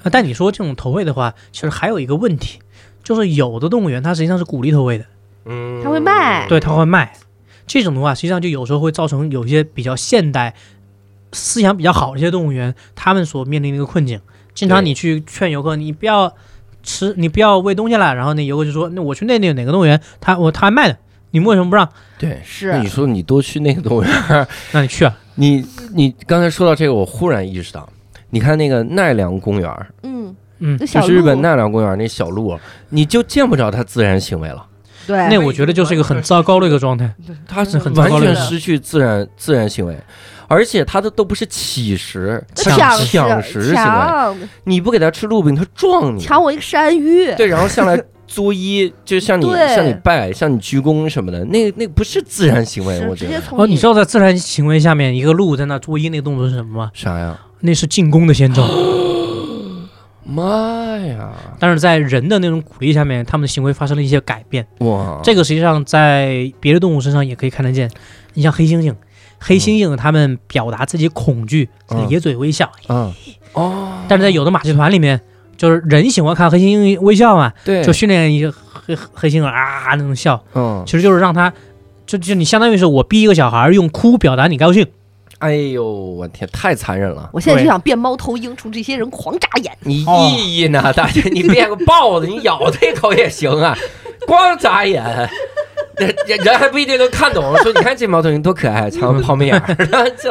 呃但你说这种投喂的话，其实还有一个问题，就是有的动物园它实际上是鼓励投喂的，
嗯，
他会卖
对，它会卖。这种的话，实际上就有时候会造成有一些比较现代、思想比较好的一些动物园，他们所面临的一个困境。经常
对
你去劝游客，你不要吃，你不要喂东西了，然后那游客就说：“那我去那那哪个动物园，他我他还卖呢，你们为什么不让？
对，
是
那你说你多去那个动物园儿，
那你去啊。
你你刚才说到这个，我忽然意识到，你看那个奈良公园儿，
嗯
嗯
那小
就是日本
鹿
奈良公园儿那小路，你就见不着它自然行为了，
对
那我觉得就是一个很糟糕的一个状态。
它是
很
完
糟糕
全
的
失去自然自然行为，而且它的都不是乞食，它
抢
是抢食行为，
抢
你不给它吃鹿饼，它撞你，
抢我一个山芋，
对，然后下
[laughs]
来作揖，就向你
对
向你拜，向你鞠躬什么的，那那不是自然行为，
是
我
直
觉
接
得
从
哦，你知道在自然行为下面，一个鹿在那作揖那个动作是什么吗？
啥呀？
那是进攻的先兆。
妈呀！
但是在人的那种鼓励下面，他们的行为发生了一些改变。
哇，
这个实际上在别的动物身上也可以看得见。你像黑猩猩，黑猩猩它们表达自己恐惧，
嗯
咧嘴微笑。
嗯哦，
但是在有的马戏团里面，就是人喜欢看黑猩猩微笑嘛，
对，
就训练一个黑黑猩猩啊那种笑，
嗯，
其实就是让他。就就你相当于是我逼一个小孩儿用哭表达你高兴，
哎呦，我天，太残忍了！
我现在就
对
想变猫头鹰，冲这些人狂眨眼。
你
哦
意义呢， [laughs] 大姐？你变个豹子，你咬它一口也行啊， [laughs] 光眨眼。人人人还不一定能看懂，说你看这猫头鹰多可爱，长个泡面 [laughs] 眼儿，然后就，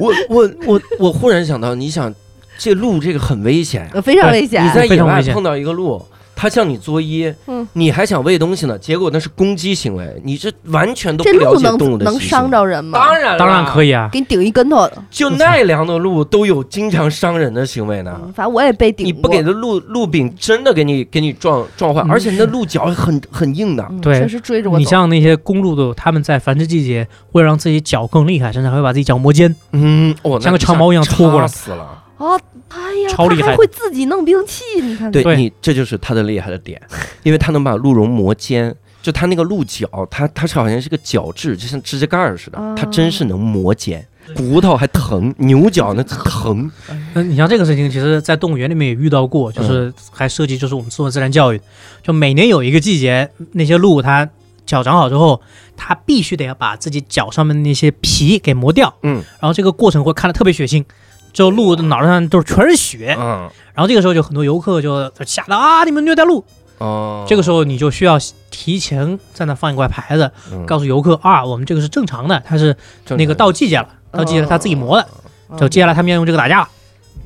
我我我我忽然想到，你想这鹿这个很危险，啊
呃非常
对
危险
你。在野
非常
外
危险
碰到一个鹿，它向你作揖，
嗯
你还想喂东西呢，结果那是攻击行为，你这完全都不
这
了
鹿
解动物
能
的
能
习性
伤，着人吗？
当然
当然可
以，
以啊。
给你顶一跟头。
就奈良的鹿都有经常伤人的行为呢。
嗯反正我也被顶
你
过。
不给它鹿鹿饼，真的给你给你撞撞坏，
嗯
而且那鹿角很很硬啊的。
嗯
对
确实追着我
你
走。
像那些公鹿的，他们在繁殖季节会让自己脚更厉害，甚至还会把自己脚磨尖。
嗯，哦，那
像个长毛一样戳过
插
来
死了。
哦，哎呀，
超厉害
他还会自己弄兵器，你看看。
对
对
你，这就是它的厉害的点， [laughs] 因为它能把鹿茸磨尖。就它那个鹿角，它它是好像是个角质，就像指甲盖儿似的
啊，
它真是能磨尖，骨头还疼，牛角那疼。
那你像这个事情，其实，在动物园里面也遇到过，
嗯
就是还涉及就是我们做自然教育，就每年有一个季节，那些鹿它脚长好之后，它必须得要把自己脚上面的那些皮给磨掉，
嗯
然后这个过程会看得特别血腥，就鹿的脑袋上就是全是血，
嗯
然后这个时候就很多游客就就吓得啊，你们虐待鹿，
哦，
这个时候你就需要提前在那放一块牌子，
嗯
告诉游客啊，我们这个是正常的，它是那个到季节了，到季节了它自己磨的，
嗯
就接下来他们要用这个打架了。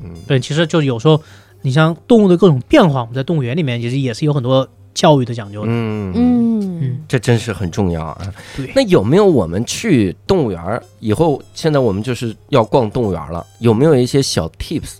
嗯
对，其实就是有时候，你像动物的各种变化，我们在动物园里面其实也是有很多教育的讲究的。
嗯
嗯
嗯，
这真是很重要啊。
对
那有没有我们去动物园儿以后，现在我们就是要逛动物园儿了，有没有一些小 tips？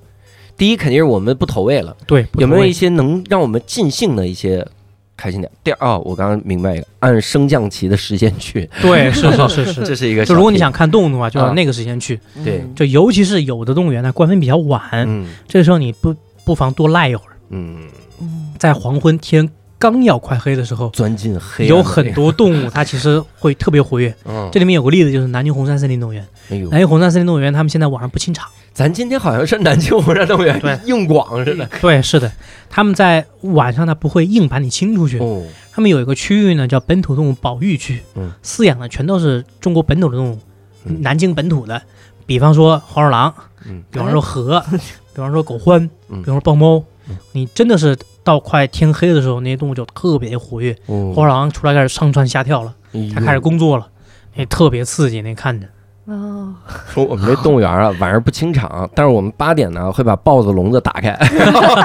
第一，肯定是我们不投喂了，
对，不
有没有
同
一
意
些能让我们尽兴的一些开心点？第二，哦，我刚刚明白一个，按升降旗的时间去，
对？哎是是
[laughs]
是是。
这是一个小 tips。
就如果你想看动物的话，就
啊
要那个时间去。
对
嗯
就尤其是有的动物园呢，关门比较晚，
嗯
这时候你不不妨多赖一会儿，
嗯
嗯
在黄昏天刚要快黑的时候，
钻进黑暗的
有很多动物它其实会特
[laughs]
别活跃。
嗯，
这里面有个例子就是南京红山森林动物园，
哎呦
南，京红山森林动物园他们现在晚上不清场。
咱今天好像是南京红山动物园
对
硬广似的。
对，是的，他们在晚上它不会硬把你清出去，
哦，
他们有一个区域呢叫本土动物保育区，
嗯
饲养的全都是中国本土的动物，
嗯
南京本土的，比方说黄鼠狼，
嗯
比方说河，比方说狗獾，
嗯
比方说豹猫，
嗯
你真的是到快天黑的时候，那些动物就特别活跃，
哦哎
黄鼠狼出来开始上蹿下跳了，它开始工作了，也特别刺激，那看着。
哦，
说我们这动物园啊，晚上不清场，但是我们八点呢会把豹子笼子打开， [laughs]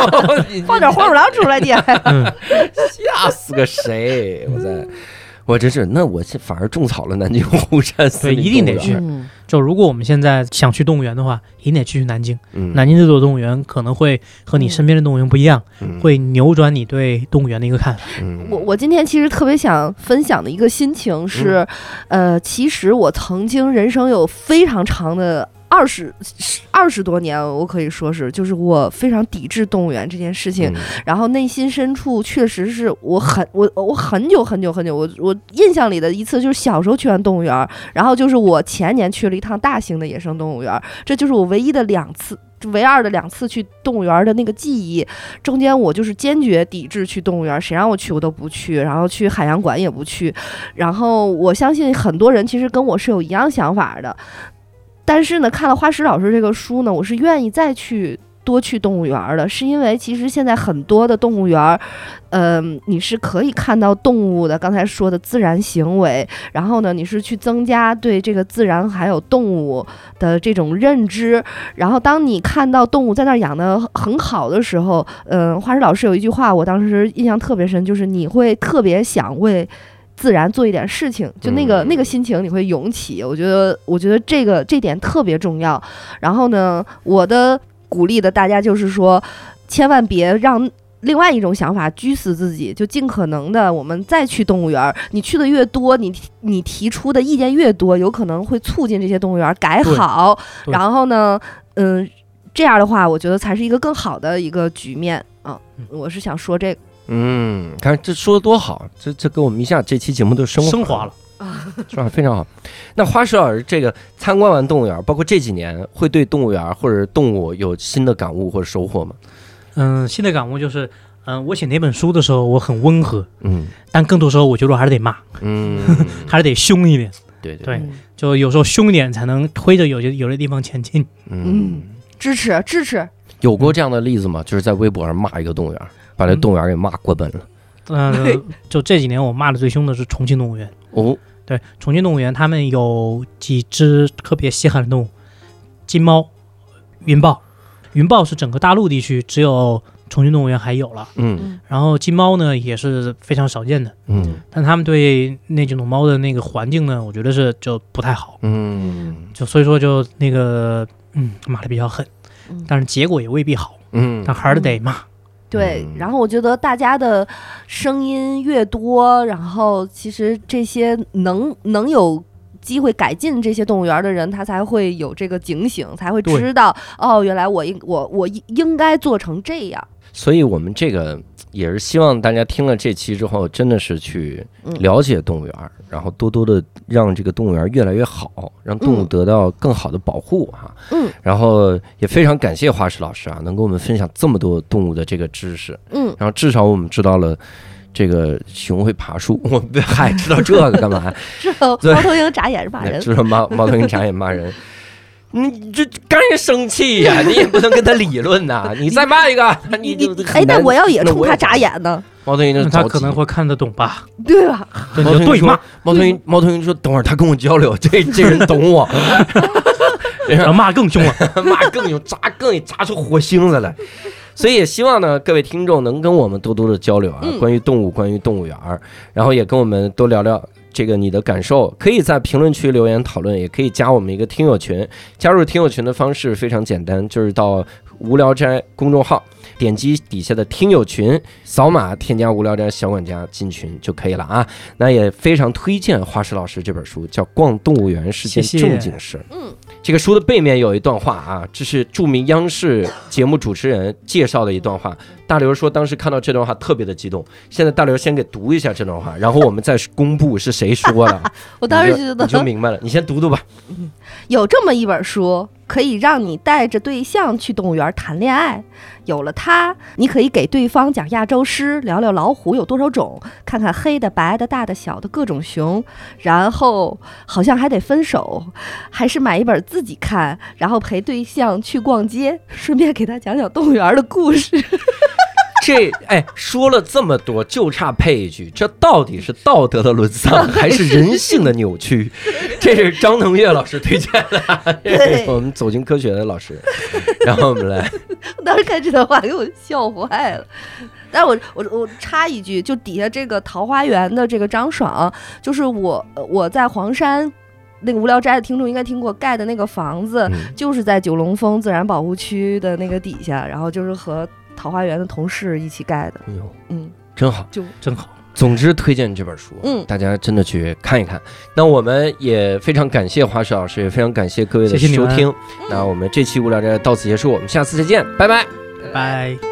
放点黄鼠狼出来，
[laughs]
你还
嗯，
[laughs] 吓死个谁！我在，我真是，那我是反而种草了南京红山森林
对一定得
动物园
去
嗯
就如果我们现在想去动物园的话，一定得去南京。
嗯，
南京这座动物园可能会和你身边的动物园不一样，
嗯
会扭转你对动物园的一个看法。
嗯
我我今天其实特别想分享的一个心情是，呃，其实我曾经人生有非常长的二十二十多年，我可以说是，就是我非常抵制动物园这件事情。
嗯
然后内心深处确实是我很我我很久很久很久，我我印象里的一次就是小时候去完动物园儿，然后就是我前年去了一趟大型的野生动物园儿，这就是我唯一的两次。唯二的两次去动物园儿的那个记忆，中间我就是坚决抵制去动物园儿，谁让我去我都不去，然后去海洋馆也不去。然后我相信很多人其实跟我是有一样想法的，但是呢，看了花石老师这个书呢，我是愿意再去多去动物园儿的，是因为其实现在很多的动物园儿，嗯、你是可以看到动物的刚才说的自然行为，然后呢，你是去增加对这个自然还有动物的这种认知，然后当你看到动物在那儿养的很好的时候，嗯、花石老师有一句话，我当时印象特别深，就是你会特别想为。自然做一点事情，就那个、
嗯
那个心情你会涌起，我觉得我觉得这个这点特别重要。然后呢，我的鼓励的大家就是说，千万别让。另外一种想法拘死自己，就尽可能的，我们再去动物园儿，你去的越多，你提你提出的意见越多，有可能会促进这些动物园儿改
对
好。
对
然后呢，嗯，这样的话，我觉得才是一个更好的一个局面啊
嗯。
我是想说这个，
嗯，看这说的多好，这这给我们一下这期节目都升
升华了，
是吧？非常好。那花石老师这个参观完动物园，包括这几年，会对动物园或者动物有新的感悟或者收获吗？
嗯，新的感悟就是，嗯，我写那本书的时候我很温和，
嗯
但更多时候我觉得我还是得骂，
嗯，
还是得凶一点，
对对
对
嗯
就有时候凶一点才能推着有些有的地方前
[laughs]
进。
嗯，
支持支持，
有过这样的例子吗？就是在微博上骂一个动物园，把
嗯
这动物园给骂过本了。
嗯，就这几年我骂的最凶的是重庆动物园。
哦，
对，重庆动物园他们有几只特别稀罕的动物，金猫、云豹。云豹是整个大陆地区只有重庆动物园还有了，
嗯
然后金猫呢也是非常少见的。
嗯
但他们对那几种猫的那个环境呢，我觉得是就不太好，
嗯
就所以说就那个嗯骂的比较狠，
嗯
但是结果也未必好，
嗯
啊
但还是得骂。
对
嗯，
然后我觉得大家的声音越多，然后其实这些能能有机会改进这些动物园的人，他才会有这个警醒，才会
对
知道哦，原来我应我我应应该做成这样。
所以我们这个也是希望大家听了这期之后，真的是去
嗯
了解动物园，然后多多的让这个动物园越来越好，让动物
嗯
得到更好的保护哈、
嗯
然后也非常感谢花石老师啊，能给我们分享这么多动物的这个知识，
嗯，
然后至少我们知道了。这个熊会爬树，我们还知道这个干嘛？
这猫
对
头鹰眨眼是骂人。
知道
[laughs]
猫猫头鹰眨眼骂人，你这干人生气呀、你也不能跟他理论呐、
[laughs]
你再骂一个，那你就
哎，但我要也
那
冲
我
他
也
眨眼呢，
猫头鹰就
那他
嗯着
可
急
能会看得懂
[laughs]
吧？
对吧？
对，
猫
你
头
就
鹰
对
说
骂，
猫头鹰，猫头鹰说：“等会儿他跟我交流，这这人懂
[laughs]
我。
然后骂得更凶
[laughs]
了。”
骂更有扎更有扎出火星子来。所以也希望呢，各位听众能跟我们多多的交流啊，
嗯
关于动物，关于动物园儿，然后也跟我们多聊聊这个你的感受，可以在评论区留言讨论，也可以加我们一个听友群。加入听友群的方式非常简单，就是到无聊斋公众号。点击底下的听友群，扫码添加“无聊斋小管家”进群就可以了啊！那也非常推荐花石老师这本书，叫《逛动物园是件
谢谢
正经事》。
嗯，
这个书的背面有一段话啊，这是著名央视节目主持人介绍的一段话。大刘说当时看到这段话特别的激动。现在大刘先给读一下这段话，然后我们再公布是谁说的。
[laughs] 我当时
你
觉
就你就
得
明白了，你先读读吧。
有这么一本书，可以让你带着对象去动物园谈恋爱。有了它，你可以给对方讲亚洲狮，聊聊老虎有多少种，看看黑的、白的、大的、小的各种熊。然后好像还得分手，还是买一本自己看，然后陪对象去逛街，顺便给他讲讲动物园的故事。
[laughs] 这哎，说了这么多，就差配一句：这到底是道德的沦丧，还是人性的扭曲？这是张腾岳老师推荐的啊，这
对
是 [laughs] 我们走进科学的老师。 [laughs] 然后我们来，
我 [laughs] 当时看这段话给我笑坏了。但我我我插一句，就底下这个桃花源的这个张爽，就是我呃我在黄山那个无聊斋的听众应该听过盖的那个房子，
嗯
就是在九龙峰自然保护区的那个底下，然后就是和桃花源的同事一起盖的，
哎呦，
嗯，
真好。
就
真好。
总之，推荐这本书，
嗯
大家真的去看一看。那我们也非常感谢华石老师，也非常感谢各位的
谢谢你
收
们
听。那我们这期无聊斋到此结束，我们下次再见，拜拜。
拜。